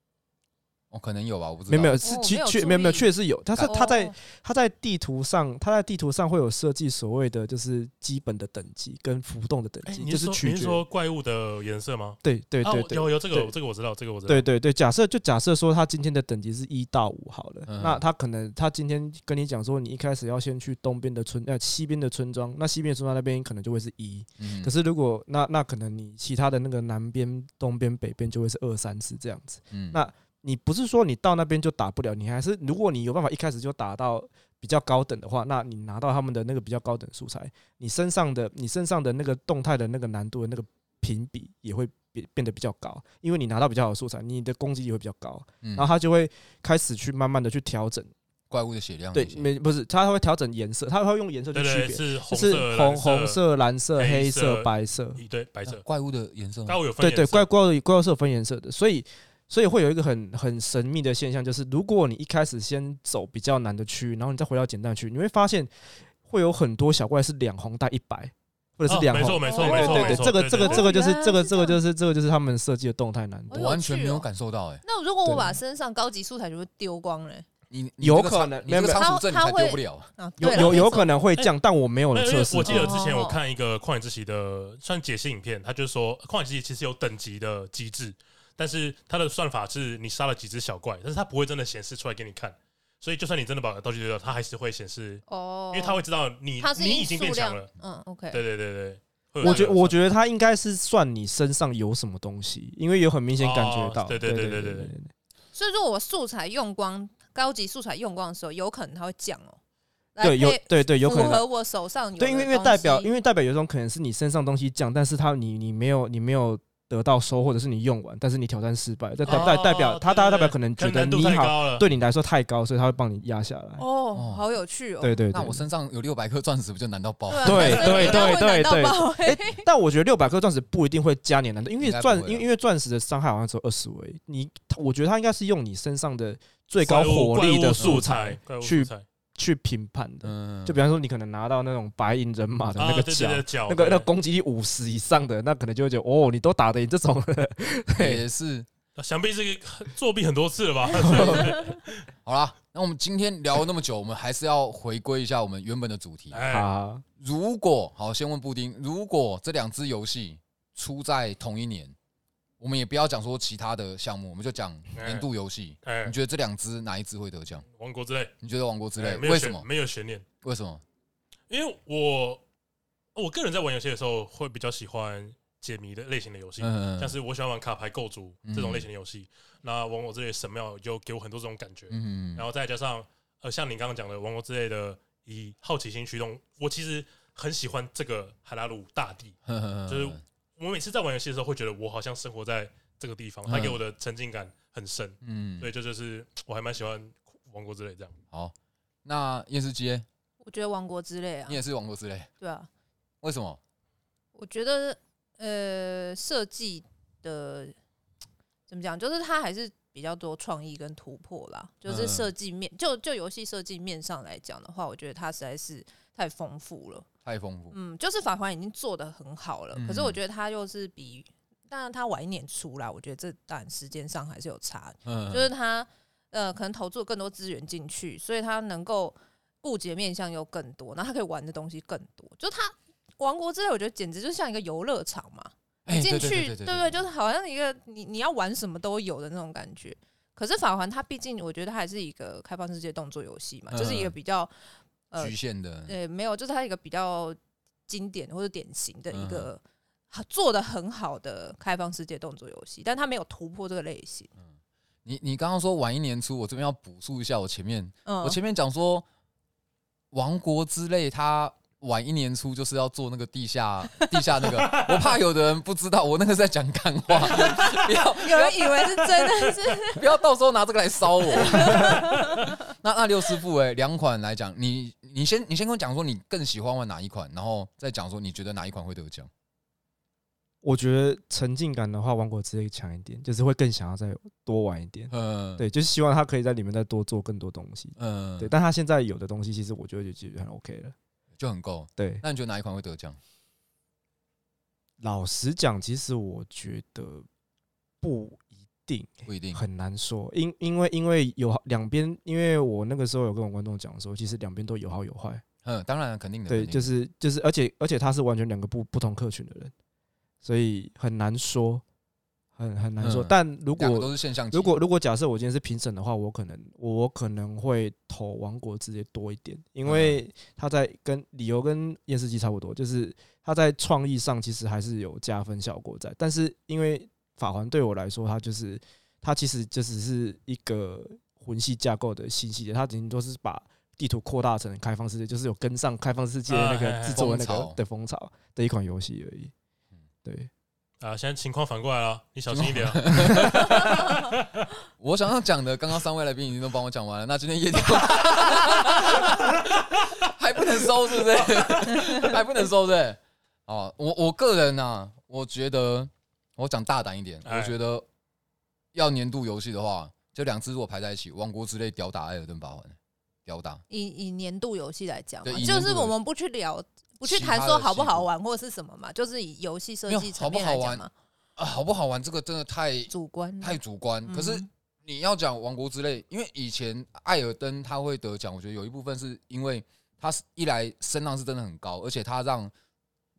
Speaker 2: 哦，可能有吧，我不知道。
Speaker 3: 没有没有，是
Speaker 5: 哦
Speaker 3: 其
Speaker 5: 没有
Speaker 3: 确
Speaker 5: 注
Speaker 3: 没有没有
Speaker 5: 意
Speaker 3: 确实有，但是
Speaker 5: 哦
Speaker 3: 它在它在地图上，它在地图上会有设计所谓的就是基本的等级跟浮动的等
Speaker 1: 哎，
Speaker 3: 级，
Speaker 1: 你
Speaker 3: 就是是
Speaker 1: 说
Speaker 3: 取
Speaker 1: 你是
Speaker 3: 决
Speaker 1: 说怪物的颜色吗？
Speaker 3: 对对
Speaker 1: 啊
Speaker 3: 对
Speaker 1: 我
Speaker 3: 对
Speaker 1: 有有这个
Speaker 3: 对
Speaker 1: 我这个我知道，这个我知道。
Speaker 3: 对对对，假设就假设说他今天的等级是一到五好了，
Speaker 2: 嗯
Speaker 3: 那他可能他今天跟你讲说，你一开始要先去东边的村呃西边的村庄，那西边的村庄那边可能就会是一，
Speaker 2: 嗯，
Speaker 3: 可是如果那那可能你其他的那个南边、东边、北边就会是二三四这样子。
Speaker 2: 嗯
Speaker 3: 那你不是说你到那边就打不了，你还是如果你有办法一开始就打到比较高等的话，那你拿到他们的那个比较高等素材，你身上的你身上的那个动态的那个难度的那个评比也会变变得比较高，因为你拿到比较好的素材，你的攻击力会比较高，
Speaker 2: 嗯
Speaker 3: 然后他就会开始去慢慢的去调整，
Speaker 2: 怪物的血量那
Speaker 3: 对，
Speaker 2: 些，
Speaker 3: 没不是，他会调整颜色，他会用颜色去
Speaker 1: 对
Speaker 3: 区
Speaker 1: 对，
Speaker 3: 别，
Speaker 1: 是
Speaker 3: 就
Speaker 1: 红
Speaker 3: 是
Speaker 1: 色、
Speaker 3: 红
Speaker 1: 蓝
Speaker 3: 红、色、蓝色、
Speaker 1: 黑
Speaker 3: 黑色、
Speaker 1: 色
Speaker 3: 白色，
Speaker 1: 一对白色。
Speaker 2: 怪物的颜色吗
Speaker 1: 怪物有分
Speaker 3: 对对，
Speaker 1: 颜色
Speaker 3: 怪怪物怪物是有分颜色的，所以所以会有一个很很神秘的现象，就是如果你一开始先走比较难的区域，然后你再回到简单的区域，你会发现会有很多小怪是两红带一白，或者
Speaker 1: 哦
Speaker 3: 是两
Speaker 1: 没错
Speaker 3: 红。
Speaker 1: 没错
Speaker 5: 哦
Speaker 1: 没
Speaker 3: 对
Speaker 1: 错
Speaker 3: 对
Speaker 1: 没
Speaker 3: 对，
Speaker 1: 错，
Speaker 3: 这个
Speaker 1: 对
Speaker 3: 这个
Speaker 1: 对
Speaker 3: 这个就是
Speaker 5: 哦
Speaker 3: 这个
Speaker 5: 原来是
Speaker 3: 这个就是这个就是他们设计的动态难
Speaker 5: 好
Speaker 2: 我
Speaker 3: 度
Speaker 5: 有，
Speaker 2: 完全没
Speaker 5: 趣
Speaker 2: 有
Speaker 5: 哦
Speaker 2: 感受到哎，
Speaker 5: 那如果我
Speaker 3: 对
Speaker 5: 把身上高级素材全部丢光嘞？
Speaker 2: 你你
Speaker 3: 有
Speaker 2: 这个
Speaker 3: 可
Speaker 2: 仓
Speaker 3: 能
Speaker 2: 你
Speaker 3: 没有
Speaker 2: 这个
Speaker 3: 没有
Speaker 2: 仓储证你
Speaker 5: 它
Speaker 2: 才
Speaker 5: 它会
Speaker 2: 丢不了，
Speaker 5: 啊，
Speaker 3: 有
Speaker 5: 对啦
Speaker 3: 有有
Speaker 5: 没错
Speaker 3: 可能会降，但我没有
Speaker 1: 没有因
Speaker 3: 测
Speaker 1: 为
Speaker 3: 试
Speaker 1: 哎我记
Speaker 3: 过。
Speaker 1: 得之前
Speaker 5: 哦
Speaker 1: 我看一个旷野之息的算解析影片，他就说旷野之息其实有等级的机制，但是它的算法是你杀了几只小怪，但是它不会真的显示出来给你看，所以就算你真的把道具丢掉，它还是会显示，
Speaker 5: 哦
Speaker 1: 因，为它会知道你
Speaker 5: 它是
Speaker 1: 你
Speaker 5: 因
Speaker 1: 已经
Speaker 5: 数
Speaker 1: 变强
Speaker 5: 量
Speaker 1: 了。
Speaker 5: 嗯，OK，
Speaker 1: 对对对对，会有
Speaker 3: 我
Speaker 1: 这
Speaker 3: 觉
Speaker 1: 个
Speaker 3: 我觉得他应该是算你身上有什么东西，因为有很明显感觉
Speaker 1: 哦
Speaker 3: 到。
Speaker 1: 对
Speaker 3: 对
Speaker 1: 对对
Speaker 3: 对
Speaker 1: 对对
Speaker 3: 对。
Speaker 5: 所以如果我素材用光，高级素材用光的时候，有可能它会降哦。来
Speaker 3: 对有
Speaker 5: 配
Speaker 3: 对对有可
Speaker 5: 符
Speaker 3: 能
Speaker 5: 合我手上有的
Speaker 3: 对，因为因为代表因
Speaker 5: 为
Speaker 3: 为代表有一种可能是你身上东西降，但是它你你没有你没有得到收获，或者是你用完，但是你挑战失败，这代代代表
Speaker 1: 哦
Speaker 3: 他
Speaker 1: 对
Speaker 3: 大
Speaker 1: 对
Speaker 3: 代表
Speaker 1: 对
Speaker 3: 可能觉
Speaker 1: 看
Speaker 3: 得
Speaker 1: 难度
Speaker 3: 你
Speaker 1: 太
Speaker 3: 好
Speaker 1: 高了，
Speaker 3: 对你来说太高，所以他会帮你压下来。
Speaker 5: 哦，好有趣哦。
Speaker 3: 对对
Speaker 2: 那
Speaker 3: 对
Speaker 2: 我。身上有六百颗钻石，不就难到爆？
Speaker 5: 啊
Speaker 3: 对
Speaker 5: 所
Speaker 3: 对
Speaker 5: 以你那会
Speaker 3: 对
Speaker 5: 难到
Speaker 3: 对
Speaker 5: 爆
Speaker 3: 哎，但我觉得六百颗钻石不一定会加你的难度，因为
Speaker 2: 应该不
Speaker 3: 钻
Speaker 2: 会啊
Speaker 3: 因为因为钻石的伤害好像只有二十维，你我觉得他应该是用你身上的最高
Speaker 1: 怪物
Speaker 3: 火力
Speaker 1: 怪
Speaker 3: 的
Speaker 1: 物素
Speaker 3: 材
Speaker 1: 怪物
Speaker 3: 去
Speaker 1: 素材
Speaker 3: 去评判的。
Speaker 2: 嗯，
Speaker 3: 就比方说，你可能拿到那种白银人马的那
Speaker 1: 啊
Speaker 3: 个
Speaker 1: 对对
Speaker 3: 角，
Speaker 1: 对脚
Speaker 3: 那个那
Speaker 1: 对
Speaker 3: 个攻击力五十以上的，那可能就会觉得哦，你都打得赢 这种了，
Speaker 2: 也是
Speaker 1: 想必是个作弊很多次了 吧？对
Speaker 2: 好啦。那我们今天聊了那么久，我们还是要回归一下我们原本的主题。
Speaker 1: 哎，
Speaker 3: 啊，
Speaker 2: 如果好，先问布丁，如果这两只游戏出在同一年，我们也不要讲说其他的项目，我们就讲年度游戏。
Speaker 1: 哎
Speaker 2: 你，觉得这两只哪一只会得奖？
Speaker 1: 王国之类，
Speaker 2: 你觉得《王国之
Speaker 1: 哎
Speaker 2: 泪》
Speaker 1: 没有
Speaker 2: 为什
Speaker 1: 悬
Speaker 2: 么？
Speaker 1: 没有悬念？
Speaker 2: 为什么？
Speaker 1: 因为我我个人在玩游戏的时候，会比较喜欢解谜的类型的游戏，
Speaker 2: 嗯，
Speaker 1: 像是我喜欢玩卡牌构筑这种类型的游戏。那《王国之泪》神庙就给我很多这种感觉，
Speaker 2: 嗯
Speaker 1: 然后再加上呃，像你刚刚讲的《王国之泪》的以好奇心驱动，我其实很喜欢这个海拉鲁大地。
Speaker 2: 后
Speaker 1: 就是我每次在玩游戏的时候，会觉得我好像生活在这个地方，它
Speaker 2: 嗯
Speaker 1: 给我的沉浸感很深，
Speaker 2: 嗯
Speaker 1: 所以这就是我还蛮喜欢《王国之泪》这样。
Speaker 2: 好。那夜视街，
Speaker 5: 我觉得王国之类啊
Speaker 2: 你，也是《王国之泪》，
Speaker 5: 对啊，
Speaker 2: 为什么？
Speaker 5: 我觉得呃设计的怎么讲，就是它还是比较多创意跟突破啦。就是
Speaker 2: 嗯
Speaker 5: 设计面，就就游戏设计面上来讲的话，我觉得它实在是太丰富了。
Speaker 2: 太丰富。
Speaker 5: 嗯，就是法环已经做的很好了，可是
Speaker 2: 嗯
Speaker 5: 我觉得它又是比，当然它晚一年出啦，我觉得这当然时间上还是有差，
Speaker 2: 嗯，
Speaker 5: 就是它呃可能投注更多资源进去，所以它能够顾及的面向又更多，然后它可以玩的东西更多，就它。王国之类，我觉得简直就像一个游乐场嘛，
Speaker 2: 哎
Speaker 5: 进
Speaker 2: 对对
Speaker 5: 去
Speaker 2: 对
Speaker 5: 对
Speaker 2: 对，
Speaker 5: 就是好像一个你你要玩什么都有的那种感觉。可是法环它毕竟我觉得它还是一个开放世界动作游戏嘛，就是一个
Speaker 2: 嗯
Speaker 5: 比较呃
Speaker 2: 局限的。
Speaker 5: 呃，没有，就是它一个比较经典或者典型的一
Speaker 2: 嗯
Speaker 5: 个、好做的很好的开放世界动作游戏，但它没有突破这个类型。
Speaker 2: 你你刚刚说晚一年出，我这边要补述一下我前面
Speaker 5: 嗯，
Speaker 2: 我前面讲说，《王国之泪》它晚一年初就是要做那个地下 地下那个，我怕有的人不知道，我那个是在讲干话， 不要
Speaker 5: 有人以为是真的是
Speaker 2: 不要到时候拿这个来烧我。 那那六师傅哎、两款来讲，你你先你先跟我讲说你更喜欢玩哪一款，然后再讲说你觉得哪一款会得奖。
Speaker 3: 我觉得沉浸感的话，《王国之泪》强一点，就是会更想要再多玩一点。
Speaker 2: 嗯，
Speaker 3: 对，就是希望他可以在里面再多做更多东西。
Speaker 2: 嗯，
Speaker 3: 对，但他现在有的东西，其实我觉得就就很 OK 了。
Speaker 2: 就很够。
Speaker 3: 对，
Speaker 2: 那你觉得哪一款会得奖？
Speaker 3: 老实讲，其实我觉得不一定，欸
Speaker 2: 不一定。
Speaker 3: 很难说，因因为因为有两边，因为我那个时候有跟我观众讲说，其实两边都有好有坏，
Speaker 2: 嗯，当然肯定的。
Speaker 3: 对，
Speaker 2: 肯定的
Speaker 3: 就是就是，而且而且他是完全两个不不同客群的人，所以很难说，很很难说。
Speaker 2: 嗯
Speaker 3: 但如
Speaker 2: 两个
Speaker 3: 果
Speaker 2: 都是现象级。
Speaker 3: 如果如果假设我今天是评审的话，我可能我可能会投王国之泪多一点，因
Speaker 2: 嗯
Speaker 3: 为他在跟理由跟验视机差不多，就是他在创意上其实还是有加分效果在，但是因为法环对我来说，它就是它其实就只是一个魂系架构的新细节，它顶多是把地图扩大成开放世界，就是有跟上开放世界的那
Speaker 1: 啊
Speaker 3: 个制作的
Speaker 2: 风
Speaker 3: 那
Speaker 2: 潮
Speaker 3: 个的风潮的一款游戏而已
Speaker 2: 嗯。
Speaker 3: 对，
Speaker 1: 啊，现在情况反过来了，你小心一点啊。
Speaker 2: 我想要讲的，刚刚三位来宾已经都帮我讲完了，那今天夜 店还不能收，是不是？ 还不能收，对不对？哦，我我个人啊，我觉得我讲大胆一点，
Speaker 1: 哎
Speaker 2: 我觉得要年度游戏的话，就两只如果排在一起，《王国之泪》吊打《艾尔登法环》，吊打。
Speaker 5: 以以年度游戏来讲嘛
Speaker 2: 对以，年
Speaker 5: 就
Speaker 2: 度
Speaker 5: 是
Speaker 2: 游戏
Speaker 5: 我们不去聊。不去
Speaker 2: 其他
Speaker 5: 谈
Speaker 2: 的
Speaker 5: 说好不
Speaker 2: 系
Speaker 5: 好
Speaker 2: 列
Speaker 5: 玩或者是什么嘛，就是以游戏设
Speaker 2: 没有
Speaker 5: 计
Speaker 2: 好
Speaker 5: 层
Speaker 2: 不
Speaker 5: 面
Speaker 2: 好
Speaker 5: 来讲
Speaker 2: 玩
Speaker 5: 嘛，
Speaker 2: 啊，好不好玩？这个真的太
Speaker 5: 主观
Speaker 2: 太主观。
Speaker 5: 嗯
Speaker 2: 可是你要讲《王国之泪》，因为以前艾尔登他会得奖，我觉得有一部分是因为他是一来声浪是真的很高，而且他让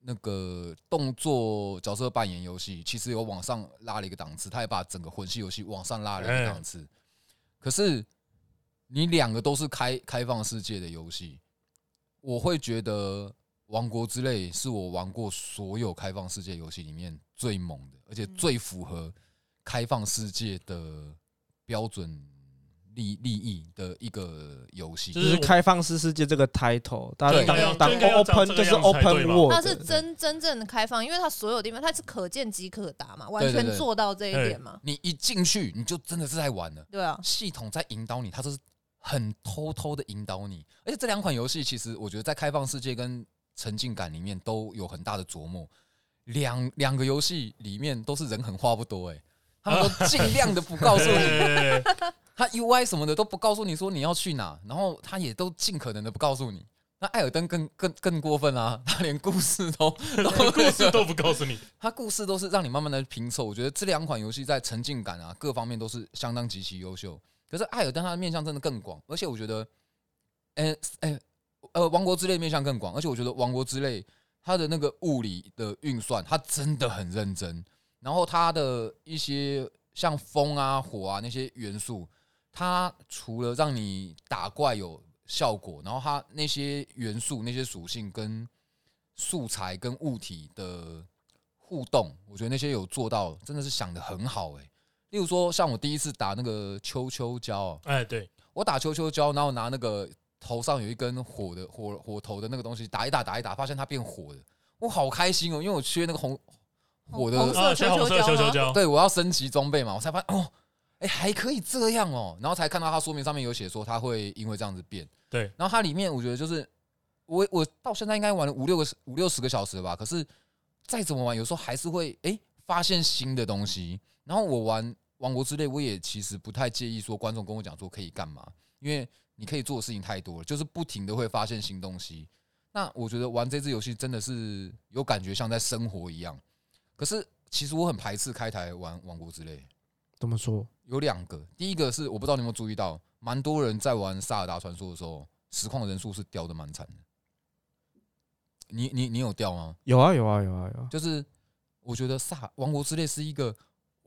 Speaker 2: 那个动作角色扮演游戏其实有往上拉了一个档次，他也把整个魂系游戏往上拉了一
Speaker 1: 哎
Speaker 2: 个档次。可是你两个都是开开放世界的游戏，我会觉得《王国之泪》是我玩过所有开放世界游戏里面最猛的，而且最符合开放世界的标准利利益的一个游戏。
Speaker 1: 就
Speaker 3: 就是是
Speaker 1: 我
Speaker 3: 开放式世界这个 title，大
Speaker 1: 就
Speaker 3: 家
Speaker 1: 应该要
Speaker 3: 当
Speaker 1: 就应该要长这
Speaker 3: open 就
Speaker 1: 个
Speaker 3: 是
Speaker 1: 样子才
Speaker 3: open
Speaker 1: 对嘛
Speaker 3: world，
Speaker 5: 它是
Speaker 3: 的
Speaker 5: 真真正的开放，因为它所有地方它是可见即可达嘛，完
Speaker 2: 对对
Speaker 5: 全
Speaker 2: 对
Speaker 5: 做到这一
Speaker 1: 对
Speaker 5: 点嘛，
Speaker 2: 你一进去，你就真的是在玩了。
Speaker 5: 对啊，
Speaker 2: 系统在引导你，它就是很偷偷的引导你。而且这两款游戏其实我觉得在开放世界跟沉浸感里面都有很大的琢磨。两两个游戏里面都是人狠话不多、欸，他们都尽量的不告诉
Speaker 1: 对
Speaker 2: 你
Speaker 1: 对对对对
Speaker 2: 他 UI 什么的都不告诉你说你要去哪，然后他也都尽可能的不告诉你。那艾尔登更更更过分啊，他连故事都都
Speaker 1: 故事都不告诉你，
Speaker 2: 他故事都是让你慢慢的拼凑。我觉得这两款游戏在沉浸感啊各方面都是相当极其优秀。可是艾尔登它的面向真的更广，而且我觉得，呃呃呃，王国之泪面向更广，而且我觉得王国之泪它的那个物理的运算，它真的很认真。然后它的一些像风啊、火啊那些元素，它除了让你打怪有效果，然后它那些元素、那些属性跟素材跟物体的互动，我觉得那些有做到，真的是想的很好哎、例如说，像我第一次打那个秋秋胶、啊，
Speaker 1: 哎，对，
Speaker 2: 我打球球胶，然后拿那个头上有一根火的火火头的那个东西打一打打一打，发现它变火的，我好开心哦，因为我缺那个红火
Speaker 5: 红
Speaker 2: 的，
Speaker 5: 色
Speaker 1: 啊，先红色球球胶，
Speaker 2: 对我要升级装备嘛，我才发现哦，哎、还可以这样哦，然后才看到它说明上面有写说它会因为这样子变，
Speaker 1: 对，
Speaker 2: 然后它里面我觉得就是我我到现在应该玩了五六个五六十个小时了吧，可是再怎么玩，有时候还是会哎、诶发现新的东西。然后我玩《王国之泪》，我也其实不太介意说观众跟我讲说可以干嘛，因为你可以做的事情太多了，就是不停的会发现新东西。那我觉得玩这支游戏真的是有感觉像在生活一样。可是其实我很排斥开台玩《王国之泪》，
Speaker 3: 怎么说？
Speaker 2: 有两个，第一个是我不知道你有没有注意到，蛮多人在玩《萨尔达传说》的时候，实况人数是掉的蛮惨的。你你你有掉吗？
Speaker 3: 有啊有啊有啊有啊，
Speaker 2: 就是我觉得《萨王国之泪》是一个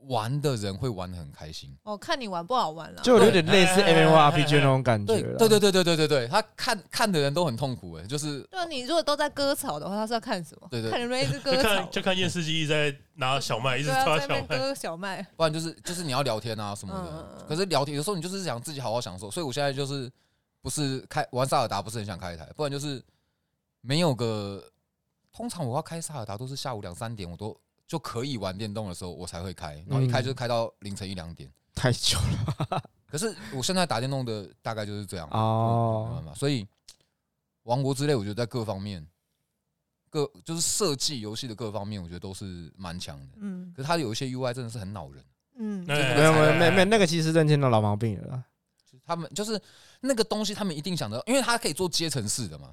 Speaker 2: 玩的人会玩的很开心。
Speaker 5: 哦，看你玩不好玩了，
Speaker 3: 就有点类似
Speaker 1: 哎哎哎哎
Speaker 3: MMORPG 那种感觉
Speaker 2: 对
Speaker 3: 啦。
Speaker 2: 对对对对对对对，他看看的人都很痛苦哎、就是
Speaker 5: 对啊，你如果都在割草的话，他是要看什么？
Speaker 2: 对对
Speaker 5: 看你们一直割
Speaker 1: 就
Speaker 5: 草
Speaker 1: 看， 就看验视机一直在拿小麦，一直
Speaker 5: 对啊，
Speaker 1: 抓
Speaker 5: 在那
Speaker 1: 小
Speaker 5: 边
Speaker 1: 麦，
Speaker 5: 割小麦，
Speaker 2: 不然就是就是你要聊天啊什么
Speaker 5: 嗯嗯
Speaker 2: 的。
Speaker 5: 嗯
Speaker 2: 可是聊天有时候你就是想自己好好享受，所以我现在就是不是开玩萨尔达不是很想开台，不然就是没有个，通常我要开萨尔达都是下午两三点，我都就可以玩电动的时候我才会开，然后一开就开到凌晨一两
Speaker 5: 嗯
Speaker 2: 点。
Speaker 3: 太久了
Speaker 2: 可是我现在打电动的大概就是这样，啊没
Speaker 3: 哦
Speaker 2: 办。法。所以《王国之泪》，我觉得在各方面，各就是设计游戏的各方面，我觉得都是蛮强的。
Speaker 5: 嗯
Speaker 2: 可是它有一些 UI 真的是很恼人，
Speaker 5: 嗯
Speaker 1: 对
Speaker 3: 没有没有
Speaker 1: 哎
Speaker 3: 没有没有，那个其实认清了老毛病了啦。
Speaker 2: 他们就是那个东西，他们一定想着，因为它可以做阶层式的嘛，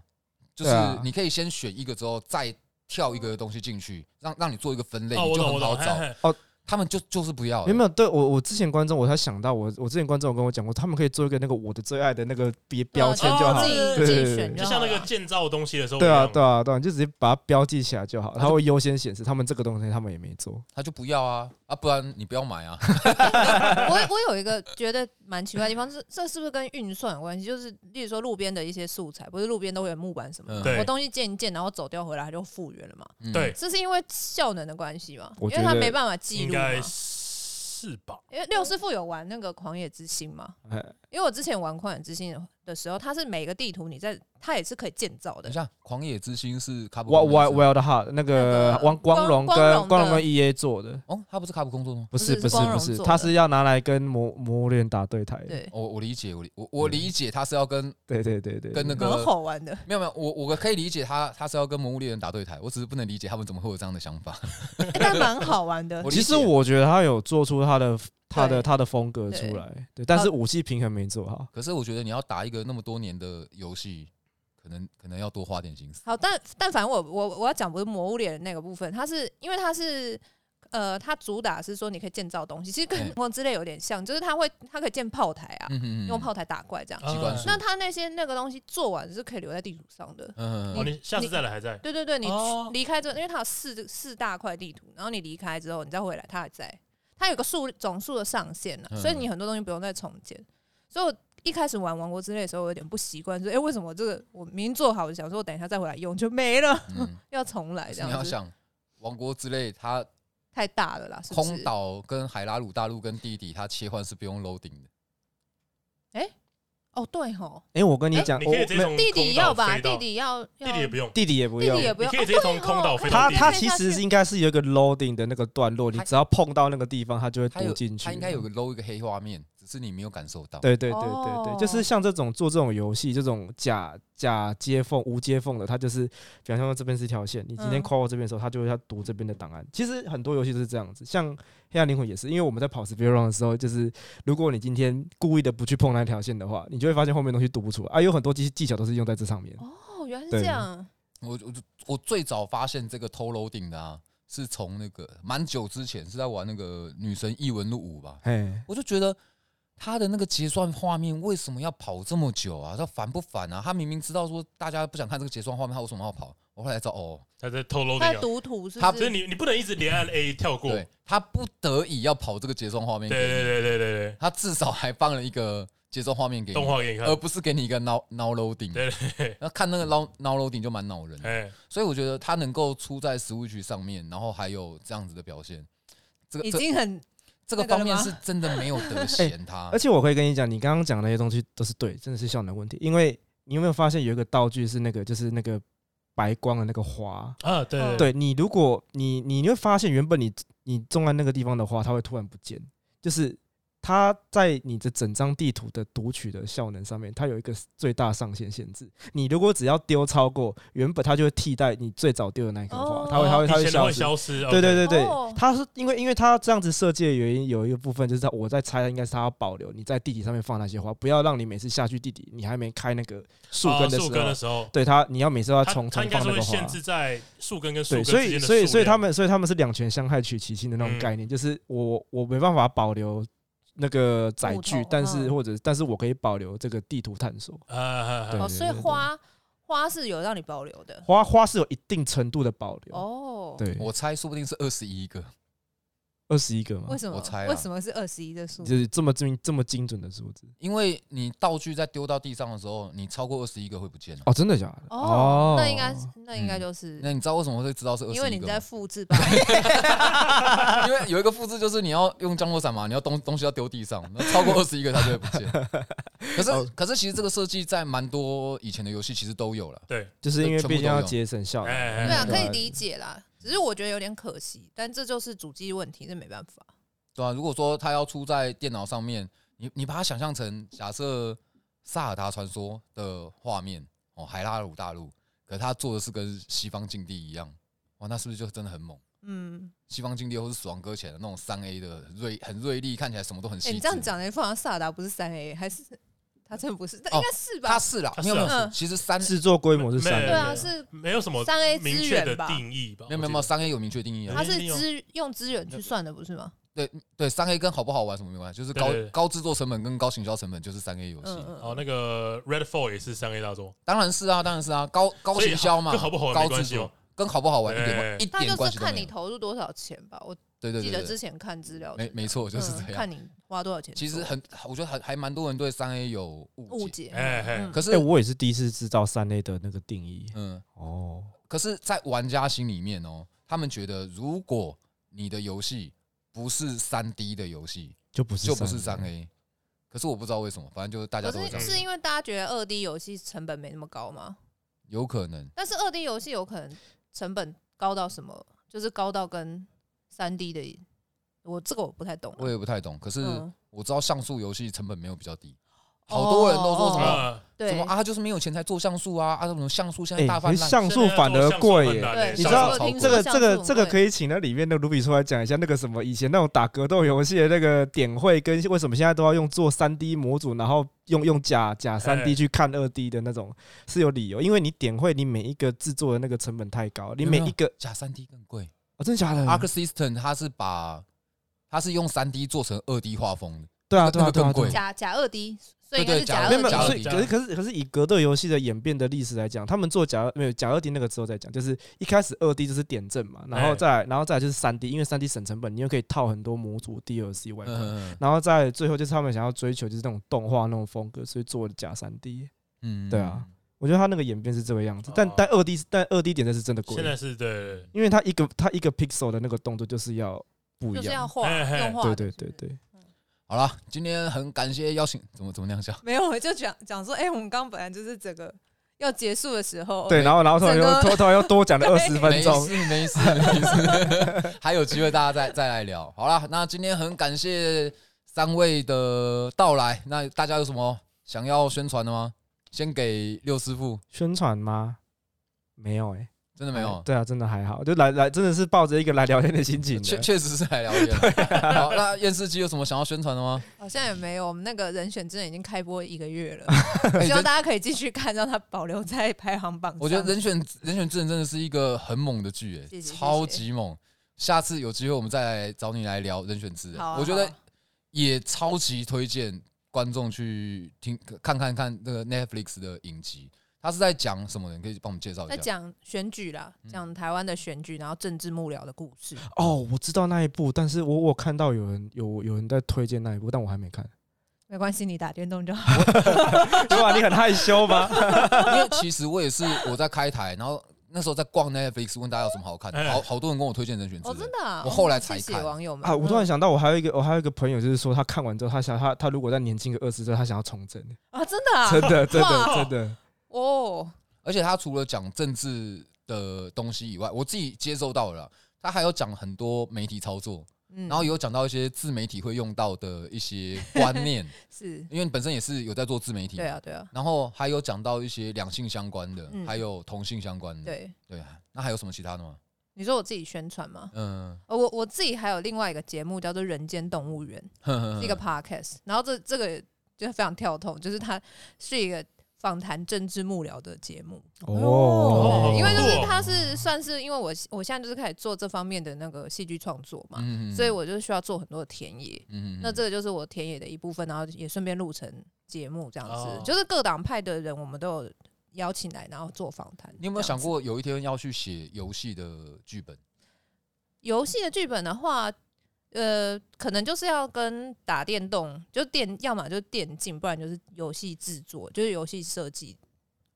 Speaker 2: 就是
Speaker 3: 对啊
Speaker 2: 你可以先选一个之后再跳一个东西进去，让让你做一个分类，
Speaker 1: 哦，
Speaker 2: 你
Speaker 1: 我
Speaker 2: 就
Speaker 1: 懂，我
Speaker 2: 很
Speaker 1: 懂
Speaker 2: 好，
Speaker 1: 嘿
Speaker 2: 找。
Speaker 1: 嘿
Speaker 2: 他们就就是不要
Speaker 3: 没有没有，对我我之前观众我才想到，我我之前观众有跟我讲过，他们可以做一个那个我的最爱的那个标标签就好
Speaker 1: 哦
Speaker 5: 自
Speaker 3: 了。
Speaker 5: 己
Speaker 3: 对对
Speaker 5: 自己
Speaker 3: 对
Speaker 5: 选
Speaker 1: 就
Speaker 5: 好
Speaker 1: 像那个
Speaker 5: 了
Speaker 1: 建造东西的时候一
Speaker 3: 对啊
Speaker 1: 样，
Speaker 3: 对啊对啊，你就直接把它标记起来就好，
Speaker 1: 啊
Speaker 3: 它会优先显示。他们这个东西他们也没做，
Speaker 2: 他就不要啊啊，不然你不要买啊。
Speaker 5: 我我有一个觉得蛮奇怪的地方，这这是不是跟运算有关系？就是例如说路边的一些素材，不是路边都会有木板什么的，
Speaker 2: 嗯
Speaker 1: 对
Speaker 5: 我东西建一建，然后走掉回来它就复原了嘛？
Speaker 2: 嗯
Speaker 1: 对
Speaker 5: 这是因为效能的关系嘛？因
Speaker 3: 我觉
Speaker 5: 为
Speaker 3: 得
Speaker 5: 它没办法记
Speaker 1: 应
Speaker 5: 录嘛。
Speaker 1: 该是吧？
Speaker 5: 因为六师傅有玩那个狂野之心嘛，
Speaker 3: 哎，
Speaker 5: 因为我之前玩狂野之心的时候，它是每个地图你在它也是可以建造的
Speaker 2: 等一，下，《狂野之心》是卡普空
Speaker 3: Wild
Speaker 2: 的是吗
Speaker 3: Wild Heart 那个
Speaker 5: 那个
Speaker 3: 光光荣
Speaker 5: 光
Speaker 3: 跟光
Speaker 5: 光荣
Speaker 3: 荣
Speaker 5: 的
Speaker 3: 跟 EA 做的，
Speaker 2: 哦，他不是卡普空做的吗？
Speaker 3: 不是
Speaker 5: 不
Speaker 3: 不
Speaker 5: 是
Speaker 3: 是
Speaker 5: 光
Speaker 3: 不
Speaker 5: 荣
Speaker 3: 是，
Speaker 5: 做
Speaker 3: 他
Speaker 5: 的
Speaker 3: 是要拿来跟魔魔猎人打对台的。
Speaker 5: 对，
Speaker 2: 我我理解，我理我我
Speaker 3: 嗯
Speaker 2: 理解他是要跟
Speaker 3: 对对对对，
Speaker 2: 跟那
Speaker 5: 很
Speaker 2: 个
Speaker 5: 好玩 的。
Speaker 2: 没有没有，我我可以理解他他是要跟《魔物猎人》打对台，我只是不能理解他们怎么会有这样的想法。
Speaker 5: 欸但蛮好玩的。
Speaker 2: 我理解
Speaker 3: 其实我觉得他有做出他的他的
Speaker 5: 对
Speaker 3: 他的风格出
Speaker 5: 对
Speaker 3: 来，对，但是武器平衡没做好。
Speaker 2: 可是我觉得你要打一个那么多年的游戏，可能可能要多花点心思。
Speaker 5: 好，但但反正我我我要讲不是魔物猎人那个部分，它是因为它是呃，它主打是说你可以建造东西，其实跟
Speaker 2: 嗯
Speaker 5: 魔之类有点像，就是它会它可以建炮台啊，
Speaker 2: 嗯哦哼
Speaker 5: 用炮台打怪这样。
Speaker 2: 机关
Speaker 1: 啊
Speaker 2: 术
Speaker 5: 那它那些那个东西做完是可以留在地图上的。
Speaker 2: 嗯
Speaker 1: 哦，你下次再来还在
Speaker 5: 对对对，你
Speaker 1: 哦
Speaker 5: 离开这，因为它有四四大块地图，然后你离开之后，你再回来，它还在。它有个数总数的上限啊，
Speaker 2: 嗯
Speaker 5: 所以你很多东西不用再重建。所以我一开始玩《王国之泪》的时候，我有点不习惯，说：“哎、为什么这个我明明做好了，想说我等一下再回来用就没了，
Speaker 2: 嗯，
Speaker 5: 要重来
Speaker 2: 可
Speaker 5: 这
Speaker 2: 是你
Speaker 5: 样
Speaker 2: 要
Speaker 5: 子
Speaker 2: 想，王国之泪，它
Speaker 5: 太大了啦，是不
Speaker 2: 空
Speaker 5: 是？
Speaker 2: 岛跟海拉鲁大陆跟地底，它切换是不用 loading 的。
Speaker 5: 哦，对吼，
Speaker 3: 哎，我跟你
Speaker 5: 哎
Speaker 3: 讲，
Speaker 1: 你
Speaker 3: 我
Speaker 1: 可以直接
Speaker 3: 没
Speaker 1: 从
Speaker 5: 弟
Speaker 1: 空
Speaker 5: 弟
Speaker 1: 岛
Speaker 5: 要吧，
Speaker 1: 飞到
Speaker 5: 弟弟要，
Speaker 1: 弟弟也不用，
Speaker 3: 弟弟也不
Speaker 5: 弟
Speaker 3: 用
Speaker 5: 弟。也不
Speaker 1: 你
Speaker 5: 用，
Speaker 1: 可以直接
Speaker 5: 哦
Speaker 1: 从
Speaker 5: 对吼
Speaker 1: 空岛飞到
Speaker 3: 他
Speaker 1: 弟弟
Speaker 3: 他
Speaker 5: 可以
Speaker 3: 其
Speaker 5: 下
Speaker 3: 实
Speaker 5: 去
Speaker 3: 应该是有一个 loading 的那个段落，你
Speaker 2: 它
Speaker 3: 只要碰到那个地方，它就会
Speaker 2: 它
Speaker 3: 读
Speaker 2: 有
Speaker 3: 进去。
Speaker 2: 它应该有个 load 一个黑画面，只是你没有感受到。
Speaker 3: 对对对对对，就是
Speaker 5: 哦
Speaker 3: 像这种做这种游戏，这种假假接缝、无接缝的，它就是，比方说这边是一条线，你今天
Speaker 5: 嗯
Speaker 3: 跨过这边的时候，它就会要读这边的档案。其实很多游戏都是这样子，像《黑暗灵魂》也是，因为我们在跑 Speed Run 的时候，就是如果你今天故意的不去碰那条线的话，你就会发现后面东西读不出来。啊，有很多技技巧都是用在这上面。
Speaker 5: 哦，原来是
Speaker 3: 对
Speaker 5: 这样，
Speaker 2: 我我我最早发现这个偷 loading 的啊，是从那个蛮久之前是在玩那个《女神异闻录五》吧，
Speaker 3: 哎，
Speaker 2: 我就觉得他的那个结算画面为什么要跑这么久啊？他烦不烦啊？他明明知道说大家不想看这个结算画面，他为什么要跑？我后来知道哦，
Speaker 1: 他在偷 loading
Speaker 5: 他
Speaker 1: 啊
Speaker 5: 在。读图是
Speaker 2: 他
Speaker 5: 不
Speaker 1: 所以
Speaker 5: 是？
Speaker 1: 你你不能一直连按 A 跳过，
Speaker 2: 对他不得已要跑这个结算画面
Speaker 1: 对
Speaker 2: 给你，
Speaker 1: 对对对对对，
Speaker 2: 他至少还放了一个结算画面给
Speaker 1: 动
Speaker 2: 你，
Speaker 1: 画给你看
Speaker 3: 哦
Speaker 2: 而，不是给你一个 now now loading。
Speaker 1: 对
Speaker 2: 那看那个 now now loading 就蛮恼人的。
Speaker 1: 哎，
Speaker 2: 所以我觉得他能够出在 Switch 上面，然后还有这样子的表现，这个
Speaker 5: 已
Speaker 2: 这
Speaker 5: 经很
Speaker 2: 这个
Speaker 5: 那个了
Speaker 2: 方面
Speaker 5: 吗
Speaker 2: 是真的没有 得闲他
Speaker 1: 哎
Speaker 3: 而。且我可以跟你讲，你刚刚讲的那些东西都是对，真的是效能问题。因为你有没有发现有一个道具是那个，就是那个白光的那个花？
Speaker 1: 啊，对对
Speaker 3: 对你，如果你你会发现，原本你你种在那个地方的花，它会突然不见，就是它在你的整张地图的读取的效能上面，它有一个最大上限限制。你如果只要丢超过原本，它就会替代你最早丢的那一颗花，
Speaker 5: 哦
Speaker 3: 它会它会它
Speaker 1: 以
Speaker 3: 会
Speaker 1: 前都
Speaker 3: 消
Speaker 1: 会
Speaker 3: 失。
Speaker 1: 消失，
Speaker 3: 对对
Speaker 1: OK
Speaker 3: 对对
Speaker 5: 哦，
Speaker 3: 它是因为因为它这样子设计的原因，有一个部分就是它我在猜，应该是它要保留你在地底上面放那些花，不要让你每次下去地底，你还没开那个树
Speaker 1: 啊
Speaker 3: 根的时
Speaker 1: 树根的
Speaker 3: 候，
Speaker 1: 时候，
Speaker 3: 对它你要每次都要
Speaker 1: 它
Speaker 3: 重
Speaker 1: 它
Speaker 3: 重
Speaker 1: 应该
Speaker 3: 放
Speaker 1: 是
Speaker 3: 那
Speaker 1: 会
Speaker 3: 个花
Speaker 1: 限。制在树根跟树
Speaker 3: 对，
Speaker 1: 根
Speaker 3: 所
Speaker 1: 之
Speaker 3: 以
Speaker 1: 间的
Speaker 3: 所以
Speaker 1: 数
Speaker 3: 所以
Speaker 1: 量
Speaker 3: 他们所以他们是两全相害取其轻的那
Speaker 1: 嗯
Speaker 3: 种概念，就是我我没办法保留那个载具
Speaker 5: 木头，
Speaker 3: 但是
Speaker 5: 嗯
Speaker 3: 或者但是我可以保留这个地图探索。
Speaker 1: 啊啊啊
Speaker 3: 对
Speaker 1: 啊
Speaker 5: 哦，所以花花是有让你保留的
Speaker 3: 花花是有一定程度的保留，
Speaker 5: 哦。
Speaker 3: 对，
Speaker 2: 我猜说不定是二十一个，
Speaker 3: 二十一个吗
Speaker 4: 为？什么？
Speaker 2: 我猜啊
Speaker 4: 为什么是二十一的数？
Speaker 3: 就是这么精这么精准的数字
Speaker 2: 因为你道具在丢到地上的时候，你超过二十一个会不见了。
Speaker 3: 哦，真的假的？
Speaker 5: 哦，那应该是那应该
Speaker 2: 嗯
Speaker 5: 就是
Speaker 2: 那你知道为什么会知道是二十一个
Speaker 5: 因为
Speaker 2: 吗？
Speaker 5: 你在复 制吧？啊
Speaker 2: 因为有一个复制，就是你要用降落伞嘛，你要东东西要丢地上，那超过二十一个它就会不见。可是可是其实这个设计在蛮多以前的游戏其实都有了，
Speaker 1: 对，
Speaker 3: 就是因为
Speaker 2: 全部
Speaker 3: 毕竟
Speaker 2: 都
Speaker 3: 要
Speaker 2: 有
Speaker 3: 节省效率。
Speaker 1: 哎，
Speaker 5: 对啊，可以
Speaker 3: 对
Speaker 5: 理解啦。只是我觉得有点可惜，但这就是主机问题，这没办法。
Speaker 2: 对啊，如果说它要出在电脑上面，你你把它想象成假设《萨尔达传说》的画面哦，海拉鲁大陆，可它做的是跟西方境地一样，哇，那是不是就真的很猛？
Speaker 5: 嗯，
Speaker 2: 西方境地或是死亡搁浅的那种三 A 的锐很锐利，看起来什么都很
Speaker 5: 哎，
Speaker 2: 细
Speaker 5: 你
Speaker 2: 致。
Speaker 5: 这样讲，你放像萨达不是三 A，还是他真的不是？但应该是吧
Speaker 2: 它？哦是啦，
Speaker 1: 它
Speaker 2: 没
Speaker 1: 是
Speaker 2: 有
Speaker 1: 啊
Speaker 2: 没有，
Speaker 5: 嗯
Speaker 2: 其实三
Speaker 3: 制作规模是三
Speaker 1: 没
Speaker 5: 对
Speaker 1: 有
Speaker 3: 个，
Speaker 5: 啊，
Speaker 1: 对
Speaker 5: 是
Speaker 1: 没有什么
Speaker 5: 三 A
Speaker 1: 明
Speaker 5: 资
Speaker 1: 确
Speaker 5: 源
Speaker 1: 的
Speaker 5: 吧？
Speaker 1: 定义吧？
Speaker 2: 没有没有没有，三 A 有明确定义啊，
Speaker 5: 它是资用资源去算的，不是吗？
Speaker 2: 对，三 A 跟好不好玩什么没关系，就是高
Speaker 1: 对对对
Speaker 2: 高制作成本跟高行销成本就是三 A 游戏。
Speaker 5: 嗯嗯。
Speaker 1: 哦，那个 Redfall 也是三 A 大作，
Speaker 2: 当然是啊，当然是啊，高高
Speaker 1: 所以
Speaker 2: 行销嘛，
Speaker 1: 跟好不好玩没
Speaker 2: 高
Speaker 1: 关
Speaker 2: 制
Speaker 1: 系哦
Speaker 2: 作跟好不好玩一
Speaker 1: 对
Speaker 2: 点关一
Speaker 5: 他
Speaker 2: 点
Speaker 5: 就
Speaker 2: 关系
Speaker 5: 是
Speaker 2: 都没
Speaker 5: 看
Speaker 2: 有
Speaker 5: 你。投入多少钱吧，我
Speaker 2: 对对
Speaker 5: 记得
Speaker 2: 对
Speaker 5: 之
Speaker 2: 对，
Speaker 5: 前看资料，
Speaker 2: 没没错，就是
Speaker 5: 嗯
Speaker 2: 这样。
Speaker 5: 看你花多少钱做。
Speaker 2: 其实很，我觉得还还蛮多人对三 A 有误
Speaker 5: 误
Speaker 2: 解，
Speaker 5: 解，
Speaker 1: 哎嘿
Speaker 5: 嗯，
Speaker 2: 可是
Speaker 3: 哎，我也是第一次知道三 A 的那个定义
Speaker 2: 嗯，
Speaker 3: 哦。
Speaker 2: 可是，在玩家心里面哦，他们觉得如果你的游戏不是三 D 的游戏，
Speaker 3: 就不是
Speaker 2: 就不是三
Speaker 3: 三
Speaker 2: A。可是我不知道为什么，反正就是大家
Speaker 5: 可
Speaker 2: 都会这
Speaker 5: 是
Speaker 2: 样，
Speaker 5: 是因为大家觉得二 D 游戏成本没那么高吗？
Speaker 2: 有可能。
Speaker 5: 但是二 D 游戏有可能成本高到什么，就是高到跟三 D 的，我这个我不太懂啊。
Speaker 2: 我也不太懂，可是
Speaker 5: 嗯
Speaker 2: 我知道像素游戏成本没有比较低，好多人都
Speaker 5: 哦
Speaker 2: 说什么、
Speaker 1: 啊，
Speaker 5: 对
Speaker 2: 什么啊，就是没有钱才做像素啊啊，什么像素现在
Speaker 3: 哎，
Speaker 2: 大
Speaker 3: 可
Speaker 2: 泛
Speaker 3: 是
Speaker 2: 滥，
Speaker 3: 像素反而贵耶。
Speaker 5: 对，
Speaker 3: 你知
Speaker 1: 像
Speaker 3: 道
Speaker 1: 素
Speaker 2: 超
Speaker 3: 这个
Speaker 5: 像
Speaker 3: 这个
Speaker 5: 素
Speaker 3: 这个
Speaker 5: 对
Speaker 3: 可以请那里面的卢比出来讲一下，那个什么以前那种打格斗游戏的那个点绘，跟为什么现在都要用做三 D 模组，然后用用假假三 D
Speaker 1: 哎
Speaker 3: 去看二 D 的那种是有理由，因为你点绘你每一个制作的那个成本太高，你
Speaker 2: 没
Speaker 3: 每
Speaker 2: 有
Speaker 3: 一
Speaker 1: 嗯
Speaker 3: 个
Speaker 2: 假三 D 更贵。
Speaker 3: 哦真的假的？
Speaker 2: Arc System 它啊是把它是用三 D 做成二 D 画风的，
Speaker 3: 对啊
Speaker 2: 那
Speaker 3: 对啊
Speaker 2: 那个
Speaker 3: 对啊
Speaker 2: 更
Speaker 3: 对啊
Speaker 2: 贵
Speaker 5: 假假二 D，所
Speaker 2: 对
Speaker 5: 以应该
Speaker 2: 对
Speaker 5: 是
Speaker 2: 假
Speaker 5: 假
Speaker 2: 二
Speaker 5: 二
Speaker 1: 2D
Speaker 3: 没有没有，
Speaker 2: 假
Speaker 3: 所
Speaker 1: 二
Speaker 3: 以
Speaker 1: D
Speaker 3: 可是可是可是以格斗游戏的演变的历史来讲，他们做假没有假二 D 那个之后再讲，就是一开始二 D 就是点阵嘛，然后
Speaker 1: 哎
Speaker 3: 再来然后再来就是三 D，因为三 D 省成本，你又可以套很多模组 DLC 外观，
Speaker 2: 嗯
Speaker 3: 然后再来最后就是他们想要追求就是那种动画那种风格，所以做假三 D。
Speaker 2: 嗯
Speaker 3: 对啊，我觉得他那个演变是这个样子，但
Speaker 1: 哦
Speaker 3: 但二 D 但二 D 点阵是真的贵
Speaker 1: 现，在是对，
Speaker 3: 因为他一个他一个 pixel 的那个动作就是要不一
Speaker 5: 就是要
Speaker 3: 样，
Speaker 5: 画
Speaker 1: 哎嘿
Speaker 5: 用画
Speaker 3: 对
Speaker 5: 的，
Speaker 3: 对
Speaker 5: 是不
Speaker 3: 对
Speaker 5: 是，
Speaker 3: 对，
Speaker 2: 好啦，今天很感谢邀请，怎么怎么那样笑？
Speaker 5: 没有，我就讲讲说，哎，我们刚刚本来就是整个要结束的时候，
Speaker 3: 对，然后然后突然
Speaker 5: 整
Speaker 3: 又
Speaker 5: 个
Speaker 3: 突突然又多讲了二十分
Speaker 2: 没
Speaker 3: 钟，
Speaker 2: 事没事没事， 还有机会大家再再来聊。好啦，那今天很感谢三位的到来，那大家有什么想要宣传的吗？先给六师傅，
Speaker 3: 宣传吗？没有哎、
Speaker 2: 真的没有。
Speaker 3: 对啊，真的还好，就来来，真的是抱着一个来聊天的心情的。
Speaker 2: 确确实是来聊 天。好，那验视机有什么想要宣传的吗？
Speaker 5: 好像也没有，我们那个人选真的已经开播一个月 了，
Speaker 2: 哎
Speaker 5: 希望
Speaker 2: 人
Speaker 5: 大家可以继续看，让它保留在排行榜上。
Speaker 2: 我觉得人选人选之人真的是一个很猛的剧，哎，
Speaker 5: 谢谢
Speaker 2: 超级猛。下次有机会我们再来找你来聊人选之人
Speaker 5: 好啊，
Speaker 2: 我觉
Speaker 5: 好
Speaker 2: 得
Speaker 5: 啊
Speaker 2: 也超级推荐观众去听看看看那个 Netflix 的影集，他是在讲什么的？你可以帮我们介绍
Speaker 5: 在
Speaker 2: 一下。
Speaker 5: 讲选举啦，
Speaker 2: 嗯
Speaker 5: 讲台湾的选举，然后政治幕僚的故事。
Speaker 3: 哦，我知道那一部，但是我我看到有人有有人在推荐那一部，但我还没看。
Speaker 5: 没关系，你打电动 就好。
Speaker 3: 对啊，你很害羞吗？
Speaker 2: 因为其实我也是我在开台，然后那时候在逛 Netflix，问大家有什么好看的，
Speaker 1: 哎
Speaker 2: 好好多人跟我推荐人选之
Speaker 5: 哦，
Speaker 2: 人
Speaker 5: 真。的啊，
Speaker 2: 我后来才
Speaker 5: 谢谢
Speaker 2: 看
Speaker 5: 网友们
Speaker 3: 啊，我突然
Speaker 5: 嗯
Speaker 3: 想到，我还有一个我还有一个朋友，就是说他看完之后，他想他他如果再年轻个二十岁，他想要从政，
Speaker 5: 啊，真的啊，
Speaker 3: 真的真的
Speaker 5: 哇
Speaker 3: 真的。
Speaker 5: 哦，
Speaker 2: 而且他除了讲政治的东西以外，我自己接受到了啦，他还有讲很多媒体操作，
Speaker 5: 嗯
Speaker 2: 然后也有讲到一些自媒体会用到的一些观 念，
Speaker 5: 是，
Speaker 2: 因为你本身也是有在做自媒体，
Speaker 5: 对。啊，对啊，
Speaker 2: 然后还有讲到一些两性相关的，
Speaker 5: 嗯
Speaker 2: 还有同性相关的，
Speaker 5: 对。
Speaker 2: 对啊。那还有什么其他的吗？
Speaker 5: 你说我自己宣传吗？
Speaker 2: 嗯，
Speaker 5: 呃，我我自己还有另外一个节目叫做《人间动物园》，
Speaker 2: 嗯
Speaker 5: 是一 个 podcast，然后这这个就非常跳痛，就是它是一个访谈政治幕僚的节目。
Speaker 1: 哦
Speaker 5: 因为
Speaker 1: 好
Speaker 5: 就
Speaker 1: 酷
Speaker 5: 是
Speaker 1: 哦
Speaker 5: 它是算是因为我我现在就是开始做这方面的那个戏剧创作嘛，
Speaker 2: 嗯
Speaker 5: 所以我就需要做很多的田野。
Speaker 2: 嗯
Speaker 5: 那这个就是我田野的一部分，然后也顺便录成节目这样子，
Speaker 1: 哦
Speaker 5: 就是各党派的人我们都有邀请来，然后做访谈。
Speaker 2: 你有没有
Speaker 5: 这样
Speaker 2: 想
Speaker 5: 子？
Speaker 2: 过有一天要去写游戏的剧本？
Speaker 5: 游戏的剧本的话，呃，可能就是要跟打电动，就电，要么就是电竞，不然就是游戏制作，就是游戏设计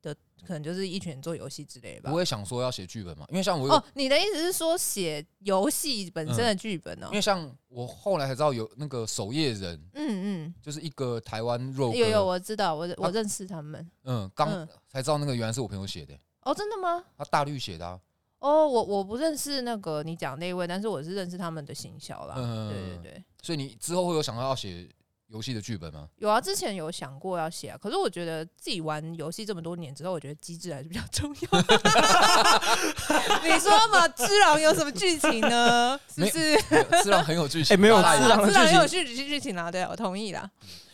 Speaker 5: 的，可能就是一群人做游戏之类的吧
Speaker 2: 不。会想说要写剧本嘛，因为像我有，
Speaker 5: 哦，你的意思是说写游戏本身的剧本哦
Speaker 2: 嗯因？为像我后来才知道有那个守夜人，
Speaker 5: 嗯嗯，
Speaker 2: 就是一个台湾肉哥，
Speaker 5: 有有，我知道，我我
Speaker 2: 啊
Speaker 5: 认识他们。
Speaker 2: 嗯，刚
Speaker 5: 嗯
Speaker 2: 才知道那个原来是我朋友写的，
Speaker 5: 哦，真的吗？
Speaker 2: 他大绿写的、啊，
Speaker 5: 哦，我我不认识那个你讲那一位，但是我是认识他们的行销啦。
Speaker 2: 嗯
Speaker 5: 对对对，
Speaker 2: 所以你之后会有想到要写游戏的剧本吗？
Speaker 5: 有啊，之前有想过要写、啊，可是我觉得自己玩游戏这么多年之后，我觉得机制还是比较重要。 你说嘛，《只狼》有什么剧情呢？是不是？
Speaker 2: 自然很有剧情，
Speaker 3: 哎没有
Speaker 2: 大
Speaker 3: 自然
Speaker 2: 有
Speaker 3: 的
Speaker 5: 《只狼》
Speaker 3: 剧
Speaker 5: 有
Speaker 3: 情
Speaker 5: 剧剧情啊，对啊，我同意啦。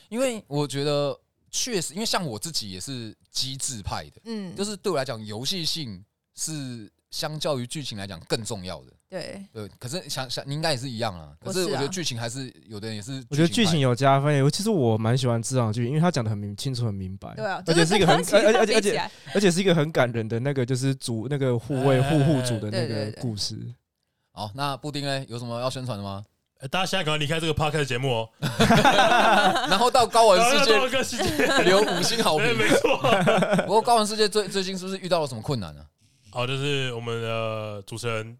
Speaker 2: 因为我觉得确实，因为像我自己也是机制派的，
Speaker 5: 嗯，
Speaker 2: 就是对我来讲，游戏性是相较于剧情来讲更重要的。
Speaker 5: 对，
Speaker 2: 对，可是想想你应该也是一样啊。可
Speaker 5: 我
Speaker 2: 是
Speaker 5: 是啊
Speaker 2: 我觉得剧情还是有的人也是，
Speaker 3: 我觉得剧情有加分，尤其是我蛮喜欢智障的剧，因为他讲的很明清楚、很明白，
Speaker 5: 对啊，
Speaker 3: 而且是一个很
Speaker 5: 就是跟
Speaker 3: 而而且而
Speaker 5: 比起
Speaker 3: 且
Speaker 5: 来
Speaker 3: 而且是一个很感人的那个，就是主那个护卫护护主的那
Speaker 5: 哎对对
Speaker 3: 个
Speaker 5: 对
Speaker 3: 故事。
Speaker 2: 好。那布丁呢，有什么要宣传的吗？
Speaker 1: 呃大家现在赶快离开这个 podcast 节目哦，
Speaker 2: 然后到高玩哦世
Speaker 1: 然后到
Speaker 2: 界哦
Speaker 1: 了个世界，
Speaker 2: 留五 星好
Speaker 1: 对，
Speaker 2: 评。
Speaker 1: 没错。
Speaker 2: 不过高玩世界最最近是不是遇到了什么困难呢？
Speaker 1: 好，就是我们的主持人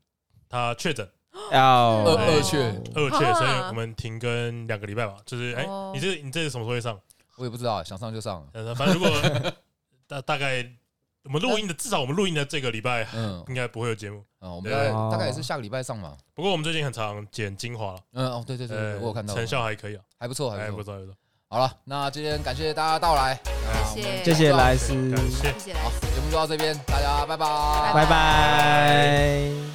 Speaker 1: 他确诊
Speaker 3: 哦
Speaker 2: 二
Speaker 1: 二
Speaker 2: 确
Speaker 1: 二确诊，所以
Speaker 5: 啊
Speaker 1: 我们停更两个礼拜吧。就是哎
Speaker 5: 哦，
Speaker 1: 你这个你这个什么时候会上？
Speaker 2: 我也不知道，想上就上啊。
Speaker 1: 呃，反正如果大大概我们录音的，至少我们录音的这个礼拜
Speaker 2: 嗯
Speaker 1: 应该不会有节目。
Speaker 2: 啊，我
Speaker 1: 对
Speaker 2: 们大概大概也是下个礼拜上嘛。
Speaker 1: 不过我们最近很常剪精华了，
Speaker 2: 嗯，哦，对对对对，
Speaker 1: 呃，
Speaker 2: 我有看到，
Speaker 1: 成效还可以啊，
Speaker 2: 还不错，还
Speaker 1: 还
Speaker 2: 不
Speaker 1: 不错，
Speaker 2: 错。
Speaker 1: 还不错，
Speaker 2: 好了，那今天感谢大家到来，那我们
Speaker 5: 谢
Speaker 3: 谢谢莱斯，
Speaker 1: 感谢。
Speaker 5: 谢谢
Speaker 2: 好，节目就到这边，大家拜拜
Speaker 3: 拜拜。